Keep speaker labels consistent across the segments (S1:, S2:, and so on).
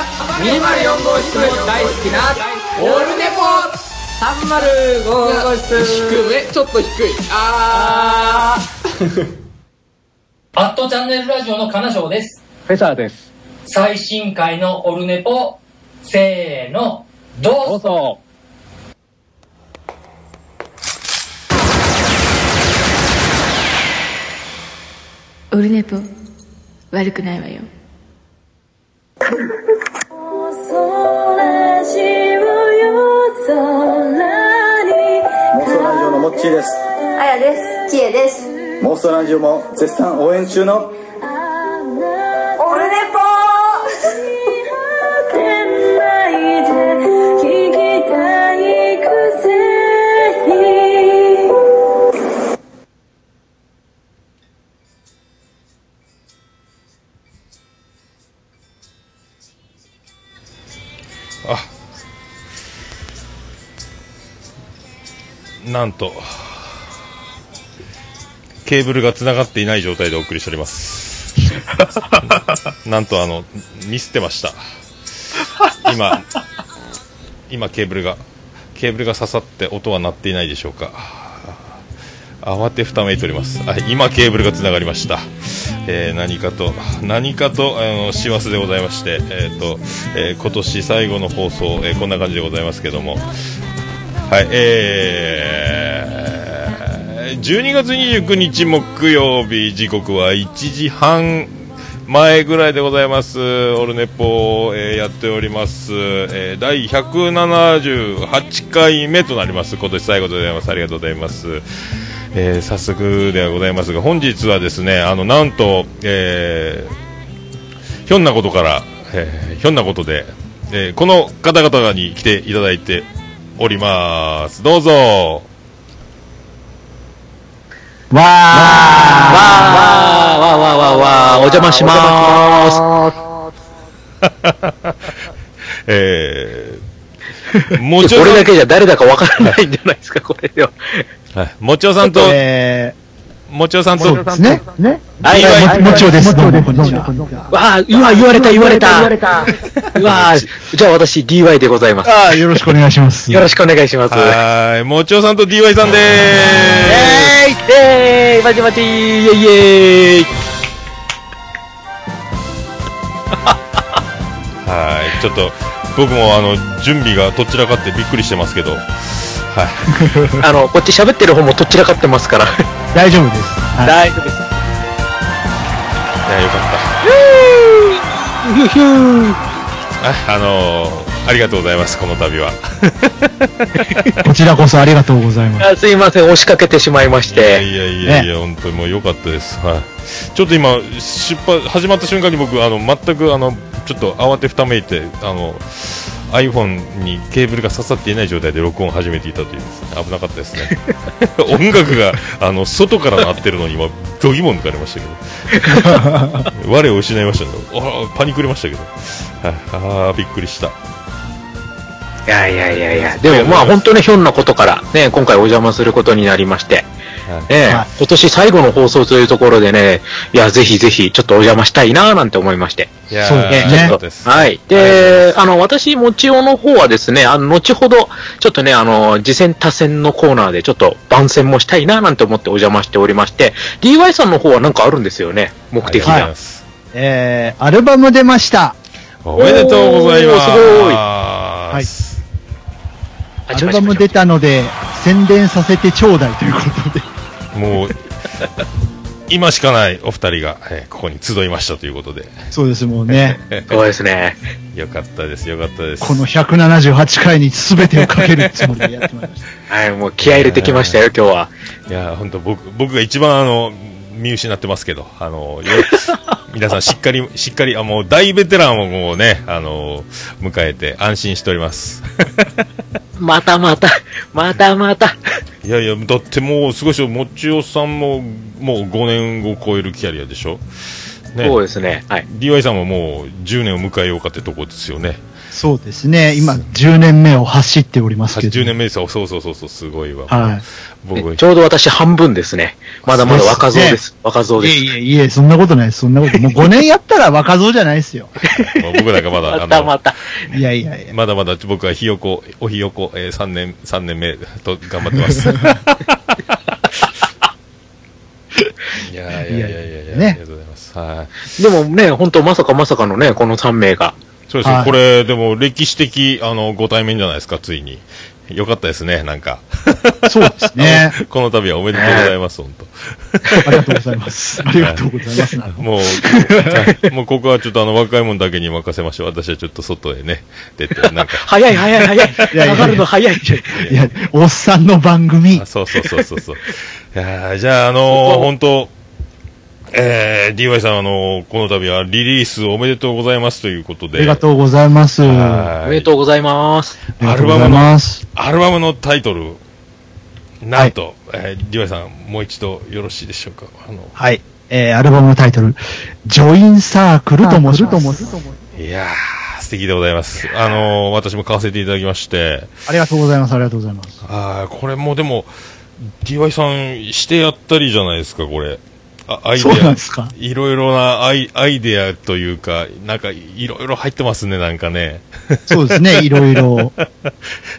S1: 204号室も大好きなオールネポ305号室
S2: 低めちょっと低いあ
S3: アットチャンネルラジオの金賞です。
S4: フェザーです。
S3: 最新回のオルネポ、せーの、ど
S4: ど
S3: う
S4: う
S3: ぞ。
S4: ぞ。
S5: オルネポ悪くないわよ
S6: 妄想ラジオのモッチーです
S7: あやです。きえです。
S6: 妄想ラジオも絶賛応援中の
S7: オルネポ
S8: なんとケーブルがつながっていない状態でお送りしております なんとあのミスってました今今ケーブルがケーブルが刺さって音は鳴っていないでしょうか慌てふためいておりますあ今ケーブルがつながりました、えー何かと何かとあの師走でございまして、えーとえー今年最後の放送、えーこんな感じでございますけどもはい、えー、12月29日木曜日、時刻は1時半前ぐらいでございます。オルネポを、えーやっております、えー第178回目となります。今年最後でございます。ありがとうございます。えー早速ではございますが、本日はですね、あの、なんと、えー、ひょんなことから、えーひょんなことで、えーこの方々に来ていただいております。どうぞ。
S9: わーわーわーわーわーわーお邪魔しまーす
S8: えー、もち
S9: こ
S8: お
S9: れ
S8: さ
S9: だけじゃ誰だかわからないんじゃないですか、 これよ。
S8: ん、はいもちおさんと、
S4: え
S8: もちおさんと、
S4: ー、ですね。ね。
S9: はい、
S8: DY
S4: もちろです。どうもこんにちは。
S9: わあ、うわ、言われた、言われた。うわあ、じゃあ私、DY でございます。
S4: ああ、よろしくお願いします。
S9: よろしくお願いします。
S8: はい、もちおさんと DY さんでー
S9: えーい、えーい、まじまじ、イェイイェイ
S8: す。はい、ちょっと、僕もあの、準備がどちらかってびっくりしてますけど、はい。
S9: あの、こっち喋ってる方もどちらかってますから。
S4: 大丈夫です。は
S9: 大丈夫です。
S8: いや、よかった。
S9: ヒューヒュー。
S8: あ、あのーありがとうございます、この度は。
S4: い。こちらこそありがとうございます。
S9: あすいません、押しかけてしまいまし
S8: いや
S9: て。
S8: いやいやいや、本当にもう良かったです。はい。ちょっと今、出発、始まった瞬間に僕、あの、全く、あの、ちょっと慌てふためいて、あの、iPhone にケーブルが刺さっていない状態で録音を始めていたという、危なかったです ね。音楽が、あの、外から鳴ってるのに、今、度肝を抜かれましたけ ど。我を失いましたね。あーパニクりましたけど。はい。あーびっくりした。
S9: いやいやいやいや、でもまあ本当にひょんなことから、ね、今回お邪魔することになりまして、ね
S4: はい、
S9: 今年最後の放送というところでね、いや、ぜひぜひ、ちょっとお邪魔したいなーなんて思いまして。
S8: いやー
S4: そうで
S9: ね
S4: すね
S8: 良
S9: ち
S8: か
S9: ょ
S8: っ
S9: った
S8: で
S9: と
S8: す
S9: はい。で、あの、私、もちおの方はですね、あの、後ほど、ちょっとね、あの、次戦他戦のコーナーで、ちょっと番宣もしたいなーなんて思ってお邪魔しておりまして、DY さんの方はなんかあるんですよね、目
S8: ありが
S9: 的
S8: とうござい
S9: が
S8: ま。す
S4: えー、アルバム出ました。
S8: おめでとうございます。
S9: おーすごい
S8: はい
S9: あ
S4: ア
S9: ちょ
S4: ル
S9: ちょち
S4: バ
S9: ょ
S4: ム出たので、宣伝させてちょうだいということで。
S8: もう、今しかないお二人が、えーここに集いましたということで、
S4: そうです、もう ね。
S9: そうですね。
S8: よかったです、よかったです。
S4: この178回に全てをかけるつもりでやってまいりまし
S9: はい、もう気合い入れてきましたよ、今日は。
S8: いや、本当僕、僕が一番、あの、見失ってますけど、あの、よ皆さんしっかり、しっかり、あ、もう大ベテランをもうね、あの、迎えて安心しております。
S9: またまた、またまた。
S8: いやいや、だってもう、すごいでしょ、もちおさんも、もう5年を超えるキャリアでしょ。ね
S9: そうですね。はい。
S8: DY さんももう10年を迎えようかってとこですよね。
S4: た。そうですね。今、10年目を走っておりますけど。
S8: 80年目ですよ。そうそうそうそう、すごいわ。
S4: は
S8: 僕、
S9: ちょうど私半分ですね。まだまだ若造です。若造
S4: い。
S9: で
S4: いえ
S9: す。
S4: いえいえ、そんなことないです。そんなこと。もう5年やったら若造じゃないですよ。
S8: まあ僕なんか まだ、
S9: ま
S8: あ
S9: た
S8: の、
S9: また。
S4: いやいやいや。
S8: まだまだ僕はひよこ、おひよこ、えー、3年、三年目と頑張ってます。いやいやいやいやいや、
S4: ね
S8: ありがとうございます。はい。
S9: でもね、本当まさかまさかのね、この3名が。
S8: そうですね、
S4: はい
S8: これ、でも歴史的、あの、ご対面じゃないですか、ついに。よかったですね、なんか。
S4: そうですね。
S8: この度はおめでとうございます、本
S4: ありがとうござい ます。ありがとうございます。
S8: 当。もう、はいもうここはちょっとあの、若い者だけに任せましょう。私はちょっと外へね、出て、なんか、
S9: 早い早い早い。
S4: いやいや
S9: 上がるの早い。
S4: いや、おっさんの番組
S8: あ。そうそうそうそうそう。いやーじゃあ、あのー、本当えー、DY さん、あのーこの度はリリースおめでとうございますということ
S4: あ
S8: で。
S4: りがとうございます。あ
S8: はーい
S9: おめでとうございます。
S4: りがとうございます。
S8: アルバムのタイトル、なんと、えー、DY さん、もう一度よろしいでしょうか。あの、
S4: はい。えー、アルバムのタイトル、ジョインサークルと申します。
S8: いやー、素敵でございます。あのー私も買わせていただきまして、
S4: ありがとうございます。ありがとうございます。
S8: あーこれもでも、DY さん、してやったりじゃないですか、これ。あアイデ
S4: そうなん
S8: ア
S4: で、すか。
S8: いろいろなアイアイデアというか、なんかいろいろ入ってますね、なんかね。
S4: そうです ね。いろいろ。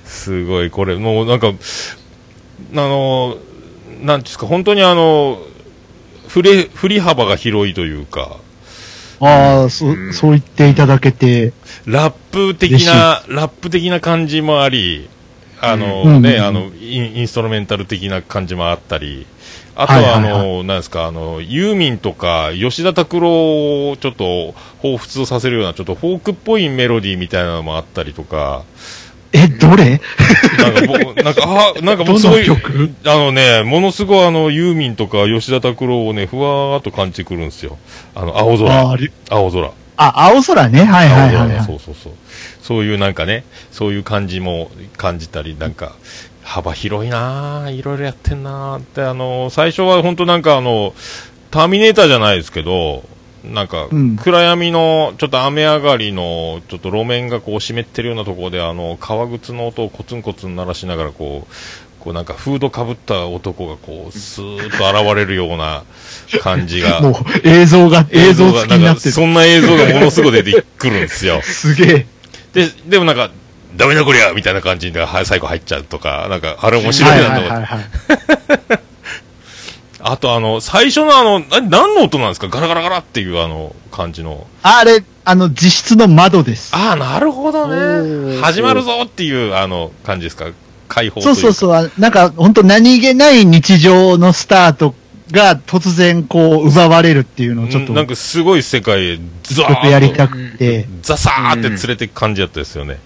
S8: すごい、これ、もうなんか、あの、なんですか、本当にあの、振れ、振り幅が広いというか、
S4: ああ、そう、そう言っていただけて、
S8: ラップ的な、ラップ的な感じもあり、あの、
S4: うん
S8: ね、
S4: うん
S8: あのイン、インストルメンタル的な感じもあったり、あとは、
S4: はいはいはい
S8: あの、なんですか、あの、ユーミンとか、吉田拓郎をちょっと、彷彿とさせるような、ちょっとフォークっぽいメロディーみたいなのもあったりとか、
S4: え、どれ
S8: なんか 僕、なんか、あ、なんか僕すごい、
S4: どの曲
S8: あのね、ものすごいあの、ユーミンとか吉田拓郎をね、ふわーっと感じてくるんですよ。あの、青
S4: あ
S8: 空。
S4: あれ
S8: 青空。
S4: あ、青空ね。はいはいは
S8: 青
S4: い、
S8: 空
S4: は
S8: そ
S4: い。
S8: うそうそう。そういうなんかね、そういう感じも感じたり、なんか、幅広いなぁ、いろいろやってんなぁって、あの、最初は本当なんかあの、ターミネーターじゃないですけど、なんか
S4: うん、
S8: 暗闇の、ちょっと雨上がりの、ちょっと路面がこう湿ってるようなところで、あの、革靴の音をコツンコツン鳴らしながら、こう、こうなんかフードかぶった男がこう、スーッと現れるような感じが、
S4: もう映像が、映像
S8: が
S4: 付き
S8: なん
S4: にな
S8: か、
S4: ってる。
S8: そんな映像がものすごい出てくるんですよ。
S4: すげえ。
S8: で、でもなんか、ダメだこりゃみたいな感じで、は最後入っちゃうとか、なんか、あれ面白いなと思って。
S4: はいはいはいはい
S8: あとあの、最初のあの、な何の音なんですかガラガラガラっていうあの、感じの。
S4: あれ、あの、実質の窓です。
S8: ああ、なるほど
S9: お
S8: ね。
S9: ー
S8: 始まるぞっていう、あの、感じですか解放とい
S4: そううそう
S8: う
S4: そうあ。なんか、本当何気ない日常のスタートが突然こう、奪われるっていうのを
S8: か。
S4: ちょっと、
S8: なん
S4: 僕
S8: かすごい世界へ、ザーッと
S4: やりたくて。
S8: ザサーって連れてく感じだったですよね。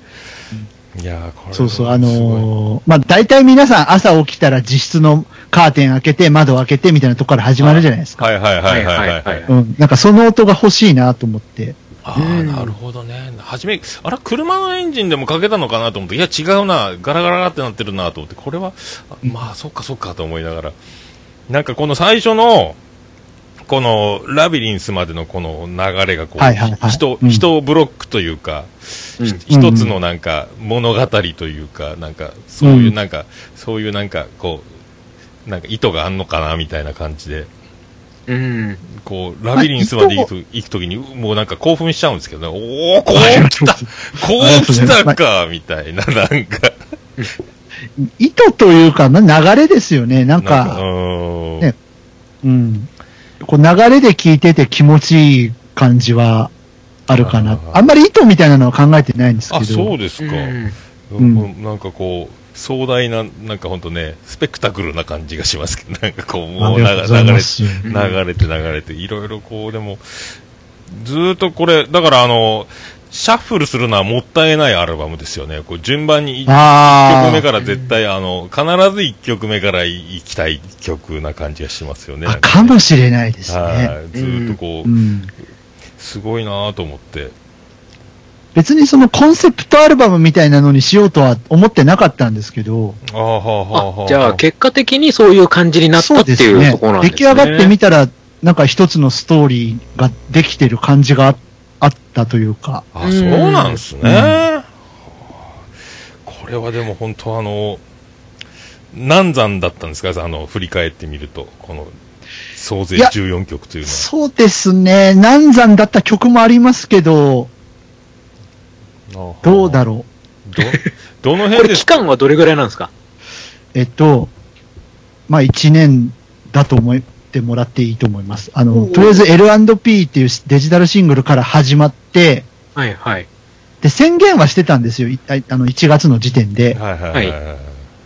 S8: いやーこれ。
S4: そうそう、あ
S8: すごい
S4: のーまあ、大体皆さん朝起きたら自室のカーテン開けて、窓開けてみたいなとこから始まるじゃないですか。
S8: はいはいはいはいはい。
S9: はい。
S4: うん。なんかその音が欲しいなと思って。
S8: ああ、なるほどね。はじめ、あら、車のエンジンでもかけたのかなと思って、いや、違うな、ガラガラガラってなってるなと思って、これは、あまあ、そっかそっかと思いながら、なんかこの最初の、このラビリンスまでのこの流れがこう、
S4: はいはいはい
S8: 人、
S4: うん
S8: 人ブロックというか、
S9: うん
S8: ひ一つのなんか物語というか、なんかそういううんなんか、そういうなんかこう、なんか意図があんのかなみたいな感じで、
S9: うん。
S8: こう、ラビリンスまで行くと行くときに、もうなんか興奮しちゃうんですけどね、お おこう来たこう来たかみたいな、なんか、
S4: 意図というか、な流れですよね。な
S8: なん
S4: ん
S8: か、う
S4: か、
S8: ーん
S4: ねうん。こう流れで聞いてて気持ちいい感じはあるかな。
S8: あー
S4: あんまり意図みたいなのは考えてないんですけど。
S8: あ、そうですか。
S4: ん
S8: うんなんかこう、壮大な、なんかほんとね、スペクタクルな感じがしますけど、 なんかこう、もう流
S4: ありがとうござい
S8: 流れ
S4: ます
S8: 流れて流れて、いろいろこう、でも、ずーっとこれ、だからあの、シャッフルするのはもったいないアルバムですよね。こう順番に1
S4: あ
S8: 曲目
S4: ー
S8: から絶対、あの、必ず1曲目から行きたい曲な感じがしますよね。
S4: あ、かもしれないですね。
S8: はい、ずーっとこ
S4: う
S8: う、
S4: ん。
S8: すごいなぁと思って。
S4: 別にそのコンセプトアルバムみたいなのにしようとは思ってなかったんですけど、
S8: あーはあはあは
S9: あ
S8: あ、
S9: じゃあ結果的にそういう感じになったって
S4: そ
S9: いう
S4: です
S9: う
S4: ね
S9: ところなんですね。
S4: 出来上がってみたら、なんか一つのストーリーができてる感じがああったというか、
S8: あ、そうなんですね。れはでも本当あの、難産だったんですかあの、振り返ってみると、この、総勢
S4: いや
S8: 14曲というのは。
S4: そうですね。難産だった曲もありますけど、どうだろう。
S8: ど、どの
S9: こ
S8: 辺
S9: れ
S8: で
S9: 期
S8: す
S9: 間はどれぐらいなんですか
S4: えっと、まあ1年だと思ってもらっていいと思います。あの、とりあえず L&P っていうデジタルシングルから始まって、
S9: はいはい。
S4: で、宣言はしてたんですよ。いああの、1月の時点で。
S8: はいはいはいはい。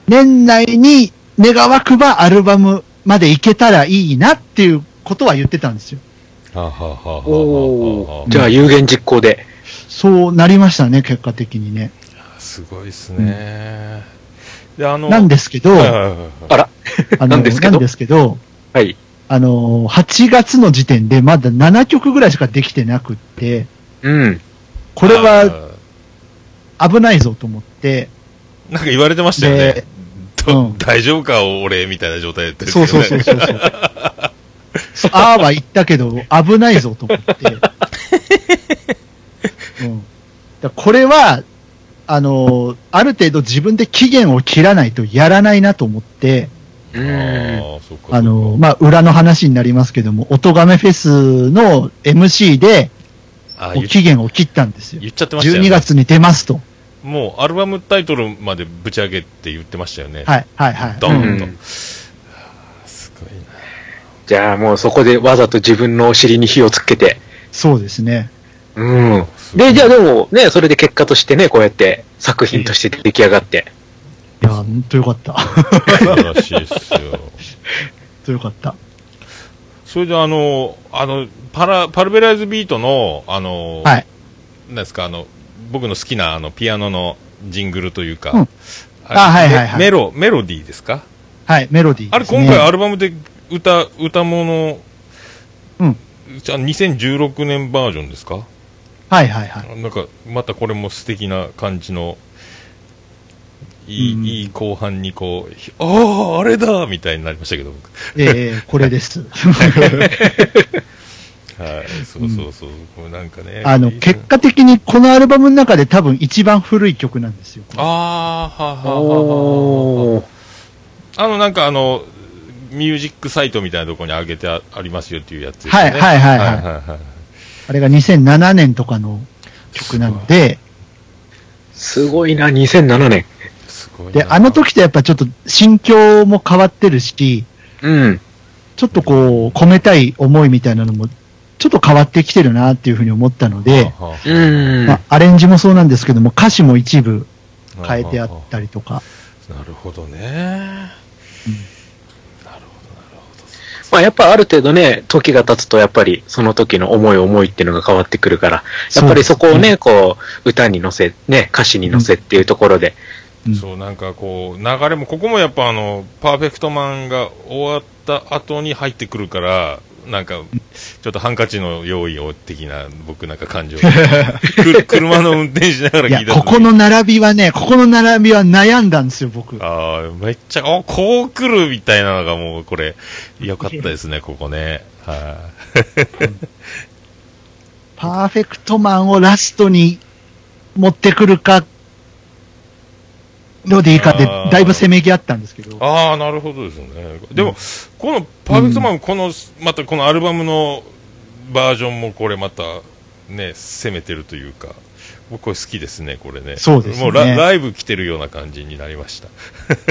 S4: 年内に願わくばアルバムまで行けたらいいなっていうことは言ってたんですよ。
S8: はあはあはあはあはあはあ
S9: じゃあ有言実行で。
S4: そうなりましたね、結果的にね。
S8: すごいですね。で、あの、
S4: なんですけど、
S8: はいはいはいはい
S9: あら。
S4: あの
S9: なんですけど
S4: なんですけど、
S9: はい。
S4: あの、8月の時点でまだ7曲ぐらいしかできてなくって、
S9: うん。
S4: これ
S8: あ
S4: は
S8: ー
S4: 危ないぞと思って、
S8: なんか言われてましたよね
S4: で。
S8: ど
S4: うん
S8: 大丈夫か俺みたいな状態で、
S4: そうそうそうそうそう。そうああは言ったけど、危ないぞと 思って。うん、だこれは、あの、ある程度自分で期限を切らないとやらないなと思って、
S9: う
S8: あ
S9: ん。
S8: ーそっかそっか
S4: あの、まあ、裏の話になりますけども、音亀フェスの MC で、
S8: あ
S4: も
S8: 言
S4: う
S8: っ
S4: 期限を切ったんですよ。
S8: 言っちゃってましたよね。
S4: 12月に出ますと。
S8: もうアルバムタイトルまでぶち上げって言ってましたよね。
S4: はい、はい、はい。
S8: ド
S4: う
S8: ーン
S4: ん
S8: と。
S9: うん
S8: すごいな。
S9: じゃあもうそこでわざと自分のお尻に火をつけて。
S4: そうですね。
S9: うん。で、じゃあでもね、それで結果としてね、こうやって作品として出来上がって。
S4: いや、ほんとよかった。
S8: 素晴らしいっすよ。
S4: とよかった。
S8: それであの、あの、パラ、パルベライズビートの、あの、
S4: はい。
S8: なんですか、あの、僕の好きなあの、ピアノのジングルというか、
S4: うん
S8: れ
S4: あはいはいはい
S8: メメロ、メロディーですか
S4: はい、メロディー
S8: あ
S4: で
S8: れ
S4: すね、
S8: 今回アルバムで歌、歌物、
S4: うん。
S8: じゃあ2016年バージョンですか
S4: はい、はい、はい。
S8: なんか、またこれも素敵な感じの、いい、
S4: うん
S8: いい後半にこう、ひああ、あれだみたいになりましたけど、僕
S4: ええこ れです。
S8: はい、そうそうそう、これなんかね。
S4: あの、
S8: いいですね
S4: 結果的にこのアルバムの中で多分一番古い曲なんですよ。
S8: ああ、はあはあはあはあは
S9: おー。
S8: あ。あの、なんかあの、ミュージックサイトみたいなところに上げてあありますよっていうやつですよね。
S4: はいはいはいはい
S8: はいはい。
S4: あれが2007年とかの曲なので、
S9: すごいな、2007年。
S8: すごいな。
S4: で、あの時とやっぱちょっと心境も変わってるし、
S9: うん。
S4: ちょっとこう、込めたい思いみたいなのも、ちょっと変わってきてるなっていうふうに思ったので、
S8: はあはあ、
S9: うん。
S4: まあ、アレンジもそうなんですけども、歌詞も一部変えてあった
S8: り。
S4: りとか、
S8: なるほどね。
S9: まあやっぱある程度ね、時が経つとやっぱりその時の思い思いっていうのが変わってくるから、やっぱりそこを
S4: そうです
S9: ね、こう、歌に乗せ、ね、歌詞に乗せっていうところで、
S4: うん
S8: そう、なんかこう、流れも、ここもやっぱあの、パーフェクトマンが終わった後に入ってくるから、なんか、ちょっとハンカチの用意を的な、僕なんか感 情く車の運転しながら
S4: い
S8: 聞い
S4: や、
S8: た
S4: ここの並びはね、ここの並びは悩んだんですよ、僕。
S8: ああ、めっちゃ、あこう来るみたいなのがもうこれ、よかったですね、ここね。は
S4: パーフェクトマンをラストに持ってくるか、ロディーかで、
S8: あー
S4: だいぶせめぎ合ったんですけど
S8: い。、ああ、なるほどですね。でも、このパーフェクトマン、この、またこのアルバムのバージョンもこれまた、ね、攻めてるというか、僕これ好きですね、これね。
S4: そうですね
S8: もうラライブ来てるような感じになりました。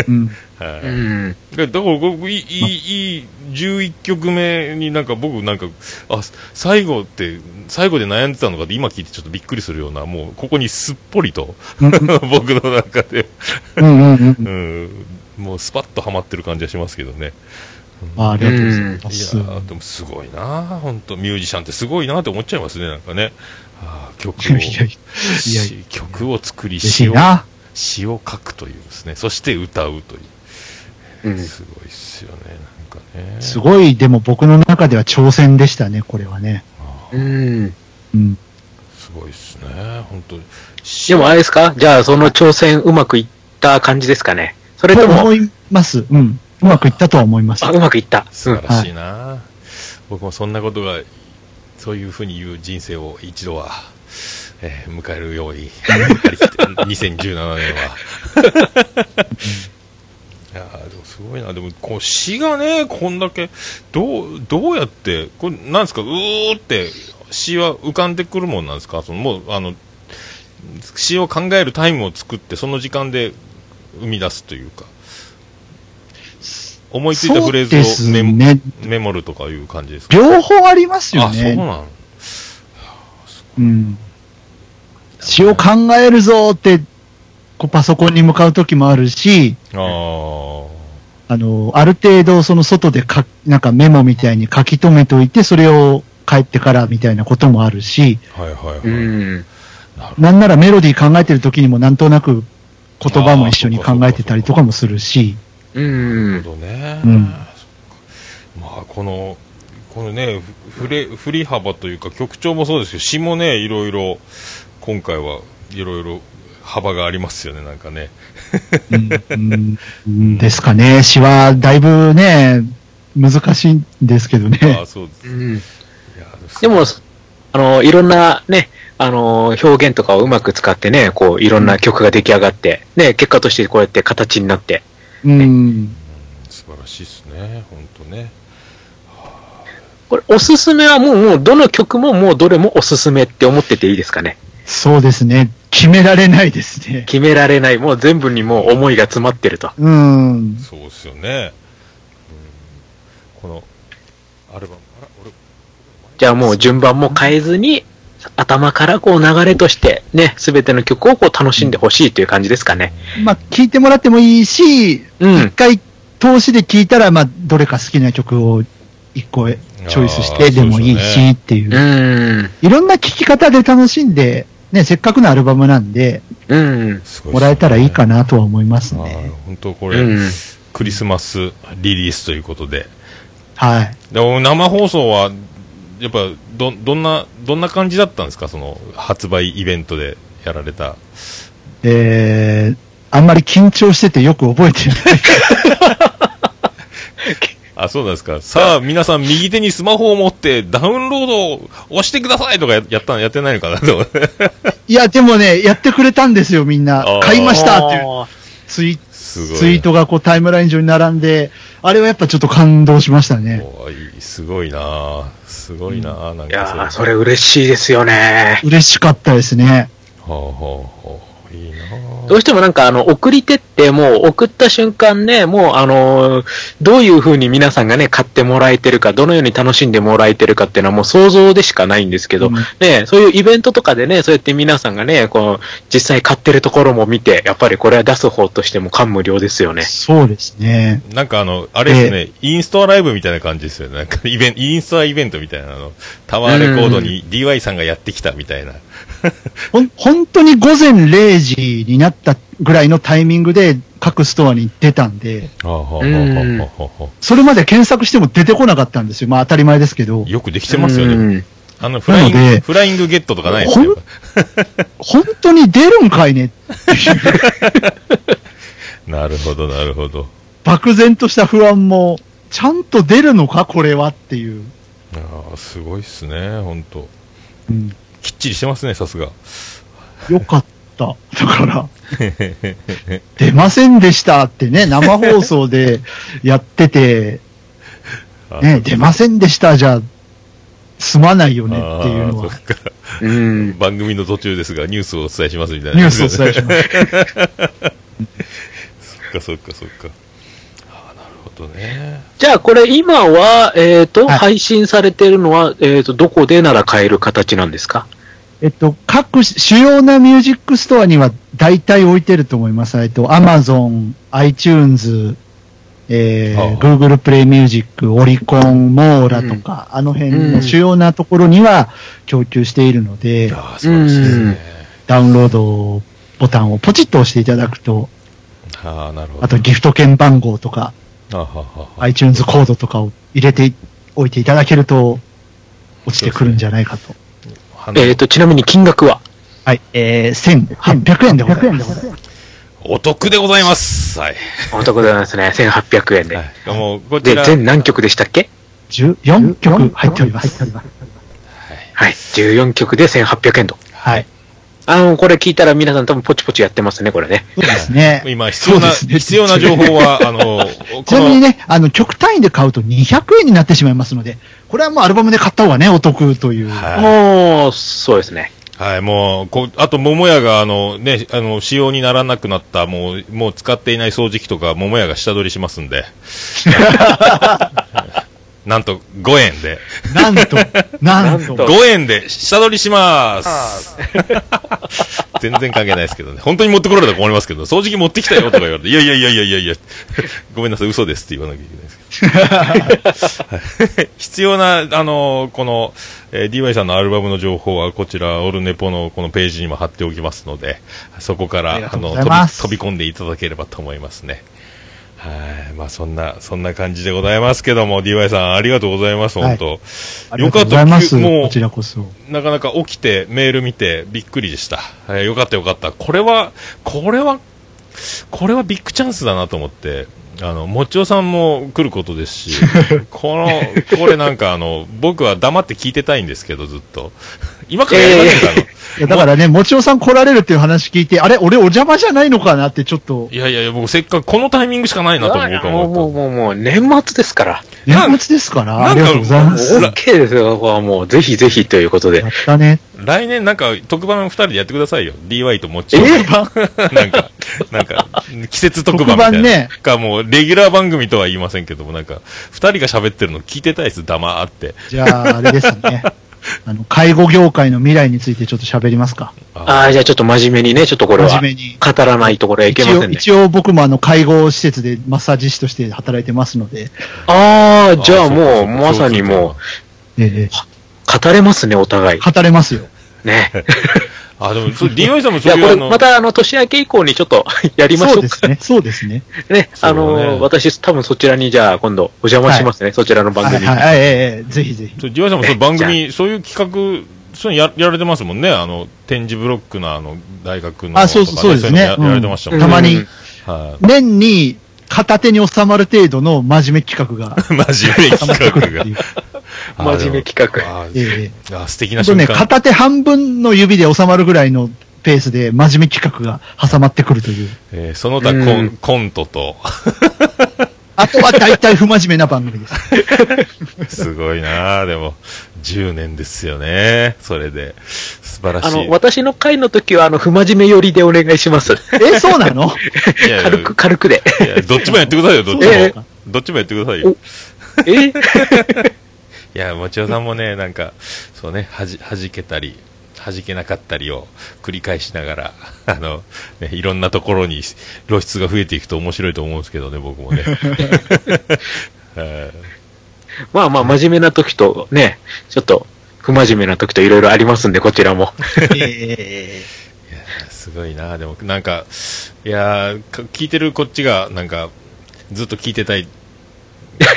S4: うん、
S8: はい、
S9: うん。
S8: だから僕いいいい11曲目になんか僕なんかあ最後って最後で悩んでたのかって今聞いてちょっとびっくりするようなもうここにすっぽりと 僕の中で、
S4: うん、うん、うん
S8: う。ん、もうスパッとはまってる感じがしますけどね
S4: あーありがとうござい
S8: いや
S4: ます。
S8: ーでもすごいな本当ミュージシャンってすごいなって思っちゃいますねなんかねあー曲を
S4: いやいやいやいや
S8: し曲を作り
S4: 嬉しい
S8: 詩を
S4: な。
S8: 詩を書くというですねそして歌うという
S9: うん。
S8: すごいっすよねなんかね
S4: すごい、でも僕の中では挑戦でしたね、これはね。
S9: うん。
S4: うん。
S8: すごいですね、本当に。
S9: でもあれですかじゃあその挑戦うまくいった感じですかねそれと
S4: と思
S9: も、
S4: います。うん。うまくいったとは思います
S9: あ、。うまくいった。う
S8: 素
S9: ん
S8: 晴。らしいな、僕もそんなことが、そういうふうに言う人生を一度は、ええー迎えるよ うに張り切って2017年はいやーでもすごいなでもこう詩がねこんだけどうどうやってこれなんですかうーって詩は浮かんでくるもんなんですかそのもうあの詩を考えるタイムを作ってその時間で生み出すというか思いついたフレ
S4: そうで
S8: ーズ
S4: す
S8: をメモ,、
S4: ね
S8: メモるとかいう感じですか
S4: 両方ありますよ
S8: あそう
S4: ね。
S8: なん
S4: うん。詩を考えるぞーって、こうパソコンに向かう時もあるし、
S8: あー
S4: あの、ある程度その外でか、なんかメモみたいに書き留めておいて、それを帰ってからみたいなこともあるし、
S8: はいはいはい、
S9: うん。
S4: なんならメロディー考えてる時にもなんとなく言葉も一緒に考えてたりとかもするし、
S9: う
S8: なる
S9: ん。
S8: ほどね、
S4: うん
S8: そっかまあこのこのねふ振れ振り幅というか曲調もそうですけど詞もねいろいろ今回はいろいろ幅がありますよねなんか ね
S4: うんうんうんですかね。詩はだいぶね、難しいんですけど
S8: あ
S4: ね
S8: あ。そうです
S9: う
S8: い
S9: ん。
S8: や
S9: でも、あの、いろんなね、あの、表現とかをうまく使ってね、こう、いろんな曲が出来上がって、ね、結果としてこうやって形になって、
S4: うん。
S8: 素晴らしいですね本当ね
S9: これ、おすすめはもう、もう、どの曲ももうどれもおすすめって思ってていいですかね。
S4: そうですね。決められないですね。
S9: 決められない、もう全部にもう思いが詰まってると。
S4: うん。
S8: そうですよね、うんこのアルバムあら俺
S9: じゃあもう順番も変えずに、頭からこう流れとして、ね、すべての曲をこう楽しんでほしいという感じですかね。
S4: まあ、聞いてもらってもいいし、一、
S9: うん
S4: 回通しで聞いたら、まあ、どれか好きな曲を一個チョイスしてでもいい
S8: あーそうですよね
S4: しっていう
S9: う。ーん。
S4: いろんな聴き方で楽しんで、ね、せっかくのアルバムなんで、
S9: うん。
S8: すごっすね
S4: もらえたらいいかなとは思います
S8: あー
S4: ね。
S8: 本当こ
S9: う
S8: れ、
S9: ん。
S8: クリスマスリリースということで
S4: はい。
S8: でも生放送はやっぱどどんなどんな感じだったんですかその発売イベントでやられた
S4: えー、あんまり緊張しててよく覚えて ない。
S8: あそうなんですかさあ皆さん右手にスマホを持ってダウンロードを押してくださいとかややったやってないのかなと思 って
S4: いや、でもね、やってくれたんですよ、みんな
S8: あー。
S4: 買いましたっていうツイ
S8: すごい
S4: ツイートがこうタイムライン上に並んで、あれはやっぱちょっと感動しましたね。
S8: おーいいすごいなあすごいなあ、なん
S9: いやー、
S8: か
S9: それ嬉しいですよね。
S4: 嬉しかったですね。
S8: ほうほうほういいなあ
S9: どうしてもなんかあの、送り手ってもう送った瞬間ね、もうあのーどういう風に皆さんがね、買ってもらえてるか、どのように楽しんでもらえてるかっていうのはもう想像でしかないんですけど、
S4: うん
S9: ね、そういうイベントとかでね、そうやって皆さんがね、こう、実際買ってるところも見て、やっぱりこれは出す方としても感無量ですよね。
S4: そうですね。
S8: なんかあの、あれですね、インストアライブみたいな感じですよね。なんかイベント、インストアイベントみたいなの。タワーレコードに DY さんがやってきたみたいな。
S4: ほん、本当に午前0時になったぐらいのタイミングで各ストアに出たんで、
S9: うん
S4: それまで検索しても出てこなかったんですよ。まあ当たり前ですけど、
S8: よくできてますよね。
S9: ね。
S8: あの、フライン
S4: なの
S8: グ、
S4: で
S8: フライングゲットとかないです
S4: ほ
S8: よ
S4: ん。本当に出るんかいねっていう、
S8: なるほど、なるほど。
S4: 漠然とした不安も、ちゃんと出るのかこれはっていう。
S8: ああ、すごいっすね、ほんと。
S4: うん。
S8: きっちりしてますね、さすが。
S4: よかった。だから、出ませんでしたってね、生放送でやってて、
S8: あ
S4: ね、出ませんでしたじゃ、済まないよねっていうの
S8: あ
S4: は
S8: ーそっか
S9: うん。
S8: 番組の途中ですが、ニュースをお伝えしますみたいな。
S4: ニュースをお伝えしました。
S8: す。そっか、そっか、そっか。ああ、なるほどね。
S9: じゃあこれ今は、えっ、と、
S4: はい
S9: 配信されてるのは、えっ、と、どこでなら買える形なんですか
S4: えっと、各主要なミュージックストアには大体置いてると思います。えっと、Amazon、iTunes、え
S8: はあ
S4: ー、Google Play Music、オリコン、モーラとか、あの辺
S9: うん
S4: の主要なところには供給しているので、
S8: ああ、素晴らしいですね。
S4: ダウンロードボタンをポチッと押していただくと、
S8: ああ、なるほど。
S4: あとギフト券番号とか、
S8: あははは
S4: iTunes コードとかを入れておいていただけると、落ちてくるんじゃないかと。
S9: えっ、と、ちなみに金額は
S4: はい、えー、1800円でございます。
S8: お得でございます。はい。
S9: お得でございますね。1800円で。
S8: もう、こち
S9: で、
S8: ら、
S9: 全何曲でしたっけ
S4: 14曲入っております。
S9: はい。14曲で1800円と。
S4: はい。
S9: あの、これ聞いたら皆さん多分ポチポチやってますね、これね。
S4: そうですね。
S8: 今、必要な、
S4: そうですね
S8: 必要な情 報は、あの、こ
S4: ちなみに
S8: の、
S4: ね、あの、極単位で買うと200円になってしまいますので、これはもうアルバムで買った方がね、お得という。
S8: は
S9: もう、そうですね。
S8: い。はい、もう、こあと、桃屋が、あの、ね、あの、使用にならなくなった、もう、もう使っていない掃除機とか、桃屋が下取りしますんで。なんと、5円で。
S4: なん と、なんと。
S8: 5円で下取りします。全然関係ないですけどね。本当に持ってこられたら困りますけど、掃除機持ってきたよとか言われて、いやいやいやいやいやいや、ごめんなさい、嘘ですって言わなきゃいけないですけど。はい必要な、あの、この、えー DY さんのアルバムの情報は、こちら、オルネポのこのページにも貼っておきますので、そこから、
S4: ありがとう
S8: の
S4: ござ
S8: 飛
S4: い
S8: び
S4: ます
S8: 飛び込んでいただければと思いますね。はい。まあ、そんな、そんな感じでございますけども、DY さん、ありがとうございます、本当。
S4: ありがとうございます。
S8: よかった
S4: こちらこそ。
S8: なかなか起きてメール見てびっくりでした、えーよかったよかったこれはこれはこれはビッグチャンスだなと思ってあのもちおさんも来ることですし このこれなんかあの僕は黙って聞いてたいんですけどずっと今からやりませんかあの
S4: いやだからね、もちおさん来られるっていう話聞いて、あれ、俺お邪魔じゃないのかなってちょっと、
S8: いやいやいや僕せっかくこのタイミングしかないなと思うか
S9: もう、もう、
S8: 思っ
S9: もう、もう、年末ですから。
S8: なん
S4: 年末ですから、
S8: なんか
S4: ありがとうございます。
S8: ら
S9: OK ですよ、ここはもう、ぜひぜひということで
S4: や。ったね。
S8: た来年なんか特番2人でやってくださいよ DY ともちお
S9: え
S8: なんか、なんか、季節特番みたいな。
S4: 特番ね
S8: か、もう、レギュラー番組とは言いませんけども、なんか、二人が喋ってるの聞いてたいです、黙って。
S4: じゃあ、あれですね。あの、介護業界の未来についてちょっと喋りますか。
S9: ああ、じゃあちょっと真面目にね、ちょっとこれは、
S4: 真面目に
S9: 語らないところはいけ
S4: 一
S9: ませ
S4: 応、
S9: んね。
S4: 一応僕もあの、介護施設でマッサージ師として働いてますので、
S9: ああ、じゃ
S8: あ
S9: あも
S8: ーそう
S9: う、
S8: か
S9: まさにも
S4: え
S9: う、語れますね、お互い。
S4: ー語れますよ。
S9: ね。
S8: あ、でも、そう DY さんも
S9: い
S8: そう
S9: や、
S8: い
S9: こ
S8: う、あ
S9: れ、
S8: の、
S9: また、あの、年明け以降にちょっと、 やりましょ
S4: そう
S9: う
S4: です
S9: か。
S4: ね。そうですね。
S9: ね。
S8: そう
S9: あ
S8: ね
S9: の、私、多分そちらに、じゃあ、今度、お邪魔しますね、そちらの番
S4: はい
S9: 組。
S4: はい、ええええぜひぜひ。
S8: そう DY さんもそう番組、そういう企画、そういうのややられてますもんね、あの、展示ブロックの、あの、大学の。
S4: あ、そうそう、
S8: とか
S4: そうですね。
S8: いのややられてましたも
S4: うんん
S8: ね。
S4: たま
S9: う
S4: に
S9: ん、
S8: は
S4: 年に片手に収まる程度の真面目企画が。
S8: い。 真面目に企 画が
S4: ってい。う
S8: あー
S9: 真面目企画。
S8: あー
S4: え
S8: あー、素敵
S4: え
S8: な
S4: と
S8: 瞬
S4: ね、
S8: 間。
S4: 片手半分の指で収まるぐらいのペースで真面目企画が挟まってくるという。
S8: えーその他コン、
S9: うん
S8: コントと、
S4: あとは大体不真面目な番組です。
S8: すごいなあでも、10年ですよね。それで。素晴らしい。
S9: あの、私の回の時は、あの、不真面目寄りでお願いします。
S4: え、そうなの
S8: いやいや
S9: 軽く、軽くで。
S8: いやどっちもやってくだ さいよ、どっちも。
S9: え
S8: どっちもやってくださいよ。
S9: え
S8: いや、もちおさんもね、なんか、そうね、はじ、はじけたり、はじけなかったりを繰り返しながら、 あの、ね、いろんなところに露出が増えていくと面白いと思うんですけどね、僕も ね。 え
S9: まあまあ、真面目な時と、ね、ちょっと、不真面目な時といろいろありますんで、こちらも。
S4: ええ
S8: ーすごいなあでも、なんか、いやーか聞いてるこっちが、なんか、ずっと聞いて たい。な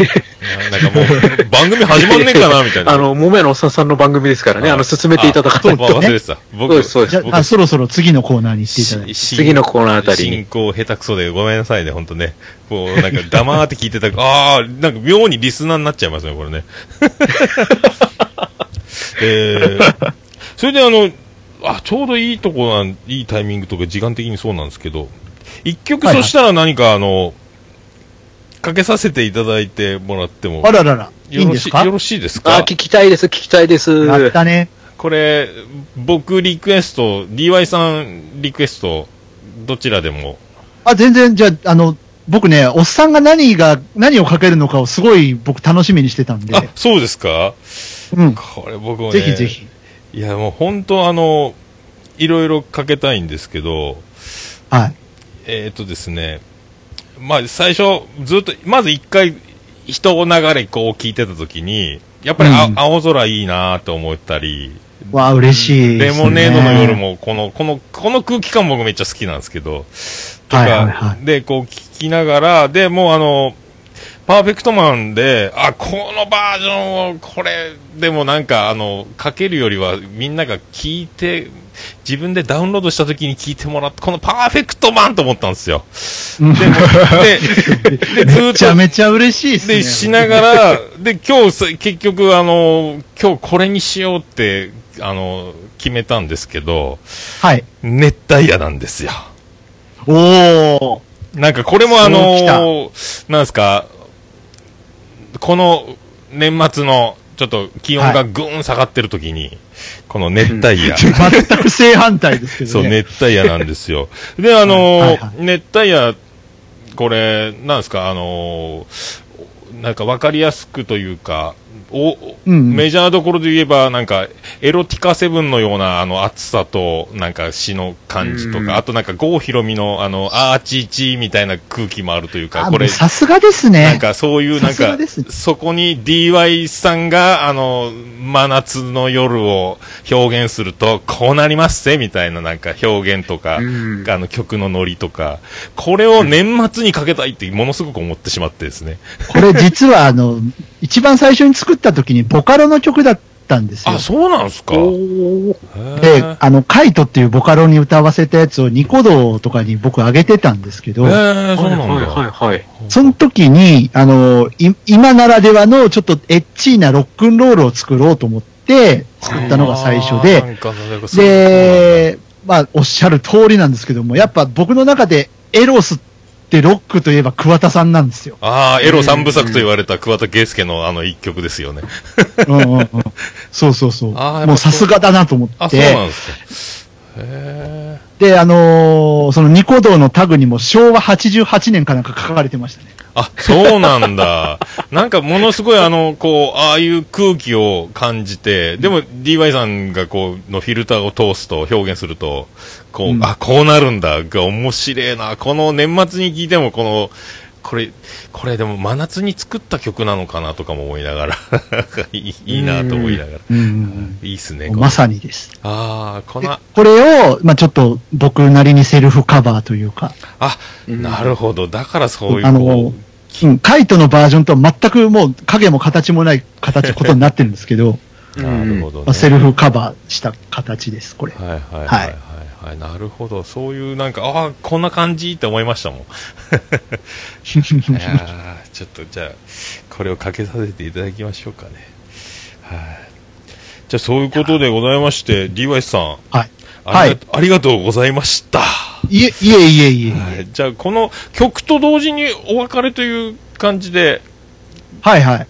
S8: なんかもう、番組始まんねえかな、みたいな。
S9: あの、もめのおっさんさんの番組ですからね、
S8: あ
S9: あの、進めていただかない
S8: あ忘
S9: とね。
S8: れてた。
S9: そうで
S8: 僕
S9: す、、そうで
S4: じ
S9: す
S4: ゃ。あ、そろそろ次のコーナーに行っていただいて。
S9: 次のコーナーあたりに
S8: 進行下手くそでごめんなさいね、本当ね。こう、なんか黙って聞いてた。 ああ、なんか妙にリスナーになっちゃいますね、これね。 えー、それであの、あ、ちょうどいいとこなん、いいタイミングとか時間的にそうなんですけど、一曲
S4: はいは
S8: そ
S4: い
S8: したら何かあの、かけさせていただいてもらっても
S4: あららら、いい
S8: よ
S4: ん
S8: ろ
S4: で
S8: し
S4: すか
S8: よろしいです
S9: あ、
S8: か
S9: 聞きたいです、聞きたいです。
S4: やったね。
S8: これ、僕リクエスト、DY さんリクエスト、どちらでも。
S4: あ、全然、じゃあ、あの、僕ね、おっさんが何が、何をかけるのかをすごい僕楽しみにしてたんで
S8: あ、、そうですか
S4: うん。
S8: これ僕もね。
S4: ぜひぜひ。
S8: いや、もう本当あの、いろいろかけたいんですけど、
S4: はい。
S8: えっ、とですね、まあ最初、ずっと、まず一回、人を流れこう聞いてた時に、やっぱりあ、
S4: うん
S8: 青空いいなと思ったり、
S4: わあ、嬉しいで
S8: レ
S4: すね。
S8: モネードの夜も、この、この、この空気感僕めっちゃ好きなんですけど、とか、
S4: はいはいは
S8: で、こう聞きながら、で、もうあの、パーフェクトマンで、あ、このバージョンを、これ、でもなんか、あの、かけるよりは、みんなが聞いて、自分でダウンロードした時に聞いてもらって、このパーフェクトマンと思ったんですよ。で、で、でずー
S4: め
S8: っ
S4: ち
S8: と
S4: ゃめちゃ嬉しいですね。
S8: で、しながら、で、今日さ、結局、あの、今日これにしようって、あの、決めたんですけど、
S4: はい。
S8: 熱帯夜なんですよ。
S4: おー。
S8: なんかこれもあ
S4: そ
S8: の、なんですか、この年末の、ちょっと気温がぐーん下がってる時に、この熱帯夜。
S4: 全く正反対ですけ
S8: そ
S4: ど
S8: う、
S4: ね。
S8: 熱帯夜なんですよ。 で、あの、
S4: はいはい
S8: 熱帯夜、これ、なんですか、あの、なんか分かりやすくというか、お
S4: うんうん
S8: メジャーどころで言えば、なんか、エロティカセブンのような、あの、暑さと、なんか、詩の感じと
S9: うん
S8: か、あとなんか、郷ひろみの、あの、あーちーちーみたいな空気もあるというか、
S4: あ
S8: こ
S4: も
S8: れ
S4: う、さすがですね。
S8: なんかそういう、なん
S4: さす
S8: か
S4: がです、
S8: そこに DY さんが、あの、真夏の夜を表現すると、こうなりますぜ、みたいななんか表現とか、あ
S9: うん
S8: の曲のノリとか、これを年末にかけたいってものすごく思ってしまってですね。
S4: これ実はあの、一番最初に作った時にボカロの曲だったんですよ
S8: あ、。そうなんすか。へ
S4: で
S8: ー、
S4: あの、カイトっていうボカロに歌わせたやつをニコ動とかに僕上げてたんですけど、
S8: へーそうなんだ。
S9: はいはいはい。
S4: その時に、あの、い今ならではのちょっとエッチーなロックンロールを作ろうと思って作ったのが最初
S8: あーな
S4: で、
S8: んかそういうことなんだ。
S4: で、まあ、おっしゃる通りなんですけども、やっぱ僕の中でエロスってロックといえば桑田さんなんですよ
S8: ああ、エロ三部作と言われた桑田佳祐のあの一曲ですよね。
S4: うんうんうんそうそうそう。
S8: あーやっぱ
S4: もうさすがだなと思って。
S8: あ、そうなんですか。へえ。
S4: で、あのーそのニコ動のタグにも昭和88年かなんか書かれてましたね。
S8: あ、そうなんだ。 なんかものすごいあの、こう、ああいう空気を感じて、でも DY さんがこう、のフィルターを通すと、表現すると、こう、
S4: うん
S8: あ、こうなるんだ、が面白いな。この年末に聞いても、この、これ、これでも真夏に作った曲なのかなとかも思いながら、 いいいいなと思いながら。いいっすね、これ
S4: まさにです。
S8: ああ、こ
S4: で
S8: の、
S4: これを、まあちょっと僕なりにセルフカバーというか、
S8: あ、なるほど。だからそういう、
S4: あ
S8: こ
S4: の、うんカイトのバージョンとは全くもう影も形もない形、ことになってるんですけど、
S8: う、なるほど、ね。
S4: まあセルフカバーした形で す、これ。
S8: はいはいはいはい、はいなるほどそういうなんかああこんな感じって思いましたもんいやーちょっとじゃあこれをかけさせていただきましょうかねはいじゃあそういうことでございまして DY さん
S4: はい。
S8: ありが
S4: はい
S8: ありがとうございました、
S4: いえ、いえいえいえ。
S8: はい、じゃあこの曲と同時にお別れという感じで
S4: はいはい。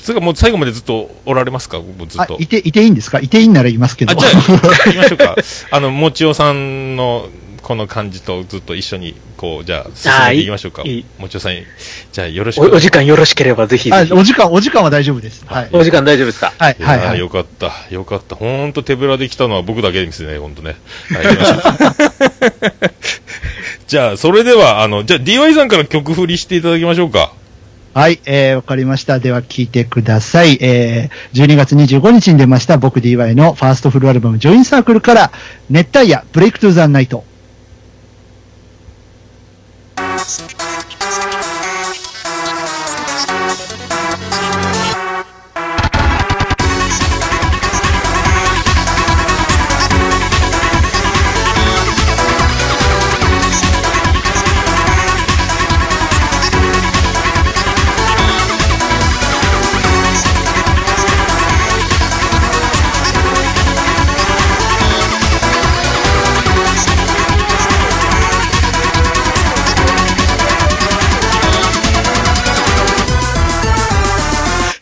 S8: つうかもう最後までずっとおられますかもうずっ
S4: あ
S8: と、
S4: いて、いていいんですかいていいんなら言い ますけど。
S8: あ、じゃあ、行きましょうか。あの、もちおさんの、この感じとずっと一緒に、こう、じゃあ、進めていきましょうか。
S9: はいいい
S8: もちおさん、じゃあ、よろしく。
S9: おお時間よろしければぜひ
S4: あ
S9: ぜひ。
S4: お時間、お時間は大丈夫です。はい。
S9: お時間大丈夫ですか
S4: はい、
S8: いや
S4: はい、
S8: ー
S4: はい。
S8: よかった。よかった。ほんと手ぶらで来たのは僕だけですね、ほんとね。はい行きましょう じゃあ、それでは、あの、じゃあ、DY さんから曲振りしていただきましょうか。
S4: はい、えー、わかりました。では聞いてください。えー、12月25日に出ました、僕 DY のファーストフルアルバム、ジョインサークルから、熱帯夜、ブレイクトゥーザーナイト。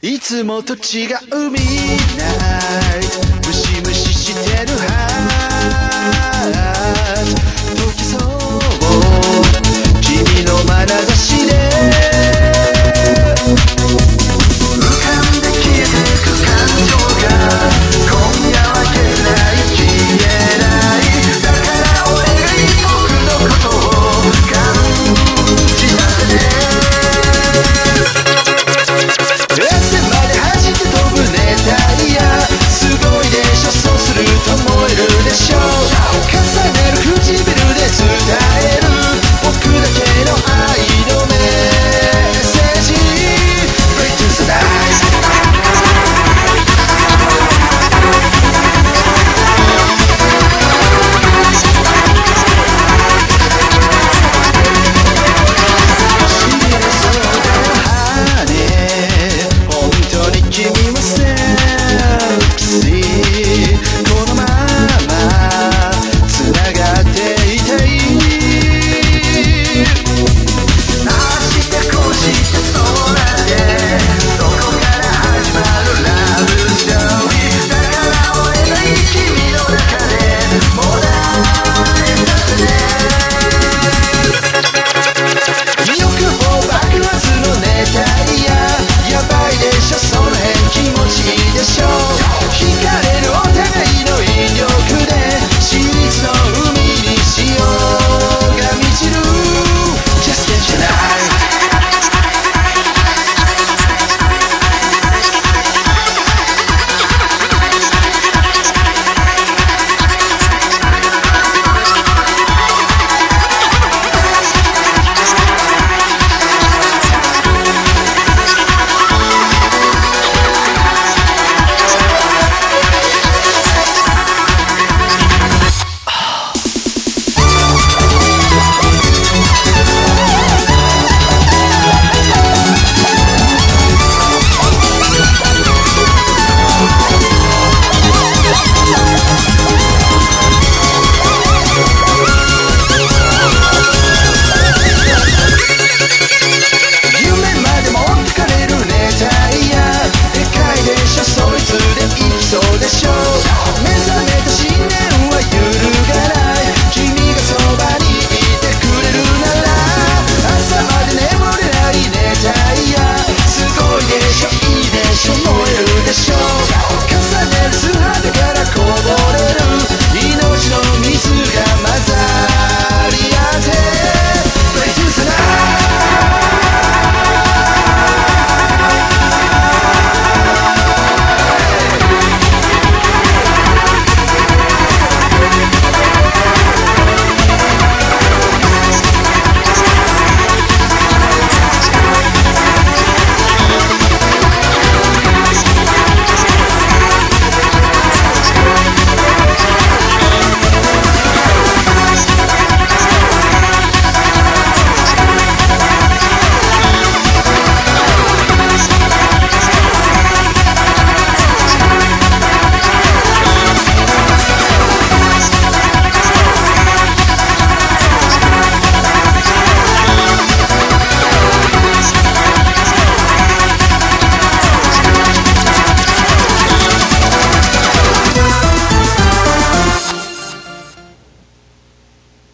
S10: いつもと違うみんなムシムシしてるは溶けそう君の眼差しで浮かんで消えてく感情が今夜は消えない消えないだから俺が僕のことを感じさせて汗まで弾け飛ぶ熱帯夜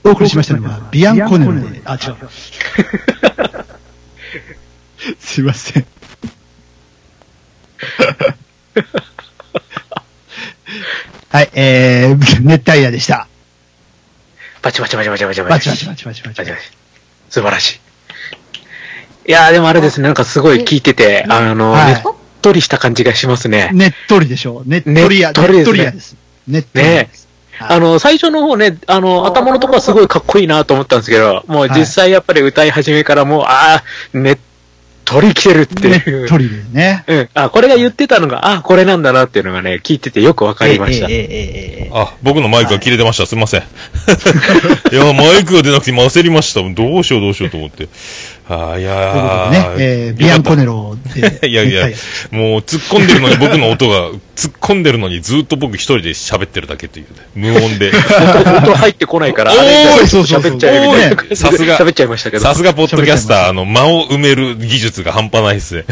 S4: お送りしましたのは、ビアンコネルで、あ、違う。 すいません。 はい、えー、熱帯夜でした。
S9: バチバチバチバチバチバチ。
S4: バチバチバチバチバチ
S9: バチバチ。素晴らしい。いやーでもあれですね、なんかすごい聞いてて、あの、
S4: はい
S9: ねっとりした感じがしますね。
S4: ねっとりでしょう。ねっとりや、
S9: ねっとりですね
S4: ねっとりやです。ねっとりやです。はい
S9: あの、最初の方ね、あの、頭のとこはすごいかっこいいなと思ったんですけど、もう実際やっぱり歌い始めからもう、ああ、ねっとり来てるって
S4: ね
S9: いう
S4: っ。とりでね。
S9: うん。あ、これが言ってたのが、あ、これなんだなっていうのがね、聞いててよくわかりました。
S4: ええええええええ
S8: あ、僕のマイクが切れてました。すいません。い や、マイクが出なくて今焦りました。どうしようどうしようと思って。あーい
S4: とい
S8: や
S4: うことでね、えー、ビアンコネ
S8: ロ。
S4: ロで。
S8: いやいや、もう突っ込んでるのに僕の音 が、突っ込んでるのにずっと僕一人で喋ってるだけっていう、ね、無音で。
S9: 音音入ってこないから、
S8: おー
S9: あれ
S4: そうそうそう
S9: 喋っちゃうみたい
S8: お
S9: な
S8: ーさすが
S9: 喋っちゃいましたけど。
S8: さすがポッドキャスター、あの、間を埋める技術が半端ないっすね。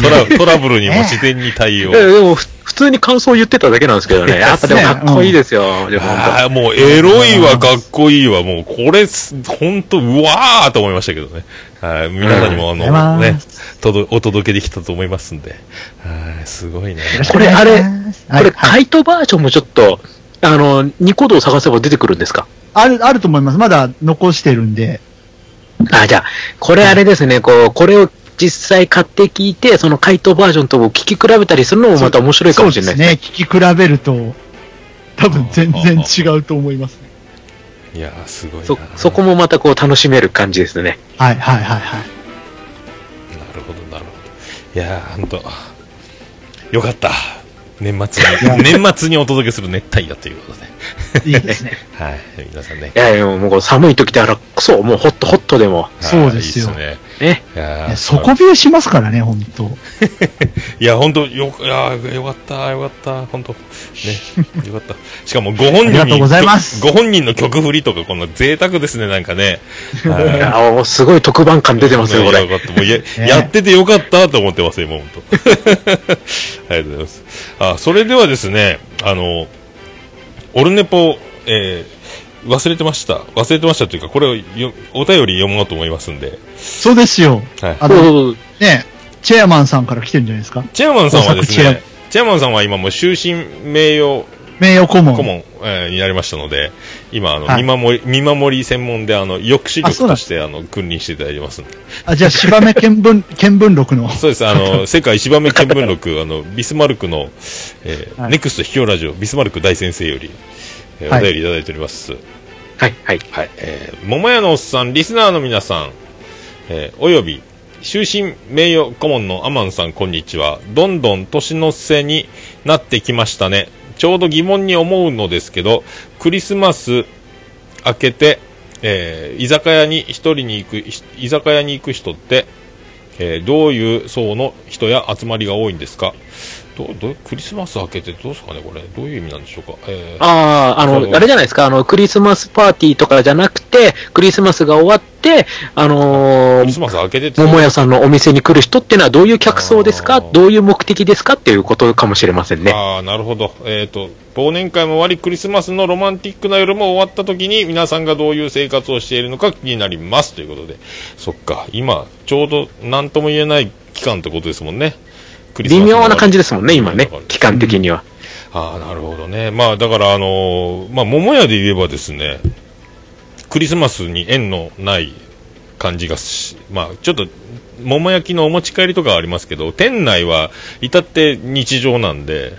S8: トラトラブルにも自然に対応。
S9: えでも、ふ普通に感想言ってただけなんですけどね。やっぱでも
S4: ね
S9: かっこいいですよ。でも本
S8: ああ、もうエロいわ、かっこいいわ、もうこれす、ほんと、うわーと思いましたけどね。はい、皆さんにもあ
S4: ありが
S8: の、
S4: とうござい
S8: ね
S4: ま、
S8: とどお届けできたと思いますんで。はい、すごいね。
S9: 当これあれ、これ、
S4: は
S9: カ
S4: い。
S9: イトバージョンもちょっと、あの、ニコ動探せば出てくるんですか
S4: ある、あると思います。まだ残してるんで。
S9: あ、じゃあ、これあれですね、こう、これを実際買って聞いて、その回答バージョンと聞き比べたりするのもまた面白いかもしれないですね。
S4: そうですね。聞き比べると、多分全然違うと思います
S8: い
S4: ね。
S8: やー、すごいな。
S9: そ、そこもまたこう楽しめる感じですね。
S4: はいはいはいはい。
S8: なるほど、なるほど。いやー、ほんと、よかった。年末に、年末にお届けする熱帯夜ということで。
S4: いいで すね。
S8: はい、皆さんね
S9: い。やいや、もうこう寒い時だからこそ、もうホットホットでも、
S4: そうですよ
S8: はいいいっすね
S9: ね。
S8: いや
S4: ね
S8: ー
S4: 底冷えしますからね、本当。
S8: いや、本当よ、いやー、よかった、よかった、本当ね、 よかった。しかも、ご本人に、
S4: ありがとうございます
S8: ご本人の曲振りとか、この贅沢ですね、なんか ね。
S9: い
S8: は
S9: やもうすごい特番感出てますよ、こ
S8: いや
S9: れ
S8: よ。かったもうや
S4: ね
S8: やっててよかったと思 ってますよ、もう本当。ありがとうございます。あ、それではですね、あの、オルネポ、えー忘れてました。忘れてましたというか、これをよお便り読もうと思いますんで。
S4: そうですよ。
S8: はい
S4: あの、
S9: そう
S4: ね、チェアマンさんから来てるんじゃないですか。
S8: チェアマンさんはです
S4: 大阪チェ
S8: ね、チェアマンさんは今もう終身名誉
S4: 名誉顧問。
S8: 顧問、えーになりましたので、今あの、
S4: はい
S8: 見守り、見守り専門で、あの、抑止
S4: あそ
S8: 力
S4: うな
S8: と
S4: ん
S8: して、あの、君臨していただいてますんで。
S4: あ、じゃあ、芝目見聞、 見聞録の。
S8: そうです、あの、世界芝目見聞録、 あの、ビスマルクの、えー
S4: はい
S8: ネクスト秘境ラジオ、ビスマルク大先生より、えー
S4: はい
S8: お便りいただいております。
S9: はい、はい。
S8: はい、えー、桃屋のおっさん、リスナーの皆さん、えーおよび、終身名誉顧問のアマンさん、こんにちは。どんどん年の瀬になってきましたね。ちょうど疑問に思うのですけど、クリスマス明けて、えー居酒屋に一人に行く、ひ居酒屋に行く人って、えーどういう層の人や集まりが多いんですかどうどうクリスマス明けてどうですかねこれ。どういう意味なんでしょうか、えー
S9: ああ、あ
S8: そう
S9: の、あれじゃないですか、あの、クリスマスパーティーとかじゃなくて、クリスマスが終わって、あの
S8: クリス
S9: ー、
S8: マス明けてって
S9: 桃屋さんのお店に来る人っていうのはどういう客層です
S8: あ
S9: か
S8: ー
S9: どういう目的ですかっていうことかもしれませんね。
S8: ああ、なるほど。えっ、と、忘年会も終わり、クリスマスのロマンティックな夜も終わった時に、皆さんがどういう生活をしているのか気になります。ということで。そっか、今、ちょうど何とも言えない期間ってことですもんね。クリスマ
S9: 微
S8: スの終わり
S9: 妙な感じですもんね、今ね。期間的には。
S8: ああ、なるほどね。まあ、だから、あのーまあ、桃屋で言えばですね、クリスマスに縁のない感じがし、まあ、ちょっと、桃焼きのお持ち帰りとかはありますけど、店内は至って日常なんで、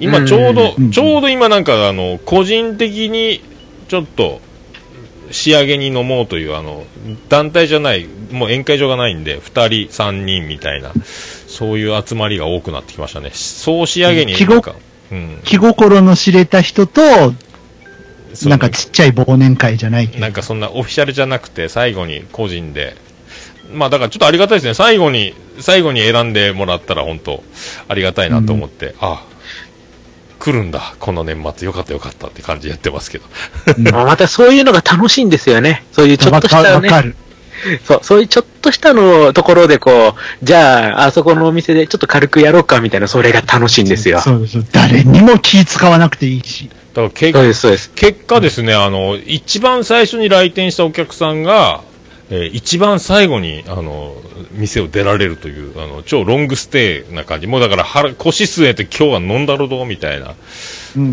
S8: 今ちょうど、ちょうど今なんか、あの、個人的に、ちょっと、仕上げに飲もうという、あの、団体じゃない、もう宴会場がないんで、2人、3人みたいな、そういう集まりが多くなってきましたね。そう仕上げに、なんか、うん、
S4: 気心の知れた人と、
S8: そう
S4: なんかちっちゃい忘年会じゃないけど
S8: なんかそんなオフィシャルじゃなくて、最後に個人で。まあだからちょっとありがたいですね。最後に、最後に選んでもらったら本当、ありがたいなと思って、あ来るんだ、この年末。よかったよかったって感じでやってますけど。
S9: まあまたそういうのが楽しいんですよね。そういうちょっとしたね。
S4: わかわかる。
S9: そう、そういうちょっとしたのところでこう、じゃあ、あそこのお店でちょっと軽くやろうかみたいな、それが楽しいんですよ。
S4: そうそう。誰にも気使わなくていいし。
S8: から結
S9: そうです、そうです。
S8: 結果ですね、あの、一番最初に来店したお客さんが、えー一番最後に、あの、店を出られるという、あの、超ロングステイな感じ。もうだから腹、腰据えて今日は飲んだろどうみたいな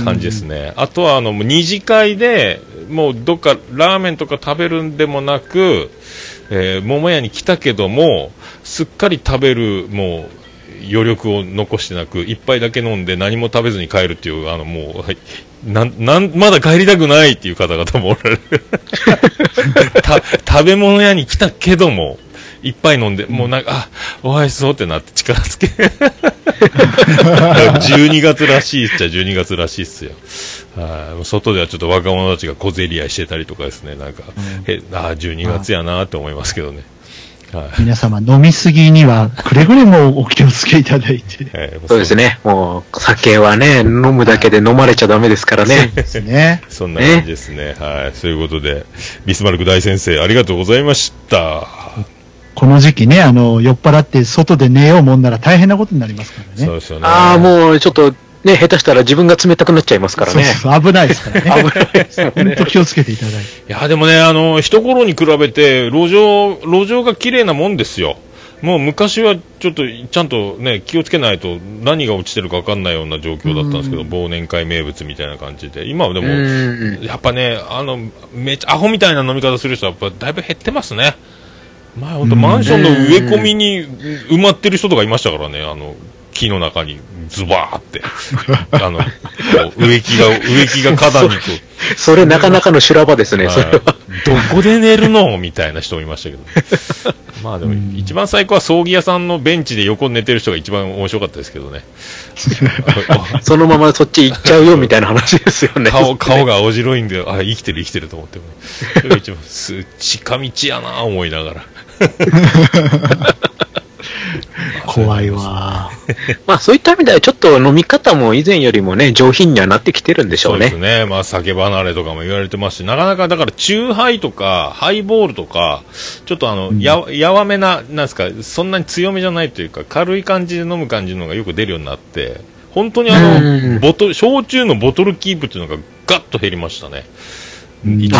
S8: 感じですね。あとは、あの、もう二次会で、もうどっかラーメンとか食べるんでもなく、えー桃屋に来たけども、すっかり食べる、もう、余力を残してなく、一杯だけ飲んで何も食べずに帰るっていう、あの、もう、はいなん、なん、まだ帰りたくないっていう方々もおられる。た、食べ物屋に来たけども、一杯飲んで、もうなんか、あ、お会いしそうってなって力つけ。12月らしいっちゃ12月らしいっすよ。はい外ではちょっと若者たちが小競り合いしてたりとかですね、なんか、へああ、12月やなって思いますけどね。はい。
S4: 皆様飲みすぎにはくれぐれもお気をつけいただいて
S8: はいもう
S9: そうですね。もう、酒はね、飲むだけで飲まれちゃダメですからね。
S4: ですね。
S8: そんな感じですね。はい。そういうことで、ビスマルク大先生、ありがとうございました。
S4: この時期ね、あの、酔っ払って外で寝ようもんなら大変なことになりますからね。
S8: そうですよね。
S9: ああ、もう、ちょっと、ね、下手したら自分が冷たくなっちゃいますからね。
S4: そうそう危ないですからね。
S9: 危ないですよ
S4: 本
S9: ね。
S4: 当気をつけていただいて。
S8: いや、でもね、あの、一頃に比べて、路上、路上が綺麗なもんですよ。もう昔はちょっとちゃんとね気をつけないと何が落ちてるか分かんないような状況だったんですけど、忘年会名物みたいな感じで今はでも
S9: うん
S8: やっぱねあのめっちゃアホみたいな飲み方する人はやっぱだいぶ減ってますね前本当マンションの植え込みに埋まってる人とかいましたからねあの木の中にズバーって あのこう植木が植木が花壇にこう
S9: それなかなかの修羅場ですね、それ
S8: はい
S9: は。
S8: どこで寝るのみたいな人もいましたけど。 まあでも、一番最高は葬儀屋さんのベンチで横に寝てる人が一番面白かったですけど ね。
S9: そのままそっち行っちゃうよ、みたいな話ですよね。
S8: 顔、顔が青白いんで、あ、生きてる生きてると思ってもね。それが一番、す、近道やな思いながら。
S4: 怖いわ。
S9: まあそういった意味ではちょっと飲み方も以前よりもね、上品にはなってきてるんでしょ
S8: そう
S9: う
S8: です
S9: ね。
S8: ね。まあ、酒離れとかも言われてますし、なかなか、だから、チューハイとか、ハイボールとか、ちょっとあの、や、やわめな、なんですか、そんなに強めじゃないというか、軽い感じで飲む感じのがよく出るようになって、本当にあ
S9: う
S8: の、
S9: ん
S8: ボトル、焼酎のボトルキープっていうのがガッと減りましたね。一年通して、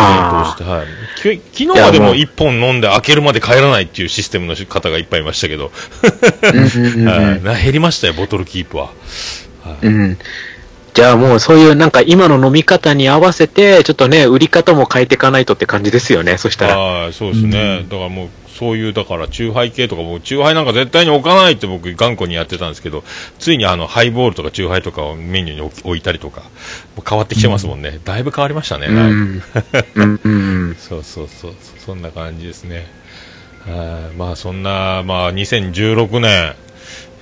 S8: はい。き昨日まで
S9: いやも
S8: も
S9: う
S8: 一本飲んで開けるまで帰らないっていうシステムの方がいっぱいいましたけど、
S9: うんうん
S8: はいな減りましたよ、ボトルキープは。
S9: うんじゃあもうそういうなんか今の飲み方に合わせて、ちょっとね、売り方も変えていかないとって感じですよね、そしたら。
S8: はい、そうですね、だからもう、そういう、だから、チューハイ系とか、もう、チューハイなんか絶対に置かないって僕、頑固にやってたんですけど、ついにあの、ハイボールとかチューハイとかをメニューに置き置いたりとか、もう変わってきてますもんね。だいぶ変わりましたね、
S9: う
S8: だいぶ
S9: ん。うんうん。
S8: そうそうそう、そんな感じですね。はいまあ、そんな、まあ、2016年、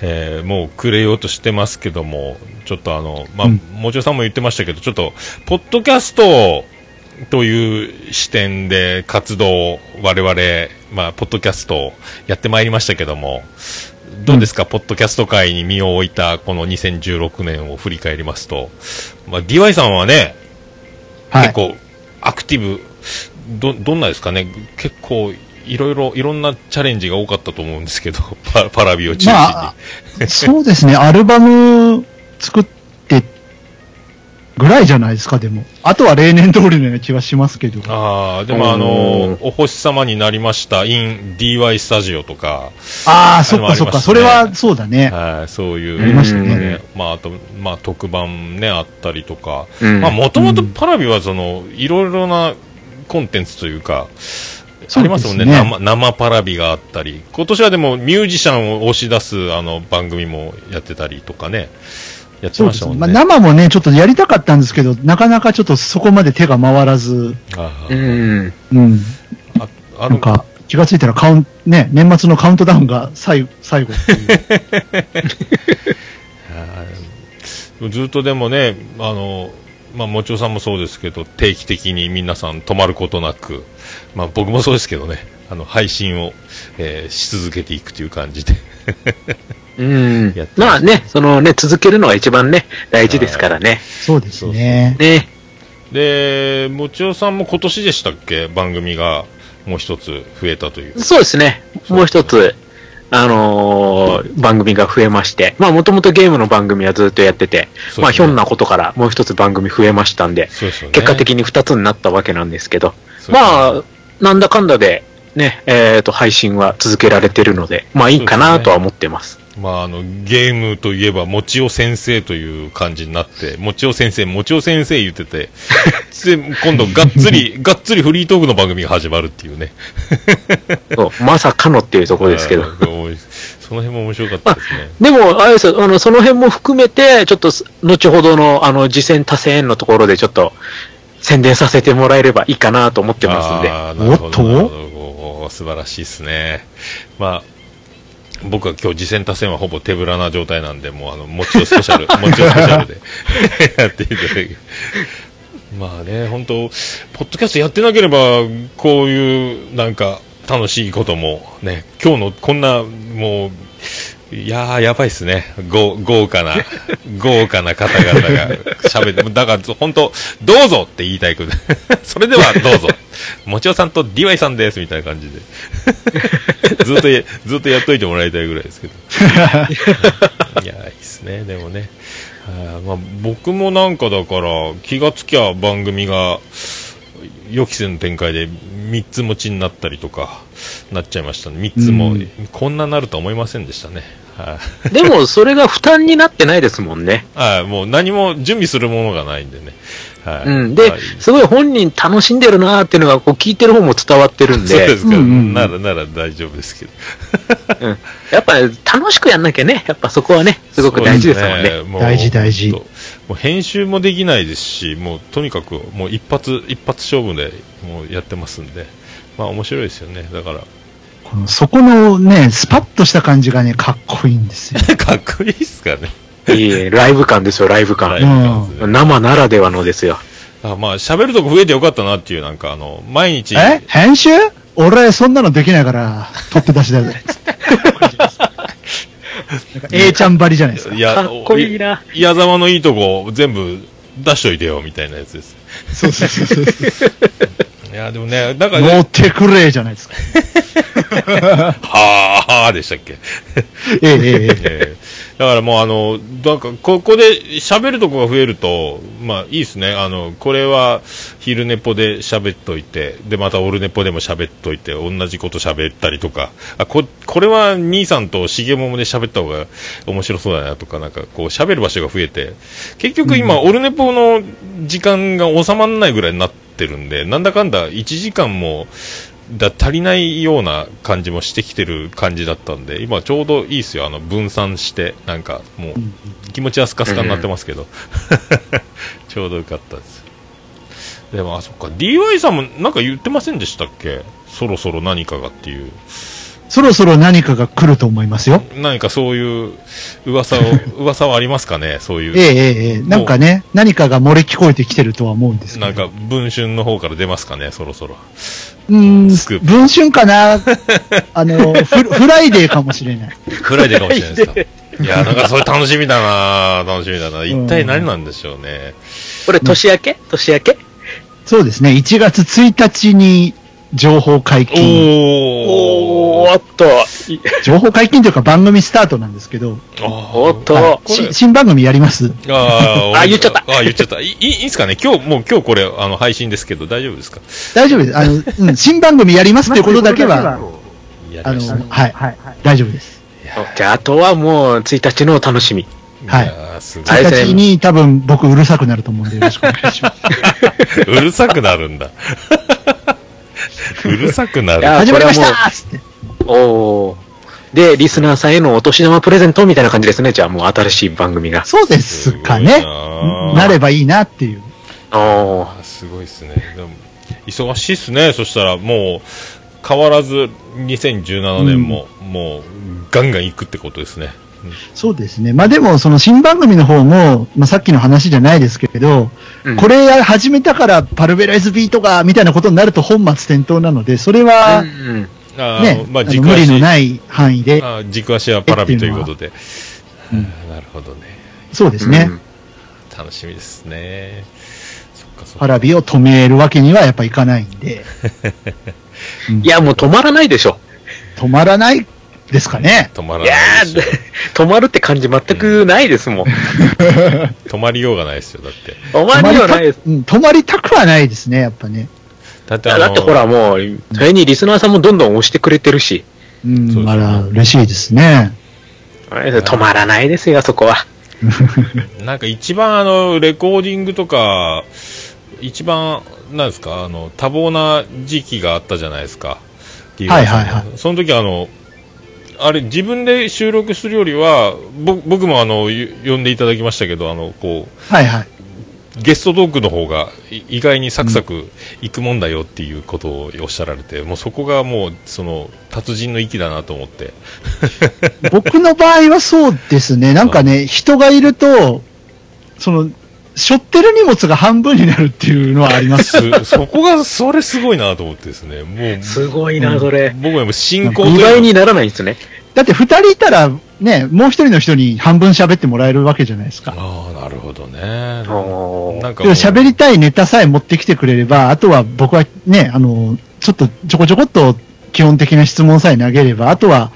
S8: えーもう暮れようとしてますけども、ちょっとあの、まあ、
S4: うん
S8: もちろさんも言ってましたけど、ちょっと、ポッドキャストという視点で活動、我々、まあ、ポッドキャストをやってまいりましたけども、どうですか、ポッドキャスト界に身を置いたこの2016年を振り返りますと、まあ、DY さんはね、
S4: は
S8: 結
S4: い。
S8: 構アクティブ、どどんなですかね、結構いろいろ、いろんなチャレンジが多かったと思うんですけど、 パパラビを中心に。
S4: まあ、そうですね、アルバム作ってぐらいじゃないですか、でも。あとは例年通りのような気はしますけど。
S8: ああ、でもあの、お星様になりました、in DY スタジオとか、
S4: ああ、そっかそっ
S8: あります
S4: か、
S8: ね
S4: それはそうだね。
S8: はい、そういう、
S4: ありましたね
S8: まあ、あと、まあ、特番ね、あったりとか、
S9: うん
S8: まあ、もともとパラビは、その、いろいろなコンテンツというか、ありますもんね
S4: そうです
S8: 生、生パラビがあったり、今年はでも、ミュージシャンを押し出す、あの、番組もやってたりとかね、やって
S4: そう
S8: ま
S4: で
S8: し
S4: す
S8: たもん
S4: ね。まあ、
S8: ね。
S4: 生もね、ちょっとやりたかったんですけど、なかなかちょっとそこまで手が回らず、
S8: あ
S9: う
S8: ー
S9: ん。
S4: うん。
S8: ああ
S4: な
S8: の
S4: んか、気がついたらカウン、ね、年末のカウントダウンが最後、最後って いう。
S8: ずっとでもね、あの、まあ、もちおさんもそうですけど、定期的に皆さん止まることなく、まあ、僕もそうですけどね、あの、配信を、えーし続けていくという感じで。
S9: うん
S8: やってます
S9: まあね、そのね、続けるのが一番ね、大事ですからね。
S4: そうですね。
S9: ね。
S8: で、もちおさんも今年でしたっけ番組がもう一つ増えたという。
S9: そうですね。もう一つ。あのー番組が増えまして、まあもともとゲームの番組はずっとやってて、
S8: すね
S9: まあひょんなことからもう一つ番組増えましたんで、
S8: そうですよね
S9: 結果的に二つになったわけなんですけど、
S8: そう
S9: まあ、なんだかんだで、ね、えっ、と、配信は続けられてるので、まあいいかなとは思ってます。
S8: まあ、あの、ゲームといえば、もちお先生という感じになって、もちお先生、もちお先生言ってて、で、今度、がっつり、 がっつりフリートークの番組が始まるっていうね。
S9: そうまさかのっていうところですけど。
S8: あー。おいその辺も面白かったです ね。
S9: でも、あれですよあの、その辺も含めて、ちょっとす、後ほどの、あの、次戦多戦のところで、ちょっと、宣伝させてもらえればいいかなと思ってますんで。
S8: あーなるほど
S4: おっと
S8: なるほどおー素晴らしいですね。まあ、僕は今日、次戦多戦はほぼ手ぶらな状態なんで、もう、あの、もちろんスペシャル、もちろんスペシャルで やっていただきまあね、本当ポッドキャストやってなければ、こういう、なんか、楽しいことも、ね、今日のこんな、もう、いやー、やばいっすね。ご豪華な、豪華な方々が喋って、だから、本当どうぞって言いたいく それではどうぞ。もちおさんと DY さんです、みたいな感じで。 ずっとや、ずっとやっといてもらいたいぐらいです けど。いや、いいっすね、でもね。あーまあ、僕もなんかだから、気がつきゃ番組が、予期せぬ展開で3つ持ちになったりとか、なっちゃいましたね。3つも、
S4: うん
S8: こんななるとは思いませんでしたね。はい
S9: でも、それが負担になってないですもんね。
S8: はい、もう何も準備するものがないんでね。はい。
S9: うん。
S8: は
S9: で
S8: い、
S9: すごい本人楽しんでるなーっていうのが、こう、聞いてる方も伝わってるん
S8: そうで
S9: で、
S8: すか、
S4: うんうん
S8: なら、なら大丈夫ですけど。
S9: うん。やっぱ、楽しくやんなきゃね、やっぱそこはね、すごく大事ですもん
S8: そう
S9: ね。
S8: もう
S4: 大事大事
S8: ほんともう編集もできないですし、もうとにかくもう一発、一発勝負でもうやってますんで、まあ面白いですよね。だから、
S4: このそこのね、スパッとした感じがね、かっこいいんですよ。
S8: かっこいいっすかね。
S9: いいえ、ライブ感ですよ、ライブ
S8: ライ
S9: 感
S8: ブ。感ですね
S9: 生ならではのですよ。
S8: あまあ喋るとこ増えてよかったなっていう、なんかあの、毎日、
S4: え編集俺、そんなのできないから、取って出 しだよ。つってなんか A ちゃんばりじゃないですか。
S8: いや
S9: かっこいいな。
S8: お矢沢のいいとこ全部出しといてよ、みたいなやつです。
S4: そうそうそうそう。
S8: いや、でもね、だから、
S4: 乗ってくれじゃないですか。
S8: はあはあでしたっけ。
S4: ええええええ。
S8: えーだからもうあの、なんかここで喋るとこが増えると、まあいいですね。あの、これは昼寝ぽで喋っといて、でまたオルネポでも喋っといて、同じこと喋ったりとか、あ、こ、これは兄さんとしげももで喋った方が面白そうだなとか、なんかこう喋る場所が増えて、結局今、オルネポの時間が収まらないぐらいになってるんで、なんだかんだ1時間も、だ足りないような感じもしてきてる感じだったんで、今ちょうどいいですよ、あの分散して、なんかもう気持ちはスカスカになってますけ ど、ちょうどよかったです。でも、あ、そっか、DY さんもなんか言ってませんでしたっけそろそろ何かがっていう、
S4: そろそろ何かが来ると思いますよ。
S8: 何かそういう噂を、 噂はありますかね、そういう。
S4: ええええええ。なんかね、何かが漏れ聞こえてきてるとは思うんですけど。
S8: なんか、文春の方から出ますかね、そろそろ。
S4: う
S8: スク
S4: ー
S8: ー
S4: ん、
S8: プ
S4: 文春か なあのフ、フライデーかもしれない。
S8: フライデーかもしれないです か。いや、なんかそれ楽しみだな楽しみだな一体何なんでしょうね。
S9: これ、年明け年明け
S4: そうですね、1月1日に情報解禁。
S8: お
S9: おーっと、
S4: 情報解禁というか番組スタートなんですけど、
S8: お
S9: おっと、
S4: はい
S8: これ
S4: し新番組やります
S8: あー
S9: あ言っちゃった
S8: あー言っちゃった。いい いいんすかね今日、もう今日これ、あの、配信ですけど、大丈夫ですか
S4: 大丈夫です。あの、 うん、新番組やりますっていうことだけは、
S8: や
S4: あ
S8: りま
S4: の、
S8: したね
S4: はい、大丈夫です。
S9: じゃあ、あとはもう、1日のお楽しみ。
S4: はい
S8: やーすごい
S9: あれです
S4: 1
S9: ね
S4: 日に多分僕うるさくなると思うんでよろしくお願い します。
S8: うるさくなるんだ。 うるさくない
S9: や
S8: る。
S4: 始まりまし
S9: これは
S4: たっつって。
S9: おー。で、リスナーさんへのお年玉プレゼントみたいな感じですね。じゃあ、もう新しい番組が。
S4: そうですか
S8: す
S4: ね
S8: ごい。な
S4: なればいいなっていう。
S9: おー。
S8: あすごいですね。でも、忙しいっすね。そしたら、もう、変わらず、2017年も、もう、ガンガン行くってことですね。
S4: そうですね。まあでも、その新番組の方も、まあさっきの話じゃないですけれど、
S9: うん
S4: これや始めたからパルベライズビートが、みたいなことになると本末転倒なので、それは
S9: う、ん。
S8: あー
S4: ね、
S8: まあ、
S4: あの
S8: 軸
S4: 無理
S8: 足
S4: の、ない範囲で、
S8: あー軸足はパラビということで。
S4: うん
S8: あーなるほどね。
S4: そうですね。
S9: うん
S8: 楽しみですね。そっかそっか
S4: パラビを止めるわけにはやっぱいかないんで、
S9: いや、もう止まらないでしょ。
S4: 止まらないですかね。
S8: 止まら
S9: いや
S8: ないですよ。
S9: ー、止まるって感じ全くないです もん。
S8: 止まりようがないですよ、だって。
S9: 止まるよないです。
S4: うん止まりたくはないですね、やっぱね。
S8: だってあの
S9: だってほらもう、それにリスナーさんもどんどん押してくれてるし、
S4: う、
S8: そうんです
S4: あ
S8: ね
S4: ら、嬉しいですね。
S9: 止まらないですよ、そこは。
S8: なんか一番あの、レコーディングとか、一番、なんですか、あの、多忙な時期があったじゃないですか。。
S4: はいはいはい
S8: その時あの、あれ、自分で収録するよりは、ぼ僕もあの、ゆ呼んでいただきましたけど、あの、こ
S4: はいはい。
S8: う、ゲストトークの方がい意外にサクサクいくもんだよっていうことをおっしゃられて、もうそこがもう、その、達人の域だなと思 って。
S4: 僕の場合はそうですね。なんかね、人がいると、その、背負ってる荷物が半分になるっていうのはあ ります。
S8: すそこが、それすごいなと思ってですね。もう、
S9: すごいな、それ。
S8: 僕はもう進行という
S9: 2
S8: か
S9: 倍にならないんですね。
S4: だって二人いたら、ね、もう一人の人に半分喋ってもらえるわけじゃないですか。
S8: ああ、なるほどね。
S9: おー
S8: なんか
S4: でも喋りたいネタさえ持ってきてくれれば、あとは僕はね、あの、ちょっとちょこちょこっと基本的な質問さえ投げれば、あとは、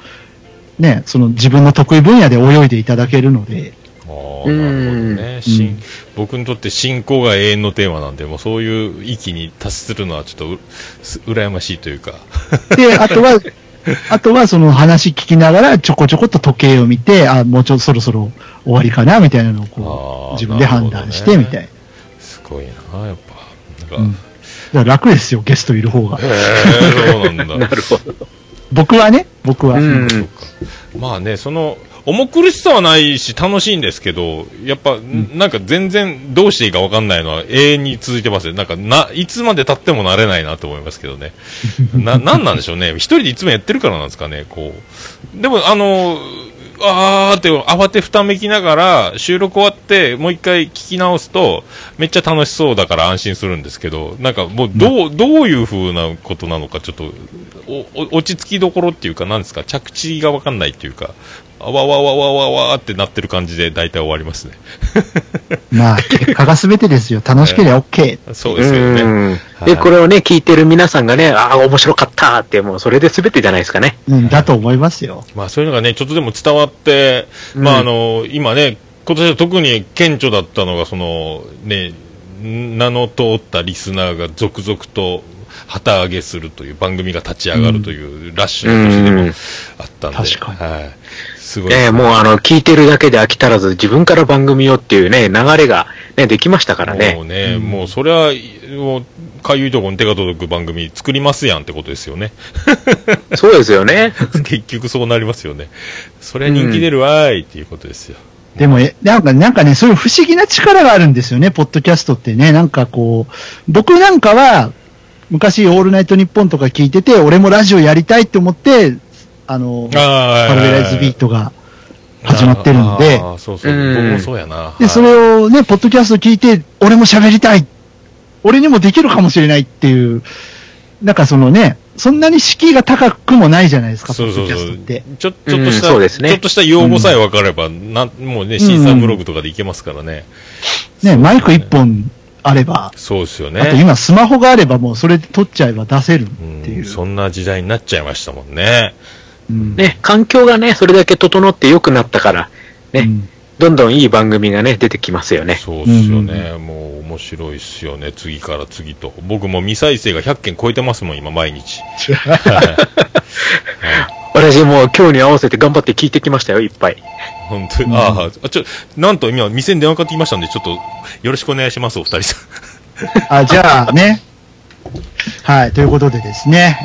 S4: ね、その自分の得意分野で泳いでいただけるので、
S8: もうあーなるほどね。し
S4: うん
S8: 僕にとって信仰が永遠のテーマなんで、もうそういう域に達するのはちょっとうす羨ましいというか。
S4: で、あとは、あとはその話聞きながらちょこちょこっと時計を見て、あ、もうちょっとそろそろ終わりかな、みたいなのをこ
S8: あー
S4: う、自分で判断して、
S8: なる
S4: み
S8: ほど
S4: た
S8: ね
S4: いな。
S8: すごいな、やっぱ。なんか、
S4: うんだから楽ですよ、ゲストいる方が。
S8: へえ、そうなん だ。
S9: なるほど。
S4: 僕はね、僕は。
S9: うん。
S8: まあね、その、重苦しさはないし楽しいんですけど、やっぱ、なんか全然どうしていいかわかんないのは永遠に続いてますよ。なんか、な、いつまで経っても慣れないなと思いますけどね。な、なんなんでしょうね。一人でいつもやってるからなんですかね、こう。でも、あの、あーって慌てふためきながら収録終わってもう一回聞き直すとめっちゃ楽しそうだから安心するんですけどなんかもうどう,、どういう風なことなのかちょっとおお落ち着きどころっていうかなんですか着地が分かんないっていうかあわわわわわわーってなってる感じで大体終わりますね
S4: まあ、結果が全てですよ。楽しければ OK。
S8: そう
S9: う
S8: ですよね
S9: ん
S8: はい
S9: で、これをね、聞いてる皆さんがね、ああ、面白かったって、もうそれで全てじゃないですかね。
S4: うん、だと思いますよ。
S8: まあそういうのがね、ちょっとでも伝わって、
S9: うん
S8: まああの、今ね、今年は特に顕著だったのが、その、ね、名の通ったリスナーが続々と旗揚げするという、番組が立ち上がるというラッシュの年でもあったんで。
S4: うん確かに
S8: はい。すごい。
S9: ね、もうあの、聞いてるだけで飽き足らず、自分から番組をっていうね、流れが、ね、できましたから
S8: もう
S9: ね。
S8: ね、もうそれは、もう、かゆいところに手が届く番組作りますやんってことですよね。
S9: そうですよね。
S8: 結局そうなりますよね。それは人気出るわーいっていうことですよ。
S4: でも、えなんか、なんかね、そういう不思議な力があるんですよね、ポッドキャストってね。なんかこう、僕なんかは、昔、オールナイトニッポンとか聞いてて、俺もラジオやりたいって思って、あの、パ
S8: あー
S4: ルベライズビートが始まってるので、
S8: あーそうそう、
S9: うん
S8: 僕もそうやな。
S4: で、そ
S8: はい
S4: れをね、ポッドキャスト聞いて、俺も喋りたい。俺にもできるかもしれないっていう、なんかそのね、そんなに敷居が高くもないじゃないですか、ポ
S8: そう
S4: ッ
S8: そ
S4: ド
S8: う
S4: キ
S8: そ
S4: ャ
S8: う
S4: ストって。
S8: ちょちょっとした、
S9: うんそうですね
S8: ちょっとした用語さえ分かれば、なんもうね、審査ブログとかでいけますからね。
S4: ね、マイク一本あれば、
S8: そうですよ
S4: あと
S8: ね。
S4: 今スマホがあればもうそれで撮っちゃえば出せるって
S8: う
S4: い
S8: ん、
S4: う。
S8: そんな時代になっちゃいましたもんね。
S4: うん
S9: ね、環境がね、それだけ整って良くなったから、ね、
S4: うん
S9: どんどんいい番組がね、出てきますよね。
S8: そうですよね、もう面白いっすよね。次から次と。僕も未再生が100件超えてますもん、今、毎日。
S9: 私もう今日に合わせて頑張って聞いてきましたよ、いっぱい。
S8: 本当に。あーあ、ちょ、なんと今、店に電話かかってきましたんで、ちょっと、よろしくお願いします、お二人さん。
S4: あ、じゃあね。はい、ということでですね、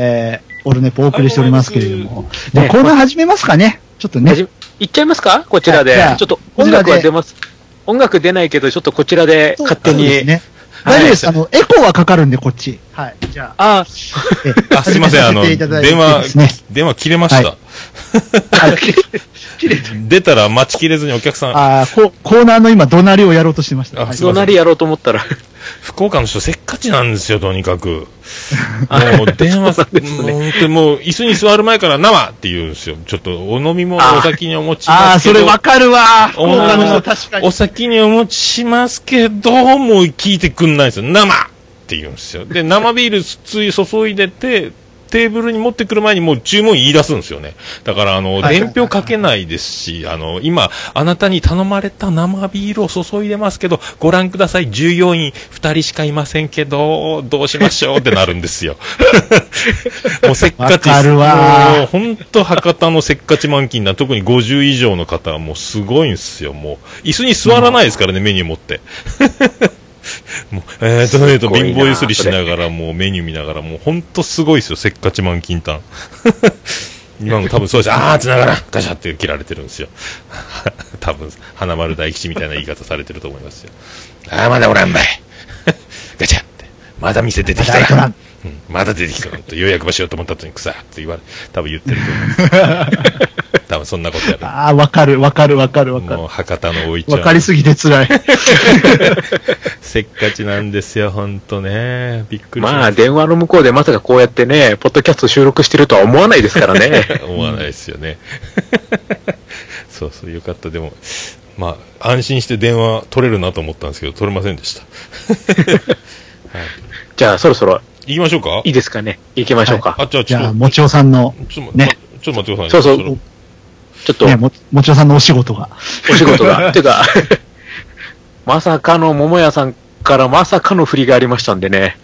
S4: えー、オルネポお送りしておりますけれども。じゃあコーナー始めますかね。ちょっとね
S9: は。じいっちゃいますかこちらで
S4: はいじゃあ。
S9: ちょっと
S4: こ
S9: 音
S4: ちら
S9: 楽
S4: で
S9: は出ます。音楽出ないけど、ちょっとこちらで勝手
S4: そうで
S9: に。
S4: すね。
S9: はい
S4: 大丈夫です。あの、エコーはかかるんで、こっち。はい。じゃあ。
S9: あ
S4: え
S8: あ、 すいません、あの、
S4: 始めさせていただいて
S8: 電
S4: ですね
S8: 話、電話切れました。
S4: はいあ
S8: 出たら待ちきれずにお客さん、
S4: あーこコーナーの今、怒鳴りをやろうとしてました。
S8: あ
S4: はい
S8: すいません
S9: 怒鳴りやろうと思ったら。
S8: 福岡の人せっかちなんですよ、とにかく。
S9: あ
S8: もう電話、
S9: そうなんです
S8: も
S9: ね
S8: う本当にもう椅子に座る前から生って言うんですよ。ちょっとお飲み物
S9: あー
S8: お先にお持ちし
S4: あ
S8: ま
S4: ー、
S8: すけ
S4: そ
S8: ど。
S4: れわかるわー。福
S8: お
S4: 岡の人確かに
S8: お。先にお持ちしますけど、もう聞いてくんないんですよ。生って言うんですよ。で、生ビールつい注いでて、テーブルに持ってくる前にもう注文言い出すんですよね。だから、あの、
S4: いはいはい
S8: 伝票かけないですし、あの、今、あなたに頼まれた生ビールを注いでますけど、ご覧ください、従業員2人しかいませんけど、どうしましょうってなるんです よ。もうせっかち。
S4: わかるわ
S8: もう本当博多のせっかち満勤な、特に50以上の方はもうすごいんですよ、もう。椅子に座らないですからね、メニュー持って。 もう、えーと、えーと、
S9: すごいな
S8: 貧乏ゆすりしながら、もうメニュー見ながら、もう本当すごいですよ、せっかち満勤タン。 今も多分そうです。あー、つながらんガシャって切られてるんですよ。 多分、花丸大吉みたいな言い方されてると思いますよ。あー、まだおらんばい。 ガチャって。まだ店出てきた
S4: まだ行からん。
S8: うんまだ出てきたらんと予約場しようと思った後に草って言われ、多分言ってると思い ます。多分そんなことや
S4: ああ、わかる、わかる、わかる、わ
S8: る。
S4: か
S8: も
S4: る。
S8: う博多のおいちゃん。
S4: わかりすぎて辛い。
S8: せっかちなんですよ、ほんとね。びっくりし
S9: ま
S8: ま
S9: あ、
S8: した。
S9: 電話の向こうでまさかこうやってね、ポッドキャスト収録してるとは思わないですから ね。
S8: 思わないですよね。 そうそう、よかった。でも、まあ、安心して電話取れるなと思ったんですけど、取れませんでした。
S9: じゃあ、そろそろ
S8: 行きましょうか
S9: いいですかね。行きましょうか。
S8: あ、じゃあ、ち
S4: じ
S8: ょ
S4: ゃあ、
S8: っ
S4: もちおさんの、
S8: と、ちょっと、
S4: ね
S8: まちょっと待ってくださいね。
S9: そうそう
S8: ろろ
S9: ちょっと、
S4: ね、ももちおさんのお仕事が。
S9: お仕事 が。てか、 まさかの桃屋さんからまさかの振りがありましたんでね。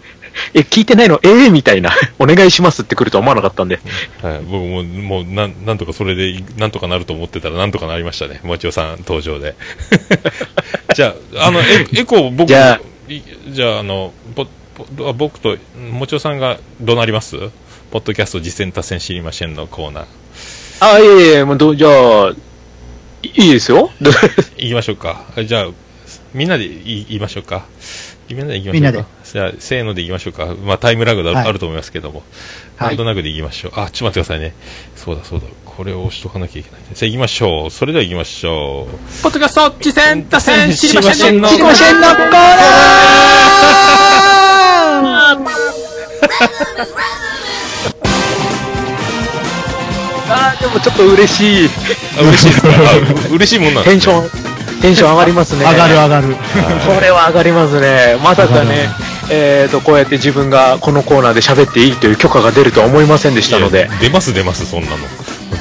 S9: え、聞いてないのええみたいな。 お願いしますって来るとは思わなかったんで。
S8: はい、僕も、もう、なん、なんとかそれで、なんとかなると思ってたら、なんとかなりましたね。もちおさん登場で。 じゃあ、あの、エエコー、僕、
S9: じゃあ
S8: いじゃあ、あの、ぼぼあ僕と、もちおさんが、どうなりますポッドキャスト実践達成知りませんのコーナー。
S9: あ、いえいえ、もうど、じゃあ、いいいですよ。 ど
S8: 行きましょうか。じゃあ、みんなでい言いましょうか。みんなで行き
S4: みん
S8: ま
S4: な
S8: しょうか。
S4: で
S8: じゃあ、せーので行きましょうか。まあ、タイムラグだ、
S4: はい
S8: あると思いますけども。
S4: はい
S8: なんとなくで行きましょう。あ、ちょっと待ってくださいね。そうだそうだ。これを押しとかなきゃいけない。じゃあ行きましょう。それでは行きましょう。
S2: ポッドキャスト、実践、達成、知りま
S8: し
S2: せんの。
S8: 知りませんのコーナ
S9: あー、でもちょっと嬉しい。
S8: ー嬉しいですかあう嬉しいもんなん
S9: テ
S8: で
S9: ン
S8: す
S9: ション、テンション上がりますね。
S4: 上がる上がる。
S9: これは上がりますね。まさかね、えっ、と、こうやって自分がこのコーナーで喋っていいという許可が出るとは思いませんでしたので。
S8: 出ます出ます、そんなの。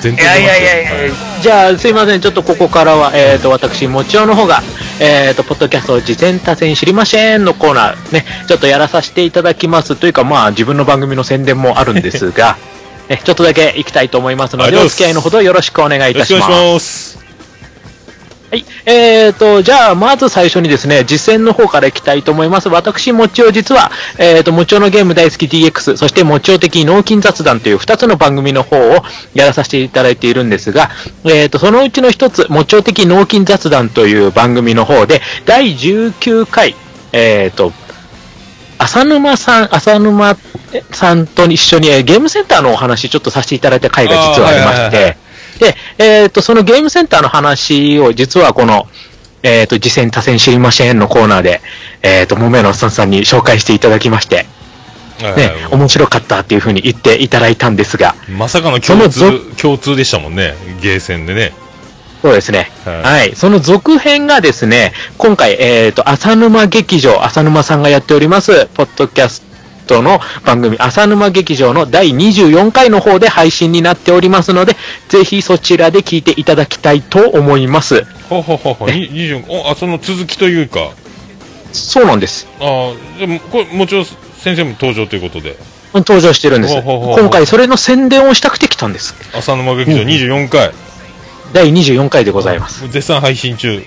S8: 全然出ますよ。
S9: いやいやいやいや
S8: は、
S9: じゃあすいません、ちょっとここからは、えっ、と、私、もちおの方が、えっ、と、ポッドキャスト、事前多戦知りませんのコーナー、ね、ちょっとやらさせていただきます。というか、まあ、自分の番組の宣伝もあるんですが、 ね、ちょっとだけ行きたいと思いますの
S8: あり
S9: で、
S8: がとうござい
S9: お
S8: ます
S9: 付き合いのほどよろしくお願いい
S8: よろ
S9: た
S8: し
S9: し
S8: くお
S9: ます。
S8: 願いします。
S9: はい。えーと、じゃあ、まず最初にですね、実践の方からいきたいと思います。私、もちお実は、えーと、もちおのゲーム大好き DX、そしてもちお的脳筋雑談という2つの番組の方をやらさせていただいているんですが、えーと、そのうちの1つ、もちお的脳筋雑談という番組の方で、第19回、えーと、浅沼さん、浅沼さんと一緒に、えーゲームセンターのお話ちょっとさせていただいた回が実はありま
S8: あーはいは
S9: し
S8: いはいは
S9: て、で、えっ、と、そのゲームセンターの話を実はこの、えっ、と、次戦多戦知りませんのコーナーで、えっ、と、もめのおっさんさんに紹介していただきまして、ね、面白かったっていうふうに言っていただいたんですが、
S8: まさかの共
S9: その
S8: 通、共通でしたもんね。ゲーセンでね。
S9: そうですね。
S8: はい
S9: はい。その続編がですね、今回、えっ、と、浅沼劇場、浅沼さんがやっております、ポッドキャストの番組、浅沼劇場の第24回の方で配信になっておりますので、ぜひそちらで聞いていただきたいと思います。
S8: ほうほうほうほう、に20おあその続きというか、
S9: そうなんです。
S8: あーでも、これ、もちろん先生も登場ということで、
S9: 登場してるんです。
S8: ほうほうほうほう
S9: 今回それの宣伝をしたくて来たんです。
S8: 浅沼劇場24回、
S9: 第24回でございます。
S8: 絶賛配信中、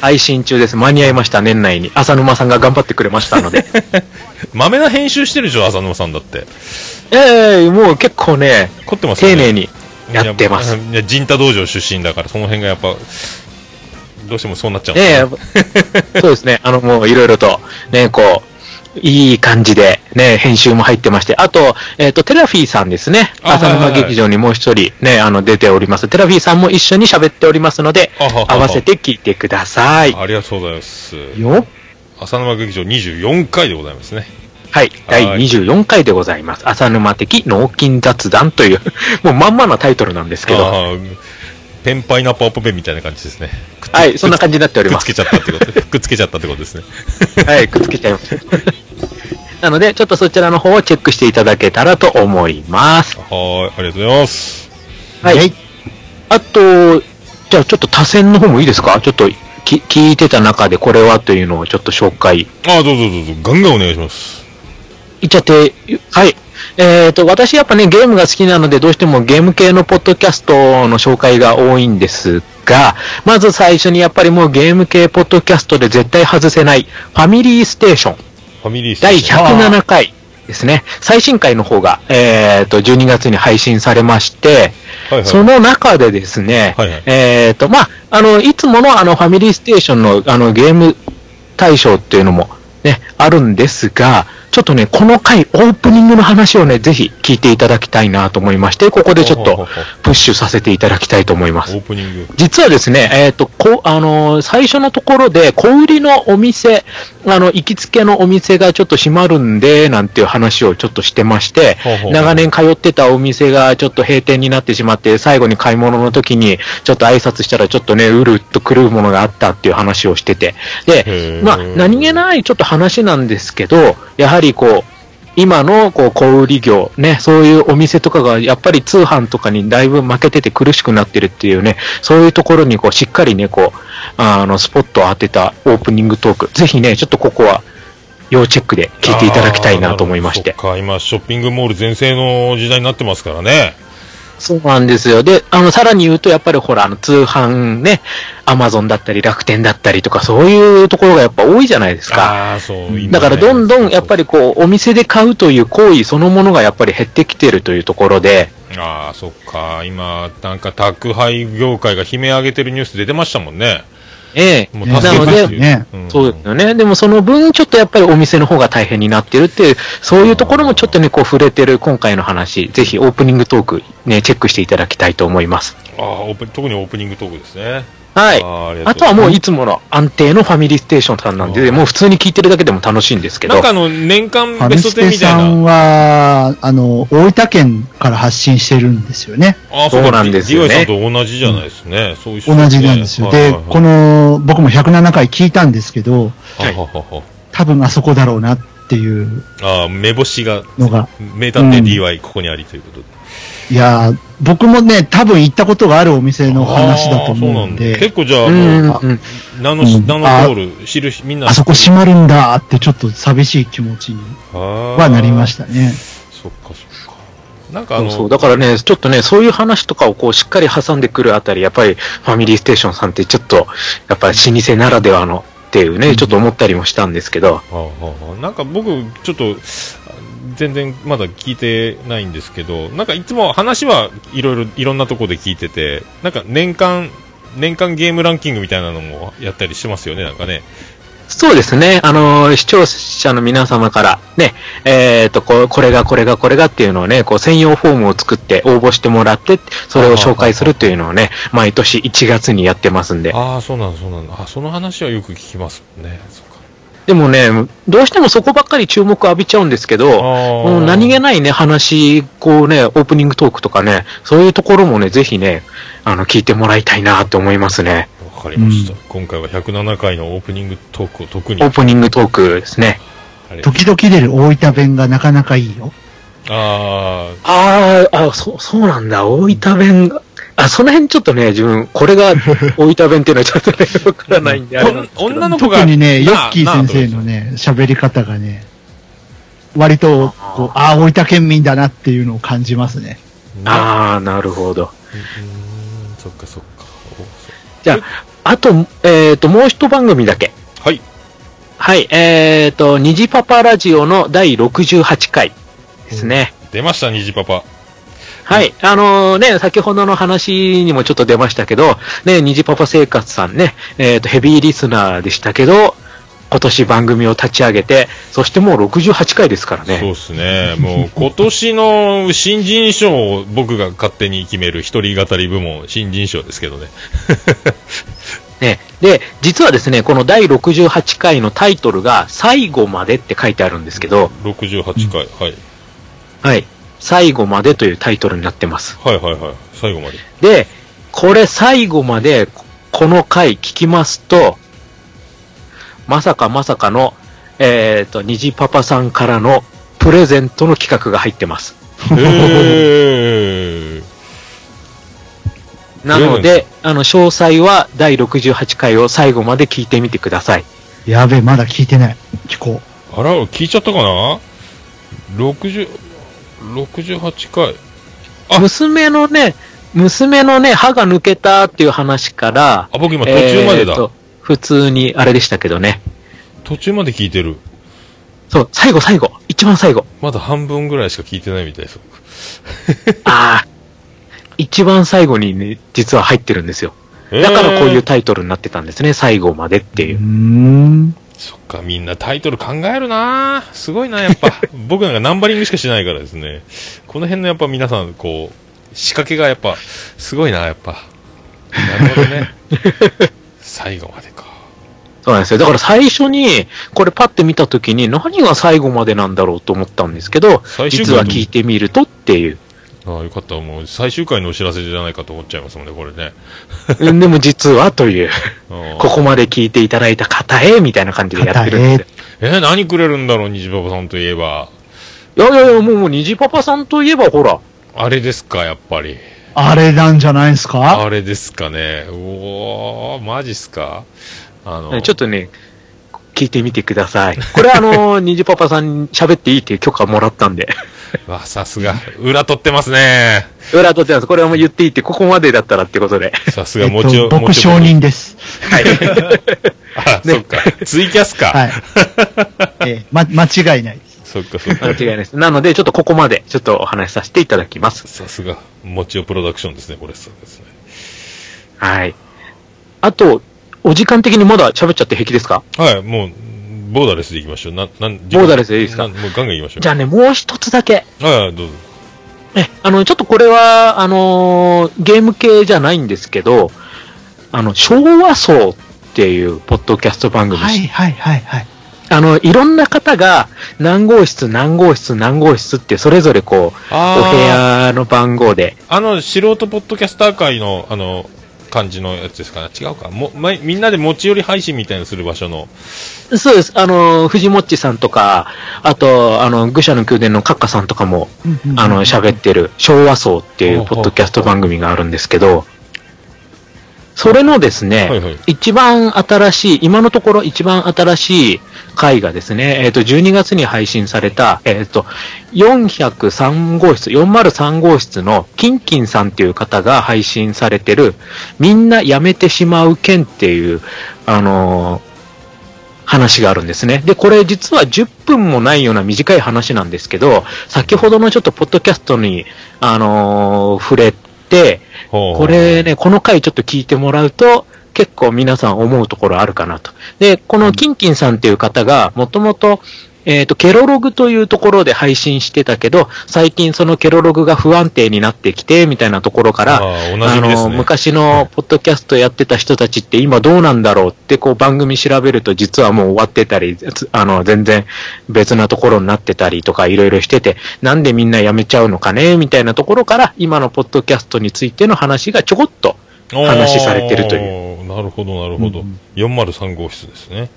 S9: 配信中です。間に合いました、年内に。浅沼さんが頑張ってくれました ので。
S8: まめな編集してるでしょ、浅沼さんだって、
S9: ええもう結構ね、
S8: 凝ってますよ
S9: 丁
S8: ね、
S9: 寧にやってます。
S8: いや。いや、陣太道場出身だから、その辺がやっぱ、どうしてもそうなっちゃうんです
S9: ね
S8: ね、
S9: え、そうですね。あの、もういろいろと、ね、こう、いい感じで、ね、編集も入ってまして、あと、えっ、と、テラフィーさんですね。
S8: あ
S9: 浅
S8: はい
S9: 沼
S8: はいはい
S9: 劇場にもう一人、ね、あの、出ております。テラフィーさんも一緒に喋っておりますので
S8: あはは、は
S9: 合わせて聞いてください。
S8: ありがとうございます。
S9: よ
S8: 浅沼劇場24回でございますね。
S9: はい。第24回でございます。浅沼的脳筋雑談という、 もうまんまなタイトルなんですけど、
S8: あーペンパイナップアップペンみたいな感じですね。くっ
S9: はい、そんな感じになっており
S8: くっ
S9: ま
S8: つ
S9: す
S8: け。ちゃったってこと、くっつけちゃったってことですね。
S9: はい、くっつけちゃいます。なので、ちょっとそちらの方をチェックしていただけたらと思います。
S8: はい、ありがとうございます。
S9: はい。あと、じゃあちょっと多選の方もいいですかちょっとき聞いてた中でこれはというのをちょっと紹介
S8: あ、どうぞどうぞ、ガンガンお願いします。
S9: いっちゃって、はい。えっ、と、私やっぱね、ゲームが好きなので、どうしてもゲーム系のポッドキャストの紹介が多いんですが、まず最初にやっぱりもうゲーム系ポッドキャストで絶対外せない、ファミリーステーション。
S8: ファミリーステ
S9: 第
S8: ーション
S9: 107回ですね。最新回の方が、えっ、と、12月に配信されまして、
S8: はいはい
S9: その中でですね、
S8: はいはい
S9: えっ、と、まあ、あの、いつものあの、ファミリーステーションのあの、ゲーム大賞っていうのもね、あるんですが、ちょっとね、この回、オープニングの話をね、ぜひ聞いていただきたいなと思いまして、ここでちょっ
S8: ほうほう
S9: と
S8: ほうほう
S9: プッシュさせていただきたいと思います
S8: オー。プニング。
S9: 実はですね、えっ、と、こう、あのー最初のところで、小売りのお店、あの、行きつけのお店がちょっと閉まるんで、なんていう話をちょっとしてまして
S8: ほうほうほ、う
S9: 長年通ってたお店がちょっと閉店になってしまって、最後に買い物の時に、ちょっと挨拶したらちょっとね、うるっと狂うものがあったっていう話をしてて。で
S8: へ、ー
S9: まあ、何気ないちょっと話なんですけど、やはりこう、今のこう小売業、ね、そういうお店とかがやっぱり通販とかにだいぶ負けてて苦しくなってるっていうね、そういうところにこうしっかりね、こう、あの、スポットを当てたオープニングトーク、ぜひね、ちょっとここは要チェックで聞いていただきたいなと思いまし
S8: あ
S9: て
S8: ー。なるほどそっか、今、ショッピングモール全盛の時代になってますからね。
S9: そうなんですよ。で、あの、さらに言うと、やっぱりほら、あの、通販ね、アマゾンだったり楽天だったりとか、そういうところがやっぱ多いじゃないですか。
S8: ああー、そう、今ね
S9: だからどんどんやっぱりこう、お店で買うという行為そのものがやっぱり減ってきてるというところで、
S8: ああ、そっか。今、なんか宅配業界が悲鳴上げてるニュース出てましたもんね。
S9: ええ、
S8: も
S9: な
S8: 助
S9: の
S8: けますよ
S9: で、
S4: ね
S8: ん
S9: そうですよね。でもその分、ちょっとやっぱりお店の方が大変になってるっていう、そういうところもちょっとね、こう触れてる今回の話、ぜひオープニングトーク、ね、チェックしていただきたいと思います。
S8: ああ、オープン特にオープニングトークですね。
S9: はい。
S8: あーあり
S9: あ
S8: がとう
S9: とはもういつもの安定のファミリーステーションさんなんで、もう普通に聞いてるだけでも楽しいんですけ
S8: な
S9: ど
S8: んか、あの、年間
S4: ファ
S8: ベ
S4: ミ
S8: ス
S4: ス
S8: ト10
S4: テ
S8: みたい
S4: さん
S8: な。
S4: は、あの、大分県から発信してるんですよね。
S8: ああ、
S9: そうなんですよね
S8: DY さんと同じじゃないですね。そういう人
S4: 同じなんです
S8: ね
S4: よ。で、こ、の、僕も107回聞いたんですけど、
S8: はいはいはいははは
S4: 多分あそこだろうなっていう
S8: ああ、目星が、
S4: のが、
S8: 名探偵
S4: うん
S8: DY ここにありということで。
S4: いやー、僕もね、多分行ったことがあるお店の話だと
S8: ああ
S4: 思
S8: そううんなんだ
S4: で
S8: 結、構じゃあ、
S9: う、
S8: もうん
S9: うん。
S8: ナノ、
S4: うん
S8: ナノホール、知る人、みんな。
S4: あそこ閉まるんだってちょっと寂しい気持ちには
S8: は
S4: なりま
S8: た。
S4: したね。
S8: そっかそっか。なんかあの、
S9: そう、だからね、ちょっとね、そういう話とかをこう、しっかり挟んでくるあたり、やっぱり、ファミリーステーションさんって、ちょっと、やっぱり、老舗ならではの、っていうね、ちょっと思ったりもしたんですけど、
S8: はあはあはあなんか僕、ちょっと全然まだ聞いてないんですけど、なんかいつも話はいろいろいろんなところで聞いてて、なんか年間、年間ゲームランキングみたいなのもやったりしてますよね、なんかね。
S9: そうですね、あのー視聴者の皆様から、ね、えっ、とこう、これがこれがこれがっていうのをね、こう、専用フォームを作って応募してもらって、それを紹介するというのをね、毎年1月にやってますんで、
S8: ああ、そうなんだ、そうなんだ。あその話はよく聞きますもんね。そっか
S9: でもね、どうしてもそこばっかり注目浴びちゃうんですけど、
S8: あ
S9: もう何気
S8: な
S9: ないね、話、こうね、オープニングトークとかね、そういうところもね、ぜひね、あの、聞いてもらいたいなと思いますね。
S8: わかりました、今回は107回のオープニングトークを特に
S9: オープニングトークですね。
S8: あれ
S4: 時々出る大分弁がなかなかいいよ。
S8: あー
S9: あーあ、そう、そうなんだ、大分弁が。あ、その辺ちょっとね、自分、これが 大分弁っていうのはちょっとね、わからないんで、あれなんですけど
S8: おん女の子が
S4: 特にね、ヨッキー
S8: なあ
S4: 先生のね、喋り方がね、割と、こう、ああ、大分県民だなっていうのを感じますね。
S8: な
S9: ああ、なるほど。
S8: うーんそっかそっかおそ
S9: じゃあ、あと、えっ、と、もう一番組だけ。
S8: はい
S9: はい、えっ、と、虹パパラジオの第68回ですね。
S8: 出ました虹パパ
S9: はい。あのね、先ほどの話にもちょっと出ましたけど、ね、虹パパ生活さんね、えっ、と、ヘビーリスナーでしたけど、今年番組を立ち上げて、そしてもう68回ですから
S8: そう
S9: ね。
S8: ですね。もう今年の新人賞を僕が勝手に決める一人語り部門新人賞ですけどね。
S9: ね。で、実はですね、この第68回のタイトルが、最後までって書いてあるんですけど、
S8: 68回。はい。
S9: はい。最後までというタイトルになってます。
S8: はいはいはい。最後ま で。
S9: で、これ最後まで、ここの回聞きますと、まさかまさかの、えっ、と、虹パパさんからのプレゼントの企画が入ってます。
S8: へー
S9: なので、あの、詳細は第68回を最後まで聞いてみてください。
S4: やべえ、まだ聞いてない。聞こ。
S8: あら、聞いちゃったかな ?60、68回。あ
S9: 娘のね、娘のね、歯が抜けたっていう話から、
S8: あ、僕今途中までだ。
S9: えーと普通にあれでしたけどね。
S8: 途中まで聞いてる。
S9: そう、最後最後。一番最後。
S8: まだ半分ぐらいしか聞いてないみたいです。
S9: ああ。一番最後にね、実は入ってるんですよ。だからこういうタイトルになってたんですね。最後までっていう
S4: うー
S9: う。
S4: ん。
S8: そっか、みんなタイトル考えるなぁすごいな、やっぱ。 僕なんかナンバリングしかしないからですね。この辺のやっぱ皆さん、こう、仕掛けがやっぱ、すごいな、やっぱ。なるほど ね。最後までか。
S9: そうなんですよ。だから最初に、これパッて見た時に、何が最後までなんだろうと思ったんですけど、
S8: 最終回
S9: 実は聞いてみるとっていう。
S8: ああ、よかった。もう最終回のお知らせじゃないかと思っちゃいますもんね、これね。
S9: うんでも実はという、
S8: うん
S9: ここまで聞いていただいた方へ、みたいな感じでやってるんですよ。
S8: えー何くれるんだろう、虹パパさんといえば。
S9: いやいやいや、もう、もう、虹パパさんといえば、ほら、
S8: あれですか、やっぱり。
S4: あれなんじゃないですか
S8: あれですかね。おー、マジっすかあの、
S9: ちょっとね、聞いてみてください。これ、あの、 虹パパさんに喋っていいっていう許可もらったん で。
S8: わ、さすが。裏取ってますね。
S9: 裏取ってます。これはもう言っていいって、ここまでだったらってことで。
S8: さすが、
S4: えっ
S8: もち
S4: と、
S8: ろん。
S4: 僕
S8: もちろ
S4: 承
S8: ん
S4: 認です。
S9: はい。
S8: あ、
S9: ね
S8: そっか。ツイキャスか。
S4: は い。ええ、ま、間違いないです。
S8: そっか、そっ
S9: 間
S8: か
S9: 違。いないです。なので、ちょっとここまで、ちょっとお話しさせていただきます。
S8: さすが、もちろんプロダクションですね、これ。そうですね。
S9: はい。あと、お時間的にまだ喋っちゃって平気ですか
S8: はい、もう、ボーダーレスでいきましょう。な、なん、ボ
S9: ボーダーレスでいいですか
S8: もうガンガンいきましょう。
S9: じゃあね、もう一つだけ。
S8: ああ、どうぞ。
S9: え、あの、ちょっとこれは、あのーゲーム系じゃないんですけど、あの、昭和層っていうポッドキャスト番組、
S4: はいはいはいはい。
S9: あの、いろんな方が、何号室、何号室、何号室って、それぞれこう、お
S8: あ
S9: 部屋の番号で、
S8: あの、素人ポッドキャスター界の、あの、感じのやつですかね。違うか。も、ま、みんなで持ち寄り配信みたいなする場所の。
S9: そうです。あの、藤もっちさんとか、あと、あの、愚者の宮殿のカッカさんとかも、あの、喋ってる、昭和層って
S8: ほ
S9: い
S8: う
S9: う
S8: ほう
S9: ポッドキャスト番組があるんですけど、それのですね、
S8: はいはい
S9: 一番新しい、今のところ一番新しい回がですね、えっ、と、12月に配信された、えっ、と、403号室、403号室のキンキンさんっていう方が配信されてる、みんな辞めてしまう件っていう、あのー話があるんですね。で、これ実は10分もないような短い話なんですけど、先ほどのちょっとポッドキャストに、あのー触れて、
S8: ほう
S9: これね、この回ちょっと聞いてもらうと、結構皆さん思うところあるかなと。で、このキンキンさんっていう方が、もともと、えっ、と、ケロログというところで配信してたけど、最近そのケロログが不安定になってきて、みたいなところから、
S8: あーおなじみですね。
S9: あの、昔のポッドキャストやってた人たちって今どうなんだろうって、こう番組調べると実はもう終わってたり、つあの、全然別なところになってたりとかいろいろしてて、なんでみんな辞めちゃうのかね、みたいなところから、今のポッドキャストについての話がちょこっと、話されてるという
S8: なるほど、なるほど。403号室ですね。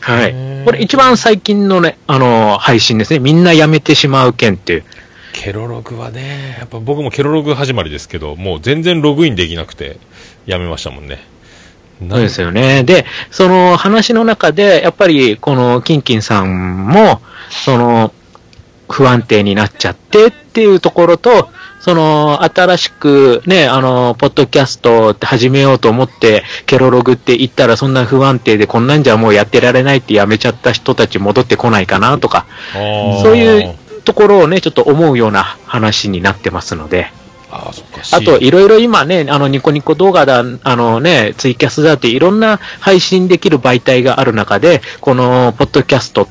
S9: は
S8: へー
S9: い。これ一番最近のね、あの、配信ですね。みんな辞めてしまう件っていう。
S8: ケロログはね、やっぱ僕もケロログ始まりですけど、もう全然ログインできなくて、やめましたもんね。な
S9: そうですよね。で、その話の中で、やっぱり、この、キンキンさんも、その、不安定になっちゃってっていうところと、その、新しくね、あの、ポッドキャストって始めようと思って、ケロログって言ったらそんな不安定でこんなんじゃもうやってられないってやめちゃった人たち戻ってこないかなとか、
S8: あー
S9: そういうところをね、ちょっと思うような話になってますので。
S8: あーそっか。
S9: あと、
S8: シー
S9: いろいろ今ね、あの、ニコニコ動画だ、あのね、ツイキャスだって、いろんな配信できる媒体がある中で、この、ポッドキャスト、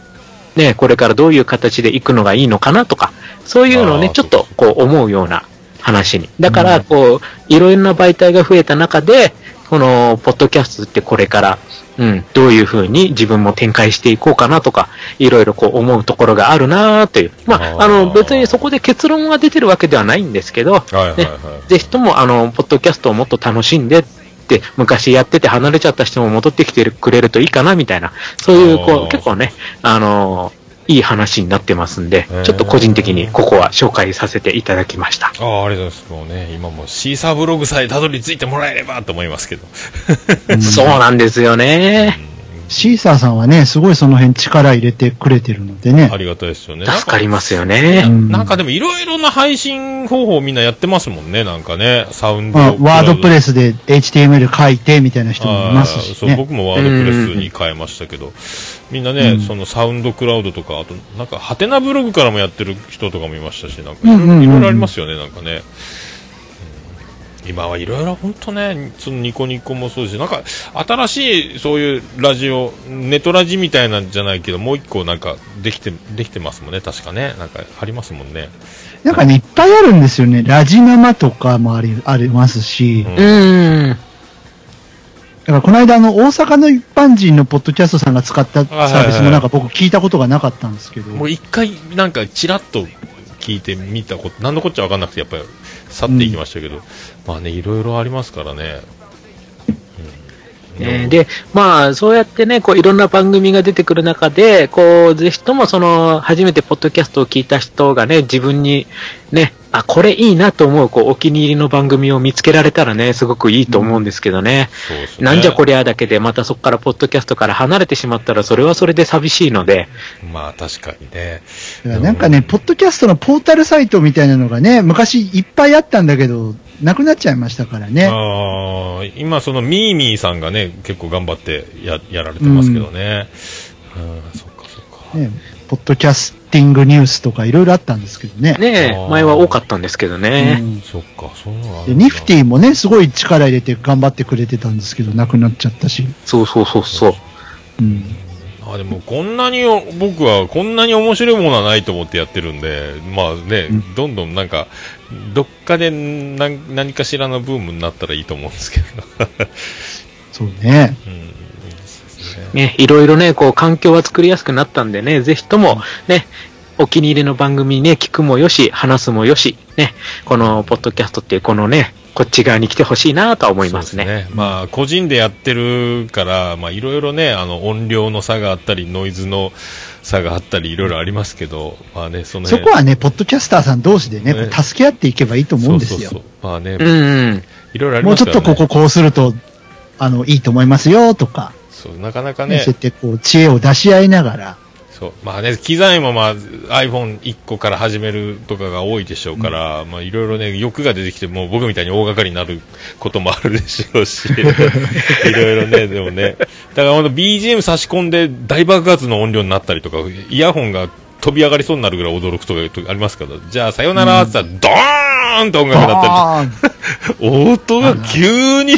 S9: ね、これからどういう形で行くのがいいのかなとか、そういうのを
S8: あ
S9: ね、
S8: ー
S9: ちょっと、こう、思うような話に。だから、こう、いろんな媒体が増えた中で、この、ポッドキャストってこれから、うん、どういうふうに自分も展開していこうかなとか、いろいろこう思うところがあるなーという。ま
S8: あー
S9: あ、あの、別にそこで結論が出てるわけではないんですけど、
S8: はいはいはい
S9: ねぜひとも、あの、ポッドキャストをもっと楽しんでっって、昔やってて離れちゃった人も戻ってきてくれるといいかな、みたいな。そういう、
S8: あー
S9: こう、結構ね、あのーいい話になってますんで
S8: へー、
S9: ちょっと個人的にここは紹介させていただきました。
S8: ああ、ありがとうございます。もうね、今もうシーサーブログさえたどり着いてもらえればと思い ますけど。
S9: そうなんですよね。
S4: シーサーさんはね、すごいその辺力入れてくれてるのでね
S8: あ。りがたいですよね。
S9: 助かりますよ
S4: う
S9: ね。
S4: ん
S8: なんかでもいろいろな配信方法みんなやってますもんね、なんかね。サウンド。
S4: まあ、ワードプレスで HTML 書いてみたいな人もいます
S8: あー
S4: し
S8: そう、
S4: ね。
S8: 僕もワードプレスに変えましたけど、みんなね、そのサウンドクラウドとか、あと、なんか、ハテナブログからもやってる人とかもいましたし、なんかいろいろ、
S4: うんうんうん
S8: いろいろありますよね、なんかね。うん今はいろいろ本当ね、そのニコニコもそうですし、なんか新しいそういうラジオ、ネトラジみたいなんじゃないけど、もう一個なんかできて、できてますもんね、確かね。なんかありますもんね。
S4: なんかね、いっぱいあるんですよね。ラジ生とかもあり、あります
S8: ん
S4: し。だ
S9: うーん。
S4: からこの間、あの、大阪の一般人のポッドキャストさんが使ったサービスもなんか僕聞いたことがなかったんですけど。
S8: もう一回、なんか、ちらっと聞いてみたこと、なんのこっちゃ分かんなくて、やっぱり、去っていきましたけど、まあね、いろいろありますからね。
S9: ねで、まあ、そうやってね、こう、いろんな番組が出てくる中で、こう、ぜひとも、その、初めてポッドキャストを聞いた人がね、自分に、ね、あ、これいいなと思う、こう、お気に入りの番組を見つけられたらね、すごくいいと思うんですけどね。
S8: そうですね。
S9: なんじゃこりゃだけで、またそこからポッドキャストから離れてしまったら、それはそれで寂しいので、
S8: まあ、確かにね。
S4: だからなんかね、ポッドキャストのポータルサイトみたいなのがね、昔いっぱいあったんだけど、なくなっちゃいましたからね。
S8: あー今、その、ミーミーさんがね、結構頑張ってややられてますけどね。うん、そっかそっか。
S4: ねポッドキャスティングニュースとかいろいろあったんですけどね。
S9: ね
S8: あー、
S9: 前は多かったんですけど
S4: う
S9: ね。
S4: ん
S8: そっか、そうなのあ
S4: で
S8: る
S4: ニフティもね、すごい力入れて頑張ってくれてたんですけど、なくなっちゃったし。
S9: そうそうそうそう。
S4: うん。
S8: あでもこんなにお僕はこんなに面白いものはないと思ってやってるんでまあね、
S4: うん
S8: どんどんなんかどっかで何何かしらのブームになったらいいと思うんですけど、
S4: そうね。
S8: うん、いいですね
S9: ね、いろいろね、こう、環境は作りやすくなったんでね、ぜひとも、ね、お気に入りの番組ね、聞くもよし、話すもよし、ね、この、ポッドキャストっていう、このね、こっち側に来てほしいなとは思います
S8: そう
S9: ね。
S8: ですまあ個人でやってるからまあいろいろねあの音量の差があったりノイズの差があったりいろいろありますけどまあねその
S4: そ
S8: 辺
S4: こはね、ポッドキャスターさん同士でね、
S8: ね
S4: こう助け合っていけばいいと思うんですよ。
S8: そうそうそうまあね、
S9: うんうん。
S8: いろいろあり
S4: も
S8: ま
S4: う
S8: す
S4: ち
S8: か
S4: ょっ
S8: ら、ね、
S4: とこここうすると、あの、いいと思いますよとか、
S8: そうなかなか
S4: ね、
S8: ね
S4: そうやってこう、知恵を出し合いながら、
S8: そう。まあね、機材もまあ iPhone1 個から始めるとかが多いでしょうから、まあいろいろね、欲が出てきて、もう僕みたいに大掛かりになることもあるでしょう し、いろいろね、でもね。だからあの BGM 差し込んで大爆発の音量になったりとか、イヤホンが飛び上がりそうになるぐらい驚くとかありますから、じゃあさよならって言ったら、ドーンと音楽になったりとか
S4: あー
S8: 音が急 に、へ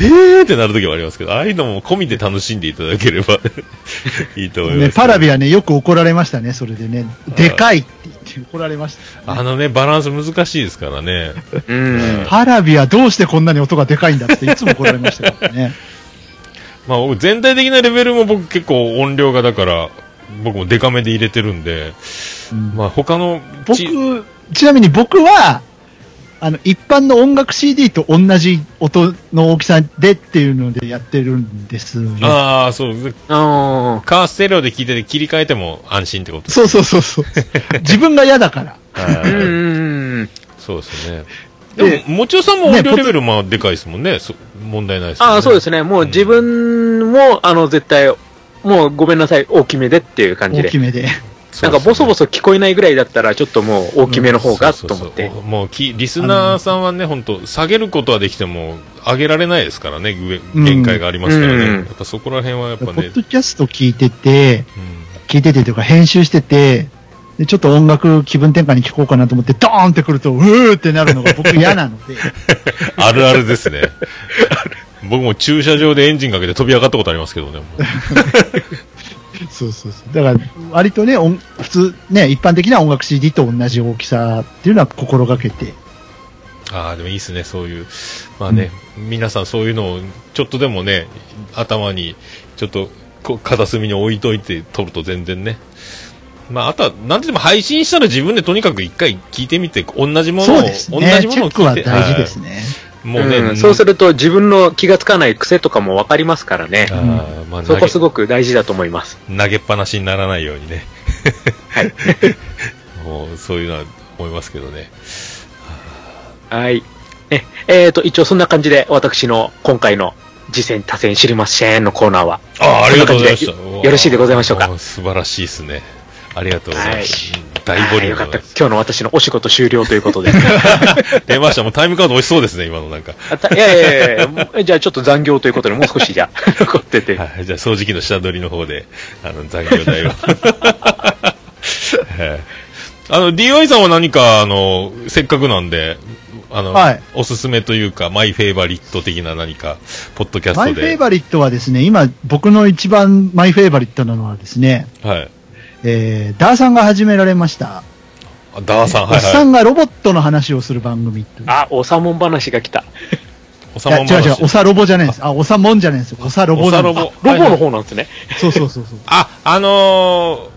S8: ーってなる時もありますけど、ああいうのも込みで楽しんでいただければ いいと思います、
S4: ね、パラビはね、よく怒られましたね、それでね。でかいって言って怒られました。
S8: あのね、バランス難しいですからね。
S9: うん。
S4: パラビはどうしてこんなに音がでかいんだっていつも怒られましたからね。
S8: まあ僕全体的なレベルも僕結構音量がだから、僕もデカめで入れてるんで、
S4: うん
S8: まあ他のち、
S4: 僕、ちなみに僕は、あの、一般の音楽 CD と同じ音の大きさでっていうのでやってるんですよ。
S8: ああ、そう、
S9: あ
S8: カーステレオで聞いてて切り替えても安心ってこと
S4: そうそうそう そう。自分が嫌だから。
S9: ーうんうんうん。
S8: そうですね。
S4: で
S8: でも、もちおさんも音量レベルまあでかいですもんね。そ問題ないですもんね。
S9: ああ、そうですね。もう自分も、あの、絶対、もうごめんなさい、大きめでっていう感じ
S4: 大
S9: で
S4: き。めで。
S8: そ
S9: な
S8: うんで
S9: か
S8: すね
S9: ボソボソ聞こえないぐらいだったら、ちょっともう大きめの方が、
S8: そう
S9: と
S8: そうそう
S9: 思って。
S8: おもうきリスナーさんはね、本当下げることはできても、上げられないですからね、上限界がありますからね。
S9: うん
S8: やっぱそこら辺はやっ
S4: ポ
S8: ぱね
S4: ッ、ドキャスト聞いてて、
S8: うん
S4: 聞いててというか編集してて、でちょっと音楽気分転換に聞こうかなと思って、ドーンってくると、うーってなるのが僕嫌なので、
S8: あるあるですね。 僕も駐車場でエンジンかけて飛び上がったことありますけどね。もう
S4: そうそうそう。だから、割とね、音普通、ね、一般的な音楽 CD と同じ大きさっていうのは心がけて、
S8: ああ、でもいいですね、そういう。まあね、皆さんそういうのをちょっとでもね、頭に、ちょっとこ片隅に置いといて撮ると全然ね。まあ、あとは、なんてでも配信したら自分でとにかく一回聞いてみて、同じものを、
S4: そうですね
S8: 同。じ
S4: チ
S8: ものを
S4: ェック
S8: 聞
S4: はい
S8: て、
S4: 大事ですね。
S8: はいもうね、
S9: うんそうすると自分の気がつかない癖とかもわかりますからね。
S8: あーまあ、
S9: そ
S8: 投
S9: こ
S8: げ
S9: すごく大事だと思います。
S8: 投げっぱなしにならないようにね、 もうそういうのは思いますけどね。
S9: はい。ねえー、と、一応そんな感じで私の今回の次戦多戦知りませんのコーナーは。
S8: ああ、ありがとうございました。
S9: こんな感じでよろしいでございましょうか
S8: おー素晴らしいですね。ありがとうございます。大ボ
S9: はい
S8: リュ
S9: よ
S8: ー
S9: か
S8: ム
S9: っ
S8: で
S9: た。
S8: ござい
S9: 今
S8: ます
S9: 日の私のお仕事終了とい うことで。
S8: 出ました。もうタイムカード美味しそうですね、今のなんか。
S9: あたいやいやいやもうじゃあちょっと残業ということで、もう少しじゃあ、 残ってて。
S8: はい、じゃあ掃除機の下取りの方で、あの、残業代を。はい あの、DY さんは何か、あの、せっかくなんで、あの、
S4: はい
S8: おすすめというか、マイフェイバリット的な何か、ポッドキャス
S4: マ
S8: ト
S4: イフェイ
S8: で。
S4: バリットはですね、今、僕の一番マイフェイバリットなのはですね、
S8: はい。
S4: えー、ダーさんが始められました。
S8: あダーさん、
S4: お
S8: は
S4: っ
S8: い
S4: さ
S8: はい。
S4: んがロボットの話をする番組という。
S9: あ、おさもん話が来た。
S8: お
S4: い
S8: さ
S4: や
S8: まん
S4: 違う違う、お
S8: 話
S4: さロボじゃないです。あ、おさもんじゃないですよ。おさロボなんです。
S8: おさ
S9: ロボの方なんですね。
S4: そうそうそうそう。
S8: あ、あの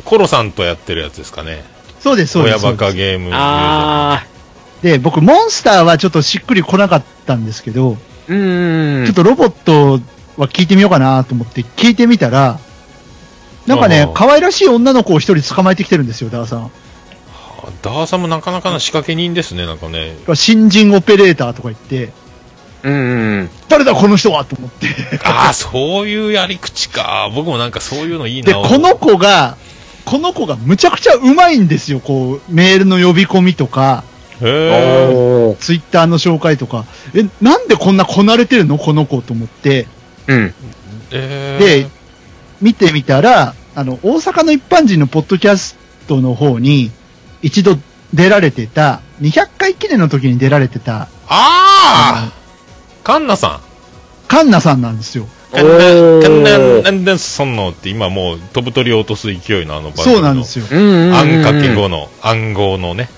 S8: ー、コロさんとやってるやつですかね。
S4: そうです、そうで
S8: 親
S4: す。
S8: バカ
S4: そうで
S8: ゲーム。
S9: あ
S4: すで、僕、モンスターはちょっとしっくり来なかったんですけど、
S9: ー、うーん。
S4: ちょっとロボットは聞いてみようかなと思って聞いてみたら、なんか
S8: あ
S4: ね
S8: ー、
S4: 可愛らしい女の子を一人捕まえてきてるんですよ、ダーさん。
S8: あダーさんもなかなかな仕掛け人ですね、なんかね。
S4: 新人オペレーターとか言って、
S9: うん。
S4: 誰だこの人はと思って。
S8: ああ、そういうやり口か。僕もなんかそういうのいいな。
S4: で、この子が、この子がむちゃくちゃうまいんですよ、こう、メールの呼び込みとか、
S8: へー
S4: ツイッターの紹介とか、え、なんでこんなこなれてるのこの子と思って。
S9: うん。
S8: えー
S4: で、見てみたら、あの、大阪の一般人のポッドキャストの方に、一度出られてた、200回記念の時に出られてた、
S8: ああカンナさん。
S4: カンナさんなんですよ。
S8: カンナ、カンナ、
S9: おー
S8: なんでそんのって今もう飛ぶ鳥を落とす勢いのあの番組の。
S4: そうなんですよ。
S9: うん。
S8: あんかけ後の暗号のね。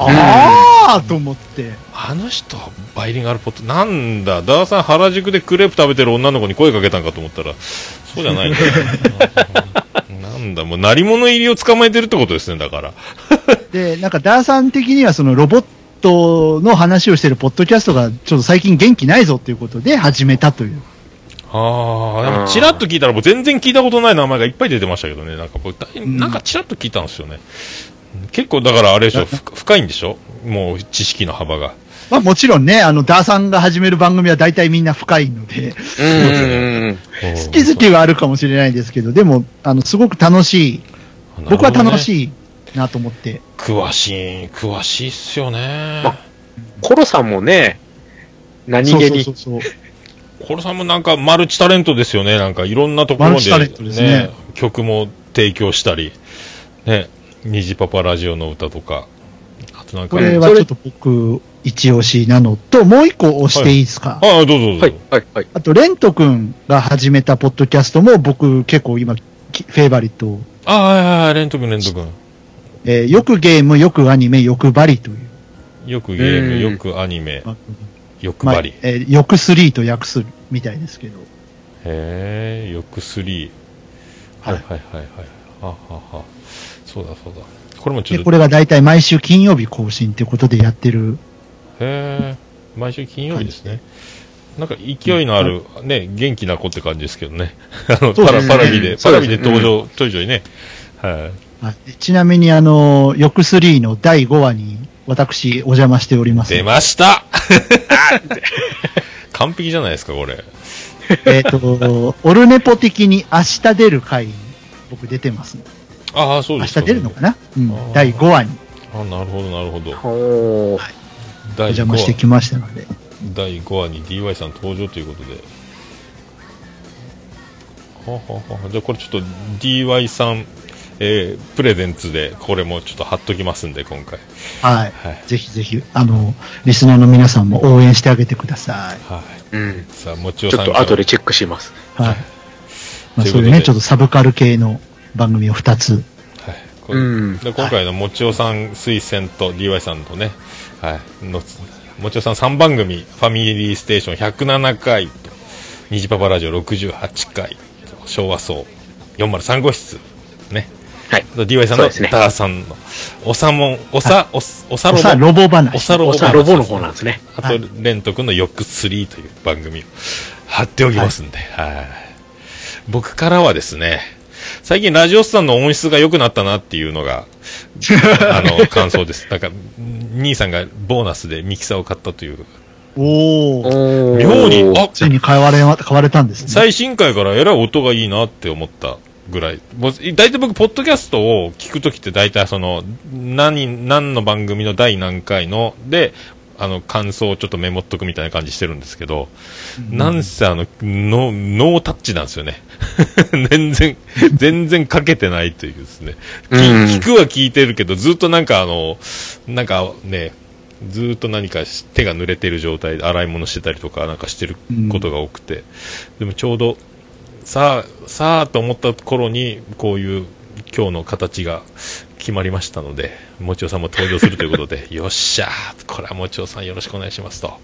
S4: あーと思って。
S8: あの人、バイリンガルポット、なんだ、ダーさん原宿でクレープ食べてる女の子に声かけたんかと思ったら、そうじゃ ないね。なんだ、もう、鳴り物入りを捕まえてるってことですね、だから。
S4: で、なんか、ダーさん的には、そのロボットの話をしてるポッドキャストが、ちょっと最近元気ないぞっていうことで始めたという。
S8: ああ、でも、チラッと聞いたら、もう全然聞いたことない名前がいっぱい出てましたけどね、なんか僕、だいなんかチラッと聞いたんですよね。結構、だからあれでしょ、ふ深いんでしょもう、知識の幅が。
S4: まあもちろんね、あの、ダーさんが始める番組は大体みんな深いので、
S9: うん。
S8: 好
S4: 好き好きはあるかもしれないですけど、でも、あの、すごく楽しい。僕は楽
S8: い。
S4: しいなと思って。
S8: 詳しい、詳しいっすよね。
S9: コロさんもね、何
S4: そう
S9: 気
S4: そうそ
S9: に
S4: う。そう。
S8: コロさんもなんかマルチタレントですよね。なんかいろんなところで、ね、
S4: マルチタレントですね
S8: 曲も提供したり、ね、虹パパラジオの歌とか、あとなんか、
S4: こ
S8: あ
S4: れはちょっと僕、一押しなのと、もう一個押していいですか、
S8: あ、どうぞどうぞ。
S9: はい、はい、はい。
S4: あと、レント君が始めたポッドキャストも僕結構今、きフェイバリットを、
S8: あはいはいはい、レント君レント君。
S4: えーよくゲーム、よくアニメ、よくバリという。
S8: よくゲー
S9: う
S8: ム、
S9: ん
S8: よくアニメ、
S4: ま
S8: よく
S4: ま
S8: バリ。
S4: えーよくスリーと訳すみたいですけど。
S8: へえ、よく3。は
S4: はいい
S8: はいはいはい。ははは。そうだそうだ。これもちょ
S4: で、
S8: っと、
S4: こ
S8: へ
S4: れが大体毎週金曜日更新ってことでやってる。
S8: え、毎週金曜日ですね。なんか勢いのある、ね、元気な子って感じですけど ね。あの、
S4: そう
S8: パ
S4: で
S8: ラ、
S4: すね
S8: パラビで、パ
S9: そう
S8: ラ
S9: で
S8: ビ
S9: す
S8: で
S9: ね
S8: 登場、ちょいちょいね。はい。
S4: はいでちなみに、あの、よくスリーの第5話に私お邪魔しております。
S8: 出ました 完璧じゃないですか、これ。
S4: えっ、と、オルネポ的に明日出る回に僕出てます、
S8: ああ、そう
S4: 明
S8: です
S4: 日出るのかなう
S8: あー
S4: ん。第5話に
S8: あなるほど、なるほど。
S9: おー
S4: お
S8: 第5
S4: 邪魔して
S8: 話、
S4: きましたので。
S8: 第5話に DY さん登場ということで。はあはあはあじゃあ、これちょっと DY さん、えープレゼンツで、これもちょっと貼っときますんで、今回。
S4: はい。
S8: はい
S4: ぜひぜひ、あの、リスナーの皆さんも応援してあげてください。
S8: はい。
S9: うん。
S8: さあ、もちお
S9: ち
S8: さ
S9: ょ
S8: んか
S9: っと
S8: ら
S9: 後でチェックします。
S4: はい。まあ、
S8: ということで
S4: そういうね、ちょっとサブカル系の番組を2つ。
S8: はい、こ
S9: うん
S8: で今回のもちおさん推薦と DY さんとね、はい、のもちおさん3番組「ファミリーステーション」107回と「虹パパラジオ」68回と昭和層403号室ね
S9: はい。
S8: DY さん
S9: そう
S8: の
S9: ですね
S8: 高橋さんの、おさもん、おさ、おさ、おさ
S4: お
S8: ロ
S4: さ
S8: ボ、
S4: ロボ
S8: お
S4: 話。
S8: さロボ、
S9: おさロボの方なんですね。
S8: あと、レント君のよくスリーという番組を貼っておきますんで、はい。僕からはですね、最近ラジオスさんの音質が良くなったなっていうのが、あの、感想です。なんか、兄さんがボーナスでミキサーを買ったという。
S4: おお。
S9: お
S8: 妙に、あ
S4: ついに買われま、買われたんですね。
S8: 最新回からえらい音がいいなって思ったぐらい。もう、大体僕、ポッドキャストを聞くときって大体その、何、何の番組の第何回の、で、あの、感想をちょっとメモっとくみたいな感じしてるんですけど、なんせあの、ノノータッチなんですよね。 全然、全然かけてないというですね。き
S9: うん
S8: 聞くは聞いてるけど、ずっとなんかあの、なんかね、ずーっと何かし手が濡れてる状態で洗い物してたりとかなんかしてることが多くて、でもちょうどさあさあと思った頃にこういう今日の形が決まりましたのでもちおさんも登場するということでよっしゃーこれはもちおさんよろしくお願いしますと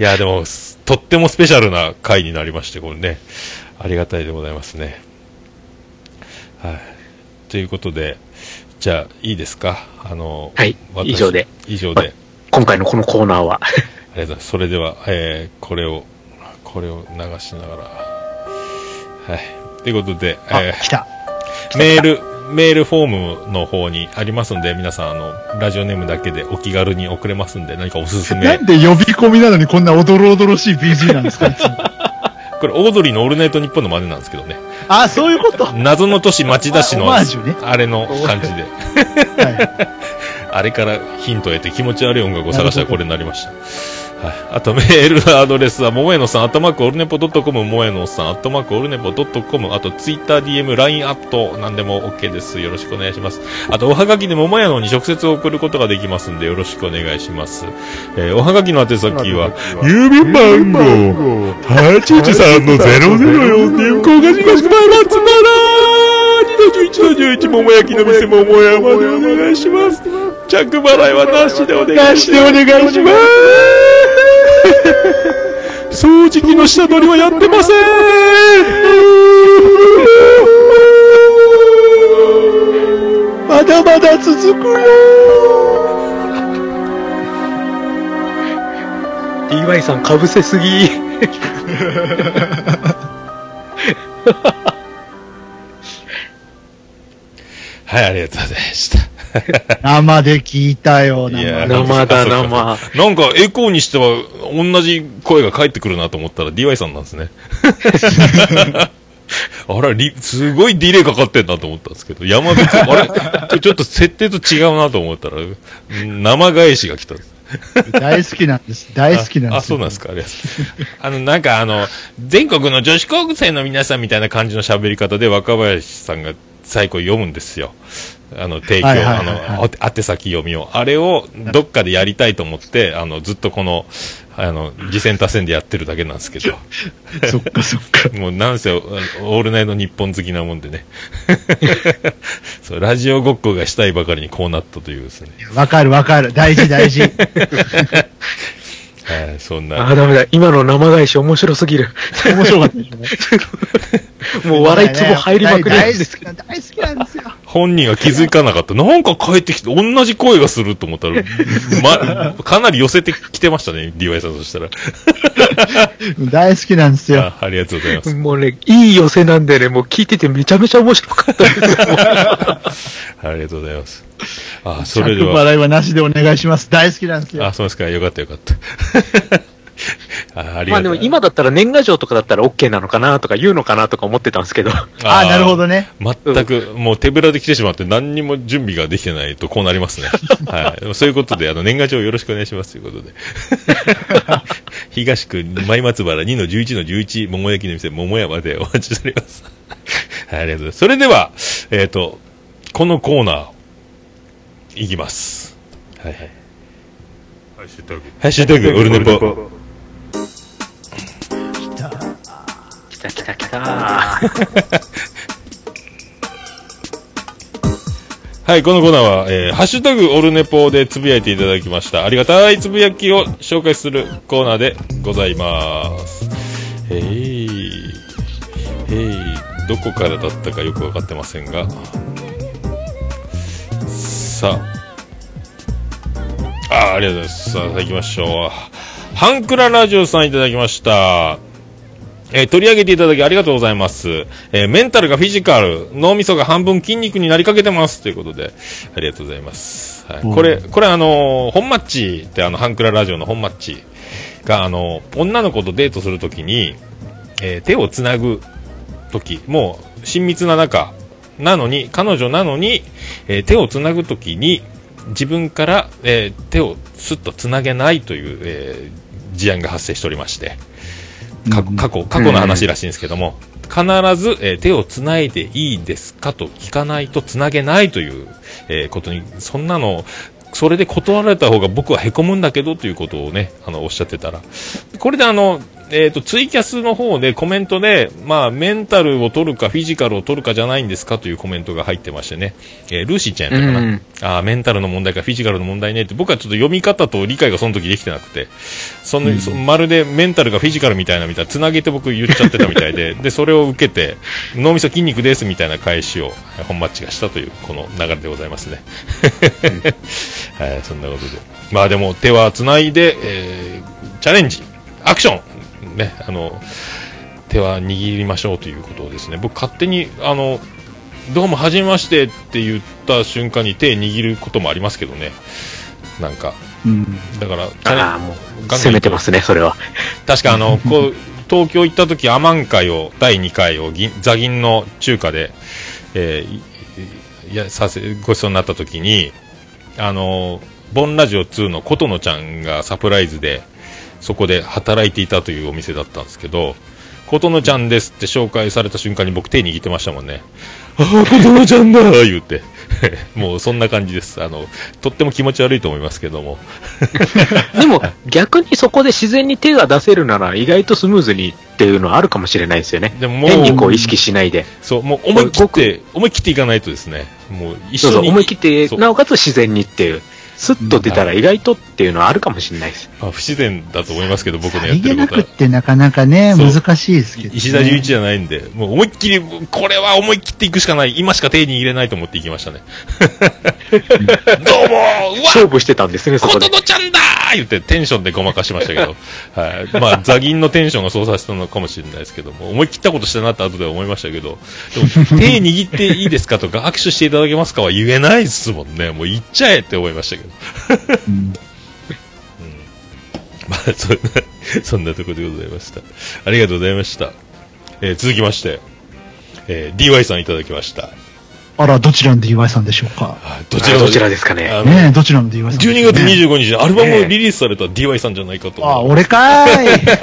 S8: いやでもすとってもスペシャルな回になりましてこれねありがたいでございますねはいということでじゃあいいですかあの
S9: はい
S8: 私
S9: 以上で
S8: 以上
S9: は
S8: で
S9: い今回のこのコーナーは。
S8: ありがとうございます。それでは、えーこれを、これを流しながら。はい。ということで、え
S4: 来た。
S8: ーメール、メールフォームの方にありますんで、皆さん、あの、ラジオネームだけでお気軽に送れますんで、何かおすす
S4: な
S8: め
S4: ん。で呼び込みなのにこんなおどろおどろしい BG なんですかいつ も
S8: これ、オードリーのオールナイトニッポンの真似なんですけどね。
S4: あ、そういうこと。は
S8: 謎の都市町田市
S4: オ
S8: の、
S4: マージュね
S8: あれの感じで、
S4: い。
S8: あれからヒントを得て気持ち悪い音楽を探したらこれになりました。はい。あとメールのアドレスは、もえのさん、アットマークオルネポドットコム、もえのさん、アットマークオルネポドットコム、あとツイッター、DM、LINE アット、なんでも OK です。よろしくお願いします。あと、おはがきでももやのに直接送ることができますんで、よろしくお願いします。えーおはがきの宛先は、郵便番号、813の004っていう高がしかしくまらつまら2 11-11もも焼きの店ももやまでお願いします。着払いはなしでお願いします。掃除機の下取りはやってません
S4: まだまだ続くよ
S9: DY さん、かぶせすぎ。
S8: はい、ありがとうございました。
S4: 生で聞いたような。
S8: いやー
S9: 生だ
S8: あそうかなんかエコーにしては同じ声が返ってくるなと思ったら DY さんなんです ね。あら、リすごいディレイかかってんなと思ったんですけど、山口、あれちょちょっと設定と違うなと思ったら、うん生返しが来たんです。
S4: 大好きなんです。大好きなんで
S8: あ、
S4: す。
S8: そうなんですか、ありがとうございます。あの、なんかあの、全国の女子高生の皆さんみたいな感じの喋り方で若林さんが最後読むんですよ。あの、提供、
S4: はいはいはいは
S8: あ
S4: い
S8: の、お宛先読みを。あれをどっかでやりたいと思って、あの、ずっとこの、あの、次戦多戦でやってるだけなんですけど、
S4: そっかそっか。
S8: もうなんせ、あのオールナイト日本好きなもんでね。 そう、ラジオごっこがしたいばかりにこうなったというですね。
S4: わかるわかる。大事大事。
S8: はい、そん
S9: あ
S8: な。
S9: ー、ダメだ。今の生返し面白す ぎる。
S4: 面白かったですね。
S9: もう笑いツボ入りまくりなん
S4: 大
S9: で
S4: 好
S9: す
S4: きなん大好きなんですよ。
S8: 本人が気づかなかった。なんか帰ってきて、同じ声がすると思った ら、ま、かなり寄せてきてましたね、DY さんとしたら。
S4: 大好きなんですよ。
S8: あありがとうございます。
S9: もうね、いい寄せなんでね、もう聞いててめちゃめちゃ面白かったです。
S8: ありがとうございます。あ、そ
S4: 着
S8: れでは、
S4: 払いはなしでお願いします。大好きなんですよ
S8: あ、。そうですか。よかったよかった。 ああり
S9: ま
S8: が
S9: あで
S8: とうござ
S9: も
S8: い
S9: 今だったら年賀状とかだったら OK なのかなとか言うのかなとか思ってたんですけど。
S8: ます。
S4: あ、なるほどね。
S8: 全く、もう手ぶらで来てしまって何にも準備ができてないとこうなりますね。はい。でもそういうことで、あの、年賀状よろしくお願いしますということで。 東区前松原2の11の11、桃焼きの店、桃山でお待ちしております。 はい、ありがとうございます。それでは、えっ、と、このコーナー、いきます。はいはい。ハッシュタグ、オルネポ。
S9: 来た来た来た。
S8: はい、このコーナーは、えー、ハッシュタグオルネポでつぶやいていただきました。ありがたいつぶやきを紹介するコーナーでございます。えい、えい、どどこからだったかよく分かってませんがさああーありがとうございますさあ行きましょうハンクララジオさんいただきましたえー取り上げていただきありがとうございます。えーメンタルがフィジカル、脳みそが半分筋肉になりかけてます。ということで、ありがとうございます。はい、これ、これあのー本マッチってあの、ハンクララジオの本マッチが、あのー女の子とデートするときに、えー手をつなぐ時もう親密な中なのに彼女なのに、えー手をつなぐ時に自分から、えー手をスッとつなげないという、えー事案が発生しておりましてか過去過去の話らしいんですけども、必ず、えー手をつないでいいですかと聞かないとつなげないという、えーことにそんなのそれで断られた方が僕はへこむんだけどということをねあのおっしゃってたらこれであの、えー、とツイキャスの方でコメントで、まあ、メンタルを取るかフィジカルを取るかじゃないんですかというコメントが入ってましてね、えールーシーちゃんやったかな、
S9: うん
S8: あーメンタルの問題かフィジカルの問題ねって僕はちょっと読み方と理解がその時できてなくてその、そまるでメンタルがフィジカルみたいなみたいなつなげて僕言っちゃってたみたいで でそれを受けて脳みそ筋肉ですみたいな返しを本マッチがしたというこの流れでござい ますね。はい、そんなことで。まあでも手はつないで、えーチャレンジ、アクションね、あの、手は握りましょうということをですね、僕勝手に、あの、どうも、はじめましてって言った瞬間に手握ることもありますけどね。なんか、
S4: うん。
S8: だから、チャレン
S9: ああ、も
S8: ガン
S9: う、
S8: ガン
S9: 攻めてますね、そ れは。
S8: 確かあの、こう、東京行った時、アマン会を、第2回を銀、座銀の中華で、えーいいや、させ、ごちそうになった時に、あの、ボンラジオ2の琴乃ちゃんがサプライズで、そこで働いていたというお店だったんですけど、琴乃ちゃんですって紹介された瞬間に僕手握ってましたもんね。ああ、琴乃ちゃんだ言うて。 もうそんな感じです。あの、とっても気持ち悪いと思いますけども。
S9: でも、逆にそこで自然に手が出せるなら、意外とスムーズにっていうのはあるかもしれないですよね。
S8: でももう
S9: 変にこう意識しないで。
S8: そう、もう思い切って、思い切っていかないとですね、もう一
S9: そう
S8: 緒
S9: そう、
S8: に。
S9: 思い切って、
S8: そう
S9: なおかつ自然にっていう。スッと出たら意外とっていうのはあるかもしれないです。
S8: まあ、不自然だと思いますけど、僕の
S4: さ
S8: やっ
S4: り
S8: て
S4: げ
S8: る
S4: な
S8: こと
S4: くっ
S8: は。
S4: てなかなかね、
S8: そう
S4: 難しいですけど、ね。
S8: 石田純一じゃないんで、もう思いっきり、これは思い切っていくしかない。今しか手に入れないと思っていきました ね。 どうもうわ
S9: 勝負してたんですね、そこ
S8: こと
S9: で。
S8: のちゃんだー言ってテンションでごまかしましたけど、はい。まあ、座銀のテンションがそうさせたのかもしれないですけども、思い切ったことしたなって後では思いましたけど、でも、手握っていいですかとか、握手していただけますかは言えないですもんね。もう言っちゃえって思いましたけど。
S4: うん
S8: まあ、そんな、そんなところでございました。ありがとうございました。えー続きまして、えー DY さんいただきました。
S4: あら、どちらの DY さんでしょうか。
S8: あど
S9: あどちらですかね
S8: あの
S4: ねえ、どちらの DY さんでしょ
S8: 12
S4: うね
S8: 月25日にアルバムをリリースされた DY さんじゃないかと
S4: あ、
S8: 思う。
S4: 俺 かーい。ありが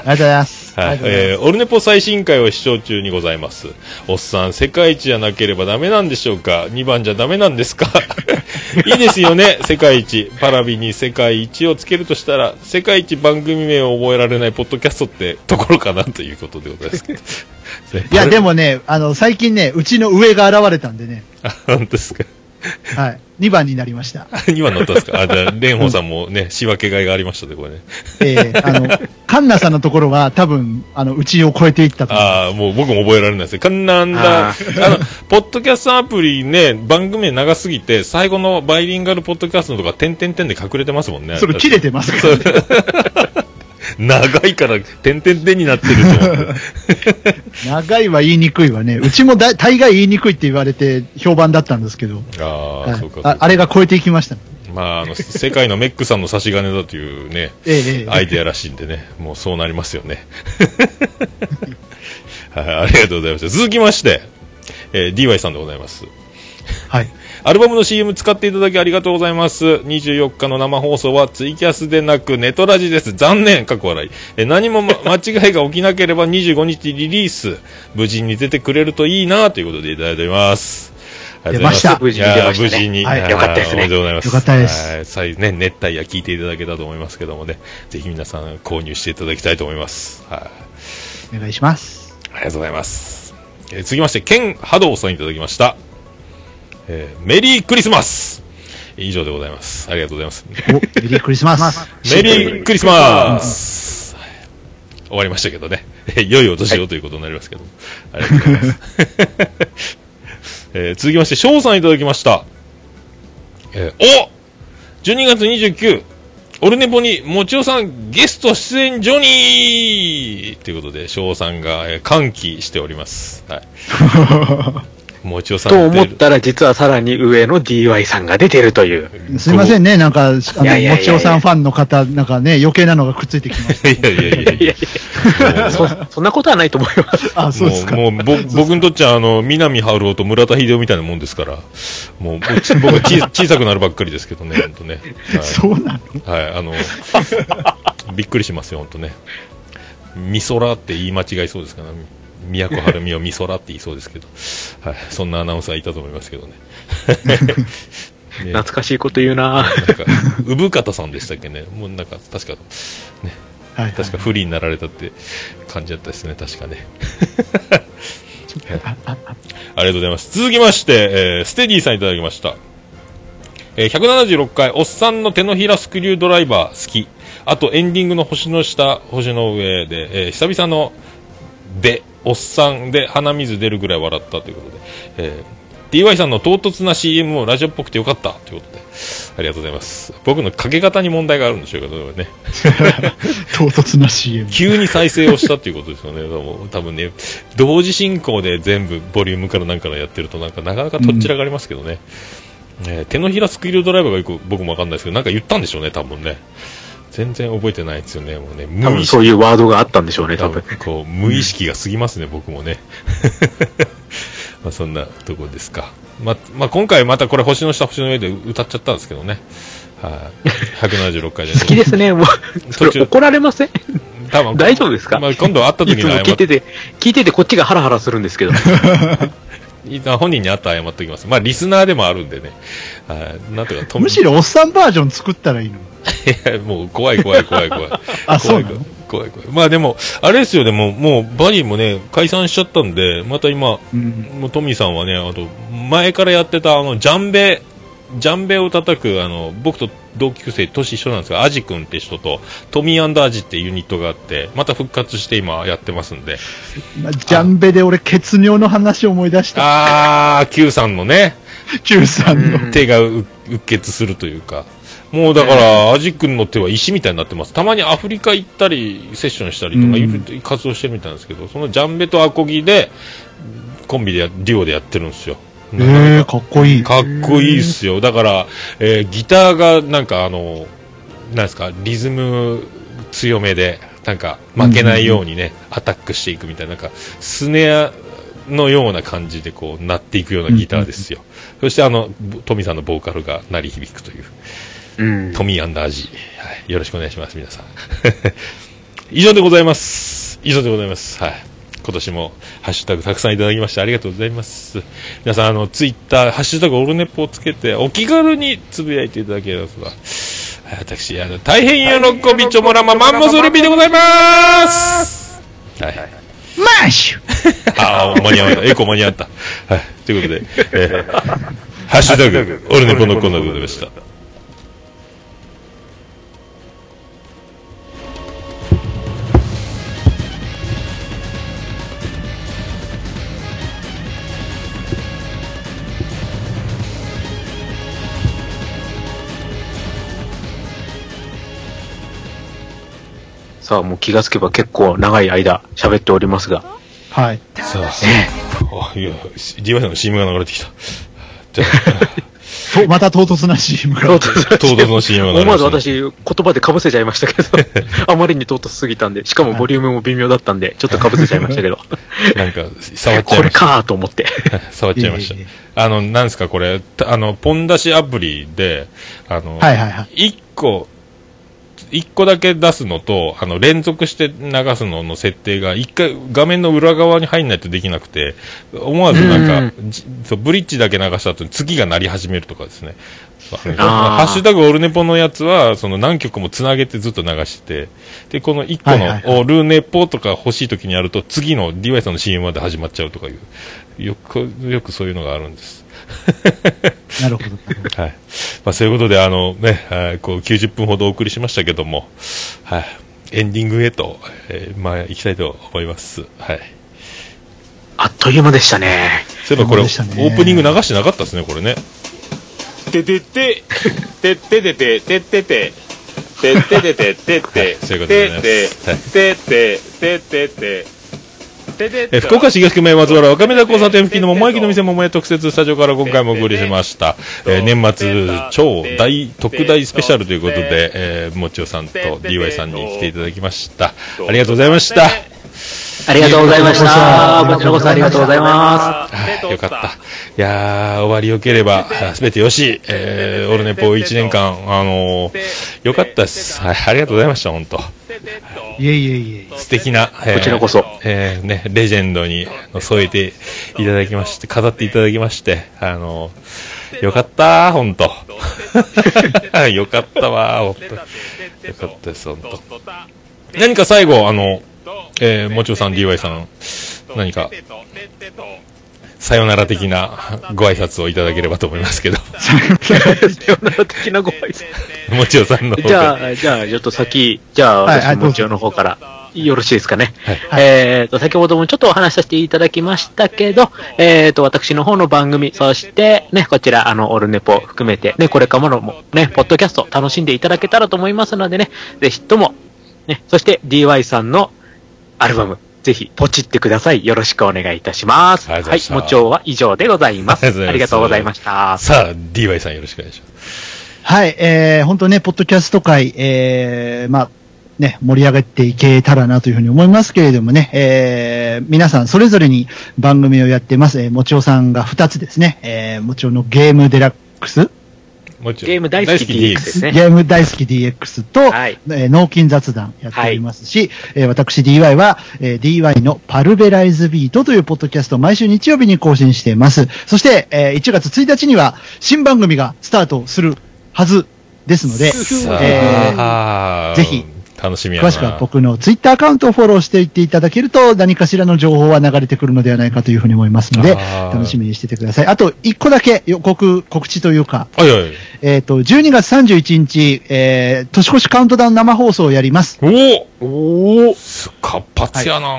S4: とうございます。
S8: は
S4: あ
S8: い
S4: り、がとうござい
S8: えーオルネポ最新回を視聴中にございます。おっさん、世界一じゃなければダメなんでしょうか ?2 番じゃダメなん ですかいいですよね、世界一。パラビに世界一をつけるとしたら、世界一番組名を覚えられないポッドキャストってところかなということでございますけど。ね
S4: ますいや、でもね、あの、最近ね、うちの上が現れたんでね、
S8: あ、本当ですか。
S4: はい。2番になりました。
S8: 今乗ったんですかあ、じゃあ、蓮舫さんもね、仕分けがいがありましたね、これね。
S4: えー、あの、カンナさんのところは多分、あの、うちを超えていったと思う。
S8: ああ、もう僕も覚えられないですね。かなんだ、
S9: あ
S8: あの、ポッドキャストアプリね、番組名長すぎて、最後のバイリンガルポッドキャストとか、点々点で隠れてますもんね。
S4: それ切れてますから、ね。
S8: 長いから、点々点になってると思 って。
S4: 長いは言いにくいわね。うちもだ大概言いにくいって言われて評判だったんですけど、
S8: あ
S4: は
S8: あ、
S4: い
S8: そうかそうか。
S4: ああれが超えていきましたね、
S8: まあ、あの、世界のメックさんの差し金だというね、
S4: ええええ
S8: アイデアらしいんでね、もうそうなりますよね。 はい、ありがとうございました。続きまして、えー DY さんでございます。
S4: はい。
S8: アルバムの CM 使っていただきありがとうございます。24日の生放送はツイキャスでなくネトラジです。残念、過去笑い。え何も、ま、 間違いが起きなければ25日リリース。無事に出てくれるといいなということでいただいております。ありがとうございす
S4: 出ました
S9: 無事に出ましたね
S8: いやー無事に。
S4: はい
S8: あー
S9: よかったですね
S8: おめでとうございます。
S4: よかったです
S8: はい。最ね、熱帯夜聞いていただけたと思いますけどもね。ぜひ皆さん購入していただきたいと思います。はい。
S4: お願いします。
S8: ありがとうございます。えー続きまして、ケン・ハドウさんいただきました。えーメリークリスマス以上でございます。ありがとうございます。
S4: お、メリークリスマス。
S8: メリークリスマス終わりましたけどね。 え良いお年をということになりますけど、ありがとうございます。 えー続きまして、翔さんいただきました。えーお !12 月29、オルネポに、もちおさんゲスト出演ジョニーということで、翔さんが、えー歓喜しております。はい。 もちおさん
S9: と
S8: 出る
S9: 思ったら、実はさらに上の DY さんが出てるという。
S4: すいませんね、なんか、あの、も
S9: いやいやいや
S4: ちおさんファンの方、なんかね、余計なのがくっついてきまし
S8: いやいやいやい
S9: い
S8: や
S9: や いや、そ、そんなことはないと思います。
S4: た。あ、そうですか。
S8: もうもうぼ僕にとっちゃあの南春夫と村田秀夫みたいなもんですからもう僕ち僕はち小さくなるばっかりですけど ね本当ね
S4: そうなの
S8: はい、はい、あのびっくりしますよ本当ね美空って言い間違いそうですから宮古晴美は美空って言いそうですけど、はい、そんなアナウンサーいたと思いますけどね ね
S9: 懐かしいこと言うなぁ
S8: なんか産方さんでしたっけねもうなんか確か
S4: はい。
S8: 確か不利になられたって感じだったですね、確か ね。ありがとうございます。続きまして、えーステディさんいただきました。えー176回、おっさんの手のひらスクリュードライバー好き。あとエンディングの星の下、星の上で、えー久々ので、おっさんで鼻水出るぐらい笑ったということで、えー DY さんの唐突な CM もラジオっぽくてよかったということで、ありがとうございます。僕のかけ方に問題があるんでしょうけどね。
S4: 唐突な CM。
S8: 急に再生をしたっていうことですよね、 どうも多分ね、同時進行で全部ボリュームからなんからやってると、なんかなかなかとっちらかりますけどね、えー手のひらスクリュードライバーがよく僕もわかんないですけど、なんか言ったんでしょうね、多分ね、全然覚えてないですよね、もうね、無
S9: 多分
S8: 意
S9: そう
S8: 識
S9: いうワードがあったんでしょうね、多
S8: 多分
S9: 分。
S8: こう無意識が過ぎますね、僕もね。 まあそんなとこですか、ままあ、今回またこれ星の下星の上で歌っちゃったんですけどね、 はい、176回で
S9: 好きですね、もう。そ
S8: 途中
S9: れ怒られません
S8: 多分
S9: 大丈夫ですか
S8: まあ、今度会った時
S9: い
S8: に
S9: つも
S8: 謝
S9: 聞
S8: っ
S9: いてて、聞いててこっちがハラハラするん ですけど。
S8: いや本人に会ったら謝っておきます。まあ、リスナーでもあるんでね。はい。なんとかと
S4: むしろおっさんバージョン作ったらいいの。
S8: いや もう怖い怖い怖い怖い。 怖
S4: あ
S8: い
S4: そうなの
S8: 怖い怖い。まあでも、あれですよ、でも、もう、バディもね、解散しちゃったんで、また今、
S4: うん。
S8: もうトミーさんはね、あと、前からやってた、あの、ジャンベ、ジャンベを叩く、あの、僕と同級生、年一緒なんですが、アジ君って人と、トミーアジっていうユニットがあって、また復活して今やってますんで。
S4: まジャンベで俺、血尿の話を思い出した。
S8: あー、Q さんのね、
S4: Q さんの。
S9: うん
S8: 手がううっ血するというか、もうだから、アジ君の手は石みたいになってます、たまにアフリカ行ったり、セッションしたりとか、
S4: うん
S8: いろいろ活動してるみたいなんですけど、そのジャンベとアコギで、コンビでや、デュオでやってるんですよ。
S4: ええ、かっこいい。
S8: かっこいいっすよ、だから、えーギターがなんか、あのなんですか、リズム強めで、なんか負けないようにね、アタックしていくみたいな、なんかスネアのような感じでこう鳴っていくようなギターですよ、そしてあのトミさんのボーカルが鳴り響くという、
S9: うん。
S8: トミーアンダージー、はい、よろしくお願いします、皆さん。 以上でございます。以上でございます。はい。今年もハッシュタグたくさんいただきましてありがとうございます。皆さん、あの、ツイッター、ハッシュタグオルネポをつけて、お気軽につぶやいていただければと思います。はい私、あの、大変喜びちょもらまマンモスルビでございますはい。
S4: マッシュ
S8: ああ、間に合った。エコ間に合った。はい。ということで、えー、ハッシュタグ、オルネポのコーナーでございました。
S9: さあ、もう気がつけば結構長い間喋っておりますが。
S4: はい。
S8: さあ、あいや、DY さんの CM が流れてきた。じゃ
S4: と、また唐突な CM が。
S8: あ、唐突の CM が流れてきた。
S9: 思わず私、言葉で被せちゃいましたけど、 あまりに唐突すぎたんで、しかもボリュームも微妙だったんで、ちょっと被せちゃいまし たけど、
S8: なんか、触っちゃ
S9: こ
S8: い
S9: れ
S8: まし
S9: かーと 思って。
S8: た。触っちゃいました
S4: いえいえい。
S8: あの、なんですか、これ、たあの、ポン出しアプリで、あの、
S4: はいはいはい。
S8: 一個、一個だけ出すのと、あの、連続して流すのの設定が、一回画面の裏側に入んないとできなくて、思わずなんか、じそうブリッジだけ流した後に次が鳴り始めるとかですね。あの
S9: あー
S8: ハッシュタグオルネポのやつは、その何曲もつなげてずっと流してて、で、この一個
S4: はいはいは
S8: のオルネポとか欲しい時にやると、次の DY さんの CM まで始まっちゃうとかいう、よく、よくそういうのがあるんです。
S4: なるほど。
S8: はい。まあ、そういうことで、あのね、はいこう90分ほどお送りしましたけども、はい。エンディングへと、えーまあ、行きたいと思います。はい。
S9: あっという間でしたね。
S8: そういえばこれ、
S4: そう
S8: オ
S4: でしたね
S8: ープニング流してなかったですね、これね。
S11: ててててててててててててててててて
S8: そういうことでございますはい
S11: てててててててて
S8: えー福岡市東区名松原若目田交差点付近の桃焼きの店桃屋特設スタジオから今回もお送りしました。えー年末超大特大スペシャルということで、えー、もちおさんと DY さんに来ていただきました。ありがとうございました。
S9: ありがとうございました。こちらこそありがとうございます。
S11: あ
S8: あーよかった。いやー、終わりよければ、すべてよし、えー、オルネポ1年間、あのー、よかったです。はい、ありがとうございました、本当
S4: いえいえいえ。
S8: 素敵な、えー
S9: こちらこそ
S8: えーね、レジェンドに添えていただきまして、飾っていただきまして、あのー、よかったー、ほんと。 よかったわー、ほんと。よかったです、ほんと。何か最後、あの、えー、もちろさん、DY さん、何か、さよなら的なご挨拶をいただければと思いますけど、
S9: さよなら的なご挨拶。
S8: もちろさんの方で。
S9: じゃあ、じゃあ、ちょっと先、じゃあ、
S4: はいは
S9: 私、
S4: いどうぞ
S9: もちろの方から、よろしいですかね。えっ、と、先ほどもちょっとお話しさせていただきましたけど、えっ、と、私の方の番組、そして、ね、こちら、あの、オルネポ含めて、ね、これからも、ね、ポッドキャスト楽しんでいただけたらと思いますのでね、ぜひとも、ね、そして DY さんのアルバム、ぜひ、ポチってください。よろしくお願いいたします。
S8: あ
S9: は
S8: りがとうございま
S9: い
S8: し、た
S9: もちろは以上でございます。
S8: ありがとうございます
S9: ありがとうございました。
S8: さあ、DY さんよろしくお願いします。
S4: はい、えー、本当ね、ポッドキャスト界、えー、まあ、ね、盛り上がっていけたらなというふうに思いますけれどもね、えー、皆さんそれぞれに番組をやってます。えー、もちおさんが2つですね、えー、もちおのゲームデラックス、
S8: もちろん
S9: ゲーム大好き DX ですね。
S4: ゲーム大好き DX と、
S9: はい
S4: えー脳筋雑談やっておりますし、えー私 DY は、えー DY のパルベライズビートというポッドキャストを毎週日曜日に更新しています。そして、えー1月1日には新番組がスタートするはずですので、
S8: さ
S4: えー
S8: あ、
S4: ぜひ
S8: 楽しみやな
S4: 詳しくは僕のツイッターアカウントをフォローしていっていただけると何かしらの情報は流れてくるのではないかというふうに思いますので
S8: あー
S4: 楽しみにしててください。あと1個だけ予告、告知というか、
S8: はいはい
S4: えっ、と、12月31日、えー、年越しカウントダウン生放送をやります。
S8: おおお活発やな、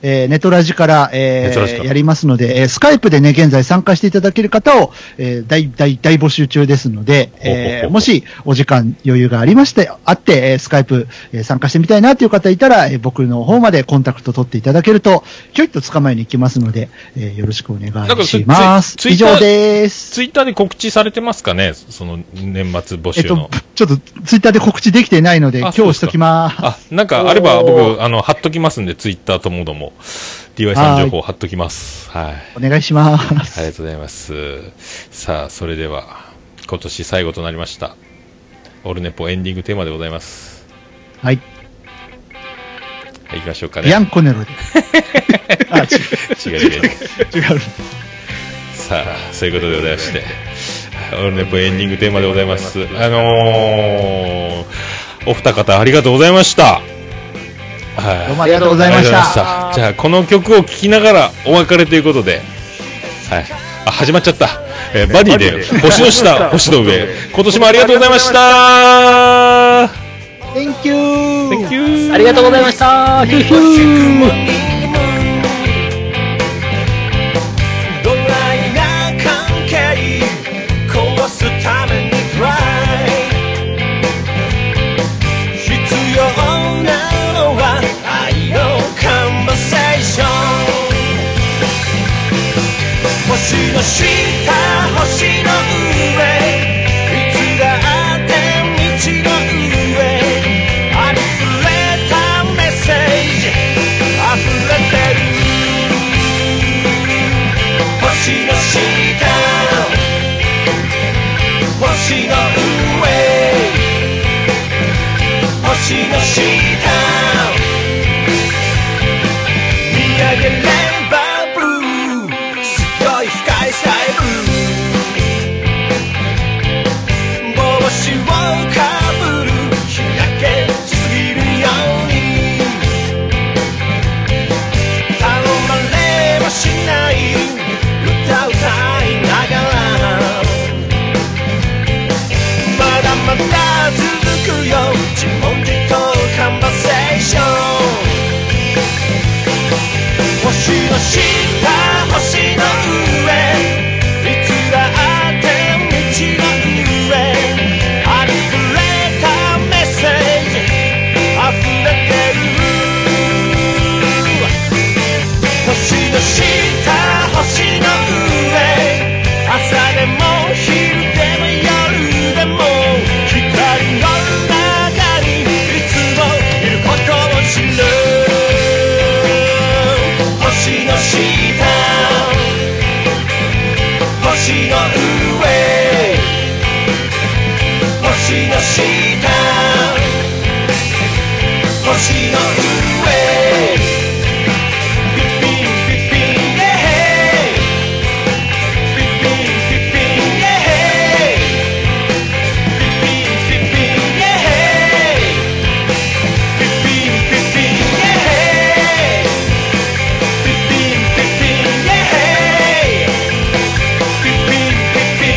S4: えーネトラジから、
S8: ネ
S4: え
S8: トラジか
S4: ー、
S8: ら
S4: やりますので、えースカイプでね、現在参加していただける方を、えー大、大、大募集中ですので、
S8: ほうほう
S4: え
S8: ほ
S4: ー
S8: う
S4: もしお時間余裕がありまして、あって、えースカイプ、えー参加してみたいなという方いたら、えー僕の方までコンタクト取っていただけると、ひょいっと捕まえに行きますので、えーよろしくお願
S8: なんか
S4: い
S8: ツイ
S4: します。
S8: ツイ
S4: 以
S8: ツイッター
S4: 上です。
S8: ツイッターで告知されてますかねその年末募
S4: え
S8: 集
S4: っ
S8: の
S4: と、ちょっとツイッターで告知できてないので、
S8: あ
S4: 今
S8: そう
S4: 日
S8: です
S4: し
S8: か
S4: ときます。
S8: あなんかあれば僕あの貼っときますんでツイッターともども DY さん情報貼っときますはい
S4: お願いします。
S8: ありがとうございますさあそれでは今年最後となりましたオルネポエンディングテーマでございます
S4: はい。
S8: はい行きましょうかね
S4: ビアンコネロで。あ、違
S8: 違う違う
S4: う。違う
S8: さあそういうことでございましてオールネットエンディングテーマでございますあのー、お二方ありがとうございましたはい
S4: どうもありがとうございまし
S8: ありが
S4: た
S8: とう。ございましたじゃあこの曲を聴きながらお別れということではいあ始まっちゃった、えーバディで星の下星の上今年もありがとうございました
S4: Thank you!
S8: Thank you
S9: ありがとうございました。ヒューヒュー
S10: ドライな関係壊すためにトライ必要なのは愛のカンバセーション星の下星の上いつだって道の上あふれたメッセージあふれてる星の下星の上星の下見上げればブルーすごい深いスカイブルー帽子をかぶる日焼けしすぎるように頼まれもしない歌歌いながらまだまだ続くよ自問自答構
S11: くした星の上朝でも昼でも夜でも光の中にいつもいることを知る星の下星の上星の下星の上ピッピンピッピンイエーイピッピンピッピンイエーイピッピンピッピンイエーイピッピンピッピンイエーイピッピンピッピンイエ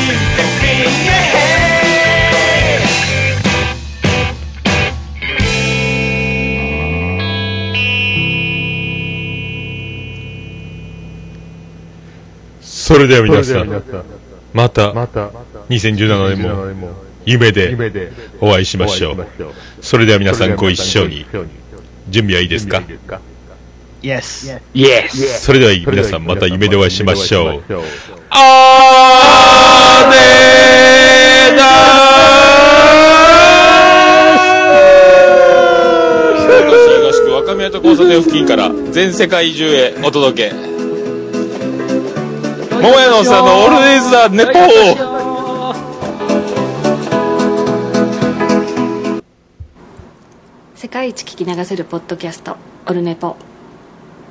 S11: ーイピッピンピッピンイエーイピッピンピッピンイエーイ
S9: それでは皆さ
S12: それでは
S9: ん
S12: 皆さん、
S9: また
S12: また、
S9: 2017
S12: 2017
S9: 年
S12: 年
S9: も
S12: も
S9: 夢で
S12: 夢で
S9: お会いしましょ
S12: お会
S9: う
S12: いしましょう。
S9: それでは皆さんご一緒に
S12: それでは皆さんご一緒に。
S9: 準備はいいですか
S4: Yes.
S9: それでは皆さんまた夢でお会いしましょう。
S8: 福岡市東区若宮と交差点付近から全世界中へお届け桃屋のおっさんの「オールデイズ・ザ・ネポー
S13: 世界一聞き流せるポッドキャスト「オルネポ」